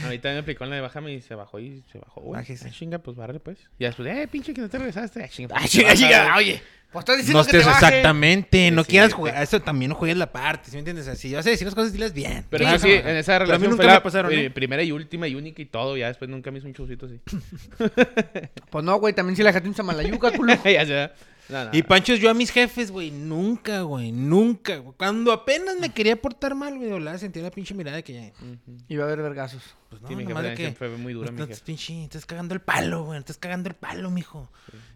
Speaker 4: A mí también me aplicó en la de bájame y se bajó y se bajó, güey.
Speaker 1: Bájese.
Speaker 4: Ah, chinga, pues bárrele, pues. Y después, eh, pinche, que no te regresaste. Ah, chinga,
Speaker 3: Ay,
Speaker 4: pues,
Speaker 3: chinga,
Speaker 4: te vas a
Speaker 3: chinga,
Speaker 4: ver.
Speaker 3: oye. Pues estás
Speaker 1: No
Speaker 3: diciendo que
Speaker 1: estés
Speaker 3: te baje.
Speaker 1: exactamente, no
Speaker 4: Sí,
Speaker 1: quieras
Speaker 4: sí,
Speaker 1: jugar. Eso también no juegues la parte, ¿sí me entiendes? Así, si vas a decir las cosas, dilas bien.
Speaker 4: Pero
Speaker 1: No
Speaker 4: eso
Speaker 1: vas a
Speaker 4: sí,
Speaker 1: bajar.
Speaker 4: en esa
Speaker 1: Pero a mí
Speaker 4: relación
Speaker 1: nunca
Speaker 4: fue
Speaker 1: me
Speaker 4: la
Speaker 1: pasaron,
Speaker 4: eh,
Speaker 1: ¿eh?
Speaker 4: primera y última y única y todo. Ya después nunca me hizo un showcito así.
Speaker 3: Pues no, güey. También sí la dejaste en Samalayuca, culo.
Speaker 4: ya se da. No, no,
Speaker 1: Y
Speaker 4: no.
Speaker 1: Pancho, yo a mis jefes, güey, nunca, güey, nunca. güey. Cuando apenas me quería portar mal, güey, la sentía la pinche mirada de que ya.
Speaker 3: Iba a haber vergazos.
Speaker 1: Pues no,
Speaker 4: Sí, mi jefe
Speaker 1: nomás de
Speaker 4: también
Speaker 1: que.
Speaker 4: fue muy dura,
Speaker 1: no
Speaker 4: mi
Speaker 1: estás
Speaker 4: jefe.
Speaker 1: pinche, estás cagando el palo, güey, estás cagando el palo, mijo.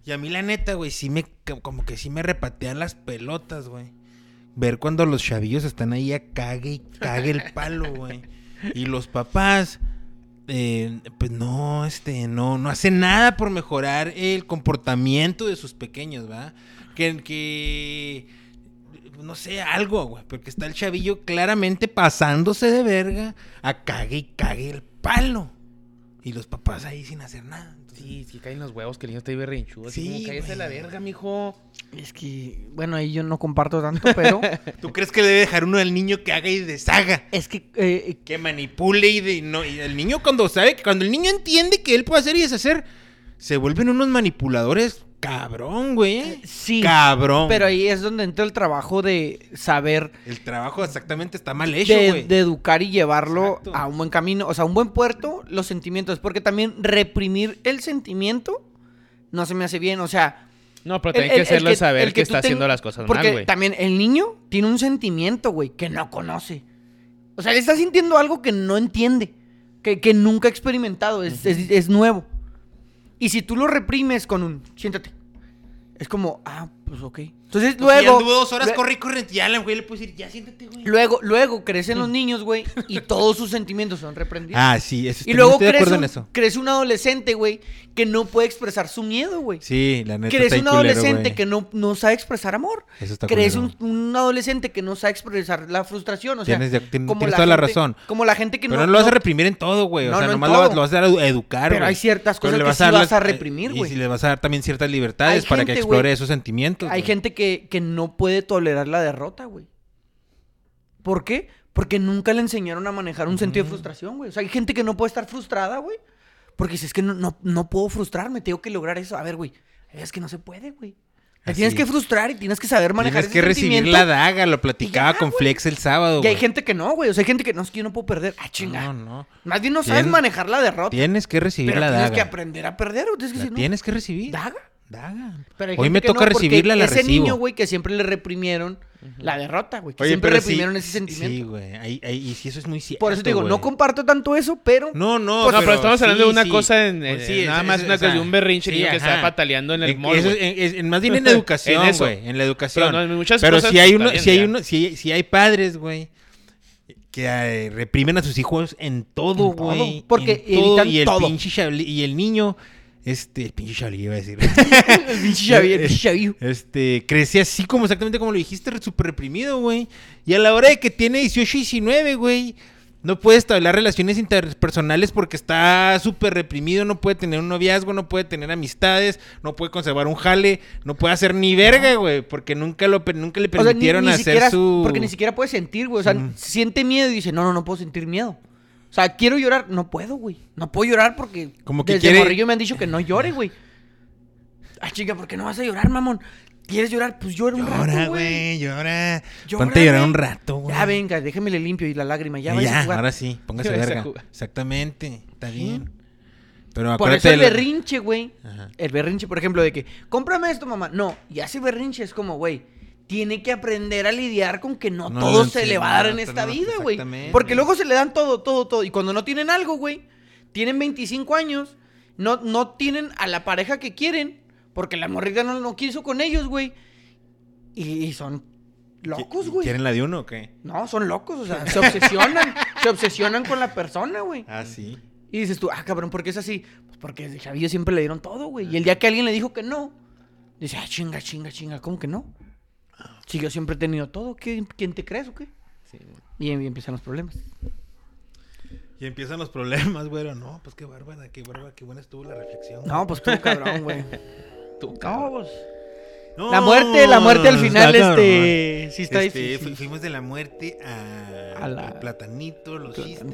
Speaker 1: Y a mí, la neta, güey, sí me. co- Como que sí me repatean las pelotas, güey. Ver cuando los chavillos están ahí a cague y cague el palo, güey. Y los papás. eh, pues no, este, no, no hacen nada por mejorar el comportamiento de sus pequeños, ¿va? Que, que no sé, algo, güey, porque está el chavillo claramente pasándose de verga a cague y cague el palo. Y los papás ahí sin hacer nada. Entonces,
Speaker 4: Sí, sí, caen los huevos que el niño está ahí berrinchudo.
Speaker 1: Sí,
Speaker 4: Sí, como cállese
Speaker 1: güey.
Speaker 4: la verga, mijo.
Speaker 3: Es que, bueno, ahí yo no comparto tanto, pero
Speaker 1: ¿Tú crees que le debe dejar uno al niño que haga y deshaga?
Speaker 3: es que eh,
Speaker 1: Que manipule y, de- no, y el niño cuando sabe, que cuando el niño entiende que él puede hacer y deshacer, se vuelven unos manipuladores cabrón, güey.
Speaker 3: Eh, sí,
Speaker 1: Cabrón.
Speaker 3: pero ahí es donde entra el trabajo de saber,
Speaker 1: El trabajo exactamente está mal hecho,
Speaker 3: de,
Speaker 1: güey.
Speaker 3: de educar y llevarlo
Speaker 1: Exacto.
Speaker 3: a un buen camino, o sea, un buen puerto, los sentimientos, porque también reprimir el sentimiento no se me hace bien, o sea,
Speaker 4: No, pero
Speaker 3: el-
Speaker 4: tiene que
Speaker 3: el- el
Speaker 4: hacerle
Speaker 3: el
Speaker 4: saber que
Speaker 3: tú
Speaker 4: está
Speaker 3: ten-
Speaker 4: haciendo las cosas
Speaker 3: porque
Speaker 4: mal, güey.
Speaker 3: también el niño tiene un sentimiento, güey, que no conoce. O sea, le está sintiendo algo que no entiende, que, que nunca ha experimentado, es, es- es nuevo. Y si tú lo reprimes con un, siéntate, es como, ah, pues ok. Entonces
Speaker 1: Luego,
Speaker 3: luego...
Speaker 1: anduvo dos horas,
Speaker 3: lue-
Speaker 1: corre y corre. Ya la güey le puede decir, ya siéntate, güey.
Speaker 3: Luego, luego crecen
Speaker 4: Mm.
Speaker 3: los niños, güey, y todos sus sentimientos son reprendidos.
Speaker 1: Ah, sí, eso
Speaker 3: y luego
Speaker 1: estoy de
Speaker 3: crece
Speaker 1: acuerdo
Speaker 3: un,
Speaker 1: en eso.
Speaker 3: crece un adolescente, güey, que no puede expresar su miedo, güey.
Speaker 1: Sí, la neta.
Speaker 3: crece un adolescente que no, no sabe expresar amor.
Speaker 1: Eso está
Speaker 3: crece un,
Speaker 1: culero.
Speaker 3: un adolescente que no sabe expresar la frustración. O sea,
Speaker 1: Tienes de- tien- tienes toda la
Speaker 3: gente-
Speaker 1: razón.
Speaker 3: Como la gente que
Speaker 1: Pero
Speaker 3: no.
Speaker 1: no, lo vas
Speaker 3: no-
Speaker 1: a reprimir en todo, güey. O
Speaker 3: No,
Speaker 1: sea,
Speaker 3: no en
Speaker 1: nomás lo vas,
Speaker 3: todo.
Speaker 1: lo vas a dar a educar,
Speaker 3: Pero
Speaker 1: güey.
Speaker 3: hay ciertas
Speaker 1: Pero
Speaker 3: cosas
Speaker 1: le
Speaker 3: que sí
Speaker 1: dar
Speaker 3: vas
Speaker 1: las- eh,
Speaker 3: a reprimir,
Speaker 1: Y
Speaker 3: güey.
Speaker 1: si le vas a dar también ciertas libertades
Speaker 3: Hay
Speaker 1: para que
Speaker 3: gente,
Speaker 1: explore
Speaker 3: güey.
Speaker 1: esos sentimientos.
Speaker 3: Hay
Speaker 1: güey.
Speaker 3: gente que, que no puede tolerar la derrota, güey. ¿Por qué? Porque nunca le enseñaron a manejar un sentido de frustración, güey. O sea, hay gente que no puede estar frustrada, güey. Porque si es que no, no, no puedo frustrarme, tengo que lograr eso. A ver, güey, es que no se puede, güey. Te
Speaker 1: Así.
Speaker 3: tienes que frustrar y tienes que saber manejar
Speaker 1: Tienes
Speaker 3: ese
Speaker 1: que recibir
Speaker 3: sentimiento.
Speaker 1: la daga, lo platicaba
Speaker 3: ya,
Speaker 1: con
Speaker 3: güey.
Speaker 1: Flex el sábado.
Speaker 3: Y hay
Speaker 1: güey.
Speaker 3: gente que no, güey. O sea, hay gente que no, es que yo no puedo perder. Ah, chinga.
Speaker 1: No, no.
Speaker 3: Más bien no sabes
Speaker 1: Tien-
Speaker 3: manejar la derrota.
Speaker 1: Tienes que recibir
Speaker 3: pero
Speaker 1: la
Speaker 3: tienes
Speaker 1: daga.
Speaker 3: que aprender a perder, o tienes que
Speaker 1: La
Speaker 3: decir, no,
Speaker 1: tienes que recibir.
Speaker 3: daga.
Speaker 1: Daga.
Speaker 3: Pero hay
Speaker 1: Hoy
Speaker 3: gente
Speaker 1: me
Speaker 3: que
Speaker 1: toca
Speaker 3: no, porque
Speaker 1: recibirla, la
Speaker 3: ese
Speaker 1: recibo.
Speaker 3: niño, güey, que siempre le reprimieron la derrota, güey. Que
Speaker 1: Oye,
Speaker 3: siempre
Speaker 1: pero sí-
Speaker 3: reprimieron ese
Speaker 1: Sí,
Speaker 3: sentimiento.
Speaker 1: güey. Ahí- ahí- y si eso es muy cierto.
Speaker 3: Por eso te digo, no
Speaker 1: güey.
Speaker 3: comparto tanto eso, pero...
Speaker 1: No, no,
Speaker 4: no, pero pues estamos hablando de una
Speaker 1: Pues
Speaker 4: cosa en- en- nada más una cosa de
Speaker 1: de
Speaker 4: un berrinche niño que está pataleando en el mall,
Speaker 1: Eso,
Speaker 4: güey.
Speaker 1: en- es- en- más bien en la educación,
Speaker 4: En eso.
Speaker 1: güey, en, la educación.
Speaker 4: Pero
Speaker 1: Pero,
Speaker 4: no, en muchas cosas,
Speaker 1: si hay
Speaker 4: pues,
Speaker 1: uno,
Speaker 4: también,
Speaker 1: si hay
Speaker 4: ya.
Speaker 1: uno, si, si hay padres, güey, que eh, reprimen a sus hijos en todo,
Speaker 3: En todo,
Speaker 1: güey,
Speaker 3: porque
Speaker 1: en todo,
Speaker 3: evitan
Speaker 1: y el
Speaker 3: todo.
Speaker 1: pinche Chabli- y el niño este, el pinche Chabli, iba a decir. Eh,
Speaker 3: El pinche Xavi, el pinche Xavi.
Speaker 1: Este, crece así como exactamente como lo dijiste, re- súper reprimido, güey. Y a la hora de que tiene 18 y 19, güey, no puede establecer relaciones interpersonales porque está súper reprimido, no puede tener un noviazgo, no puede tener amistades, no puede conservar un jale, no puede hacer ni verga, güey, porque nunca lo per- nunca le
Speaker 3: O sea, ni-
Speaker 1: permitieron
Speaker 3: ni
Speaker 1: hacer
Speaker 3: siquiera-
Speaker 1: su
Speaker 3: Porque ni siquiera puede sentir, güey. O sea, siente miedo y dice, no, no, no puedo sentir miedo. O sea, quiero llorar. No puedo, güey. No puedo llorar porque
Speaker 1: Como que
Speaker 3: desde
Speaker 1: quiere-
Speaker 3: morrillo me han dicho que no llore, güey. Ah, chica, ¿por qué no vas a llorar, mamón? ¿Quieres llorar? Pues llora un
Speaker 1: Llora,
Speaker 3: rato, güey.
Speaker 1: güey, llora.
Speaker 3: Llora,
Speaker 1: Ponte a llorar
Speaker 3: güey.
Speaker 1: un rato, güey.
Speaker 3: Ya, venga, déjeme le limpio y la lágrima. Ya,
Speaker 1: Ya,
Speaker 3: vaya a jugar.
Speaker 1: ahora sí, póngase
Speaker 4: Váyase a
Speaker 1: verga.
Speaker 4: jugar.
Speaker 1: Exactamente, está bien. Pero
Speaker 3: Por
Speaker 1: acuérdate
Speaker 3: eso el
Speaker 1: de la-
Speaker 3: berrinche, güey.
Speaker 1: Ajá.
Speaker 3: El berrinche, por ejemplo, de que, cómprame esto, mamá. No, y hace berrinche es como, güey, tiene que aprender a lidiar con que no,
Speaker 1: No
Speaker 3: todo
Speaker 1: lo
Speaker 3: se le va a dar en
Speaker 1: entiendo,
Speaker 3: esta
Speaker 1: no,
Speaker 3: vida, güey.
Speaker 1: exactamente.
Speaker 3: Porque luego se le dan todo, todo, todo. Y cuando no tienen algo, güey, tienen 25 años, no, no tienen a la pareja que quieren, porque la morrita no, no quiso con ellos, güey. Y, y son locos,
Speaker 1: ¿Qui-
Speaker 3: güey.
Speaker 1: ¿Quieren la de uno o qué?
Speaker 3: No, son locos, o sea, se obsesionan, se obsesionan con la persona, güey.
Speaker 1: Ah, sí.
Speaker 3: Y dices tú, ah, cabrón, ¿por qué es así? Pues porque desde chavillo siempre le dieron todo, güey. Y el día que alguien le dijo que no, dice, ah, chinga, chinga, chinga, ¿cómo que no? Si yo siempre he tenido todo, ¿qué- ¿quién te crees o qué? Y, ahí empiezan los problemas.
Speaker 1: Y empiezan los problemas, güero. No, pues qué bárbara, qué bárbara, qué buena estuvo la reflexión.
Speaker 3: No, pues tú, cabrón, güey.
Speaker 4: Tú, cabrón.
Speaker 3: No, pues. La muerte, la muerte
Speaker 1: Ah,
Speaker 3: al final,
Speaker 1: está cabrón.
Speaker 3: este. Sí, está
Speaker 1: Este, fu-
Speaker 3: difícil.
Speaker 1: fuimos de la muerte a,
Speaker 3: A la-
Speaker 1: al platanito, los chistes.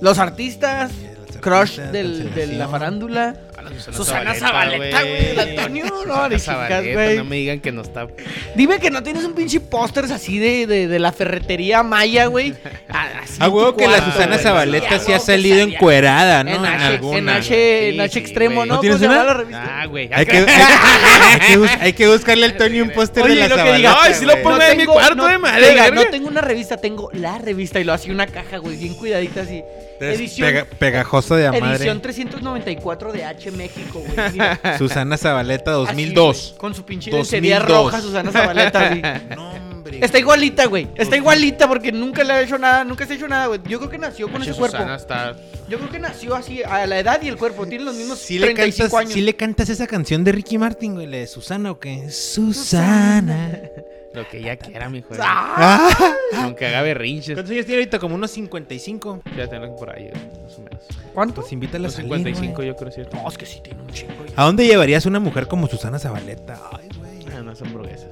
Speaker 3: Los artistas,
Speaker 1: Y los
Speaker 3: crush
Speaker 1: artistas,
Speaker 3: del, de la
Speaker 1: cancelación.
Speaker 3: farándula.
Speaker 4: A la Susana,
Speaker 3: Susana Zabaleta, güey, el Antonio, no,
Speaker 4: Susana
Speaker 3: ni
Speaker 4: Zabaleta,
Speaker 3: chingas, güey.
Speaker 4: No me digan que no está.
Speaker 3: Dime que no tienes un pinche pósters así de, de, de la ferretería maya, güey. A así
Speaker 1: Ah,
Speaker 3: en tu
Speaker 1: huevo que la
Speaker 3: cuarto,
Speaker 1: Susana
Speaker 3: güey.
Speaker 1: Zabaleta
Speaker 3: Sí,
Speaker 1: sí
Speaker 3: a
Speaker 1: ha
Speaker 3: huevo que
Speaker 1: salido
Speaker 3: salía.
Speaker 1: encuerada, ¿no?
Speaker 3: En H, en
Speaker 1: alguna.
Speaker 3: H, en
Speaker 4: Sí,
Speaker 3: H
Speaker 4: sí,
Speaker 3: extremo,
Speaker 4: güey.
Speaker 3: ¿no?
Speaker 1: ¿No tienes
Speaker 3: ¿Cómo se llama
Speaker 1: una?
Speaker 3: la revista?
Speaker 4: Ah, güey.
Speaker 1: Hay que, hay que bus- hay que buscarle al Tony un póster de
Speaker 4: Oye,
Speaker 1: la
Speaker 4: lo que
Speaker 1: Zabaleta.
Speaker 4: diga, ay, sí lo
Speaker 1: güey.
Speaker 4: pongo en mi cuarto de madre,
Speaker 3: oiga,
Speaker 4: verga.
Speaker 3: no tengo una revista, tengo la revista y lo hacía una caja, güey, bien cuidadita así.
Speaker 1: Es
Speaker 3: Edición,
Speaker 1: pega- pegajoso de a
Speaker 3: edición
Speaker 1: madre.
Speaker 3: 394 de H México, güey. mira. Así,
Speaker 1: Susana Zabaleta
Speaker 3: güey,
Speaker 1: 2002.
Speaker 3: con su pinche
Speaker 1: 2002.
Speaker 3: lencería roja, Susana Zabaleta, así.
Speaker 1: No, hombre.
Speaker 3: Está igualita, güey. Está igualita porque nunca le ha hecho nada, nunca se ha hecho nada, güey. Yo creo que nació con ese cuerpo.
Speaker 4: Susana está.
Speaker 3: Yo creo que nació así, a la edad y el cuerpo. Tiene los mismos
Speaker 1: Si le,
Speaker 3: 35
Speaker 1: cantas,
Speaker 3: años.
Speaker 1: sí le cantas esa canción de Ricky Martin, güey, la de Susana o qué? Susana.
Speaker 4: Lo que ella quiera, mi hijo.
Speaker 3: ¡Ah!
Speaker 1: Ah.
Speaker 4: Aunque haga berrinches.
Speaker 1: ¿Cuántos años tiene ahorita? Como unos 55.
Speaker 4: Ya tengo por ahí, güey, más o menos.
Speaker 3: ¿Cuánto?
Speaker 1: Pues invítala a
Speaker 4: Los
Speaker 1: salir,
Speaker 4: 55,
Speaker 1: güey.
Speaker 4: yo creo, ¿cierto?
Speaker 3: No, es que sí tiene un chingo. güey.
Speaker 1: ¿A dónde llevarías una mujer como Susana Zabaleta? Ay, güey.
Speaker 4: Ah, no, son hamburguesas.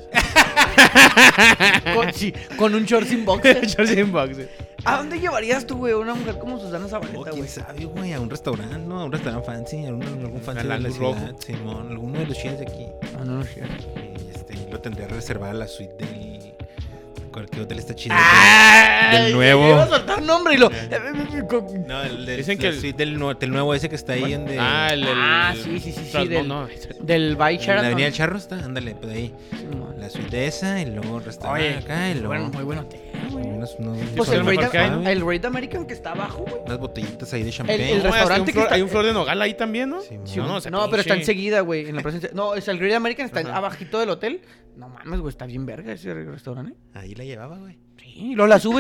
Speaker 3: Con, sí, con un short sin boxer.
Speaker 4: Shorts in boxer.
Speaker 3: ¿A dónde llevarías tú, güey, una mujer como Susana
Speaker 1: Oh,
Speaker 3: Zabaleta,
Speaker 1: quién
Speaker 3: güey?
Speaker 1: sabe, güey, a un restaurante, ¿no? A un restaurante fancy, a un, algún fancy
Speaker 4: Al
Speaker 1: de la
Speaker 4: Angus Rojo.
Speaker 1: ciudad, Simón, alguno de los chinos de aquí.
Speaker 3: Ah, No, no, no, sí.
Speaker 1: Y, este, y lo tendría reservada la suite del... Cualquier hotel está chido.
Speaker 3: Ah, ¡Ay!
Speaker 1: Del nuevo.
Speaker 3: Iba a soltar nombre y lo.
Speaker 1: pero- No, el, del-
Speaker 4: Dicen
Speaker 1: la
Speaker 4: que el-
Speaker 1: suite del, nuevo- del nuevo ese que está ahí en de...
Speaker 4: Ah, el, el-
Speaker 3: Ah, sí, sí, sí, sí,
Speaker 4: Trasmo-
Speaker 3: del-
Speaker 4: no.
Speaker 3: Del Bay
Speaker 1: en la
Speaker 3: Sheraton.
Speaker 1: avenida del Charro está, ándale, por ahí.
Speaker 3: Simón.
Speaker 1: La suite de esa y luego el restaurante
Speaker 3: Oye,
Speaker 1: acá y luego...
Speaker 3: bueno, muy bueno hotel, güey.
Speaker 1: Unos- unos-
Speaker 4: son
Speaker 3: Pues el
Speaker 4: pues, el
Speaker 3: Great,
Speaker 4: mejor que hay, ¿no?
Speaker 3: el Great American que está abajo, güey.
Speaker 1: Unas botellitas ahí de champán.
Speaker 3: el
Speaker 4: No, es que
Speaker 3: restaurante
Speaker 4: un
Speaker 3: que
Speaker 4: flor-
Speaker 3: está-
Speaker 4: Hay un flor de nogal ahí también, ¿no?
Speaker 1: Sí,
Speaker 4: Sí, o
Speaker 1: mon.
Speaker 4: o sea,
Speaker 3: No, pero está
Speaker 4: pinche-
Speaker 3: enseguida, güey, en la presencia. No, es el Great American, está
Speaker 4: Ajá.
Speaker 3: abajito del hotel. No mames, güey, está bien verga ese restaurante.
Speaker 1: Ahí la llevaba, güey.
Speaker 3: Sí, y luego la sube.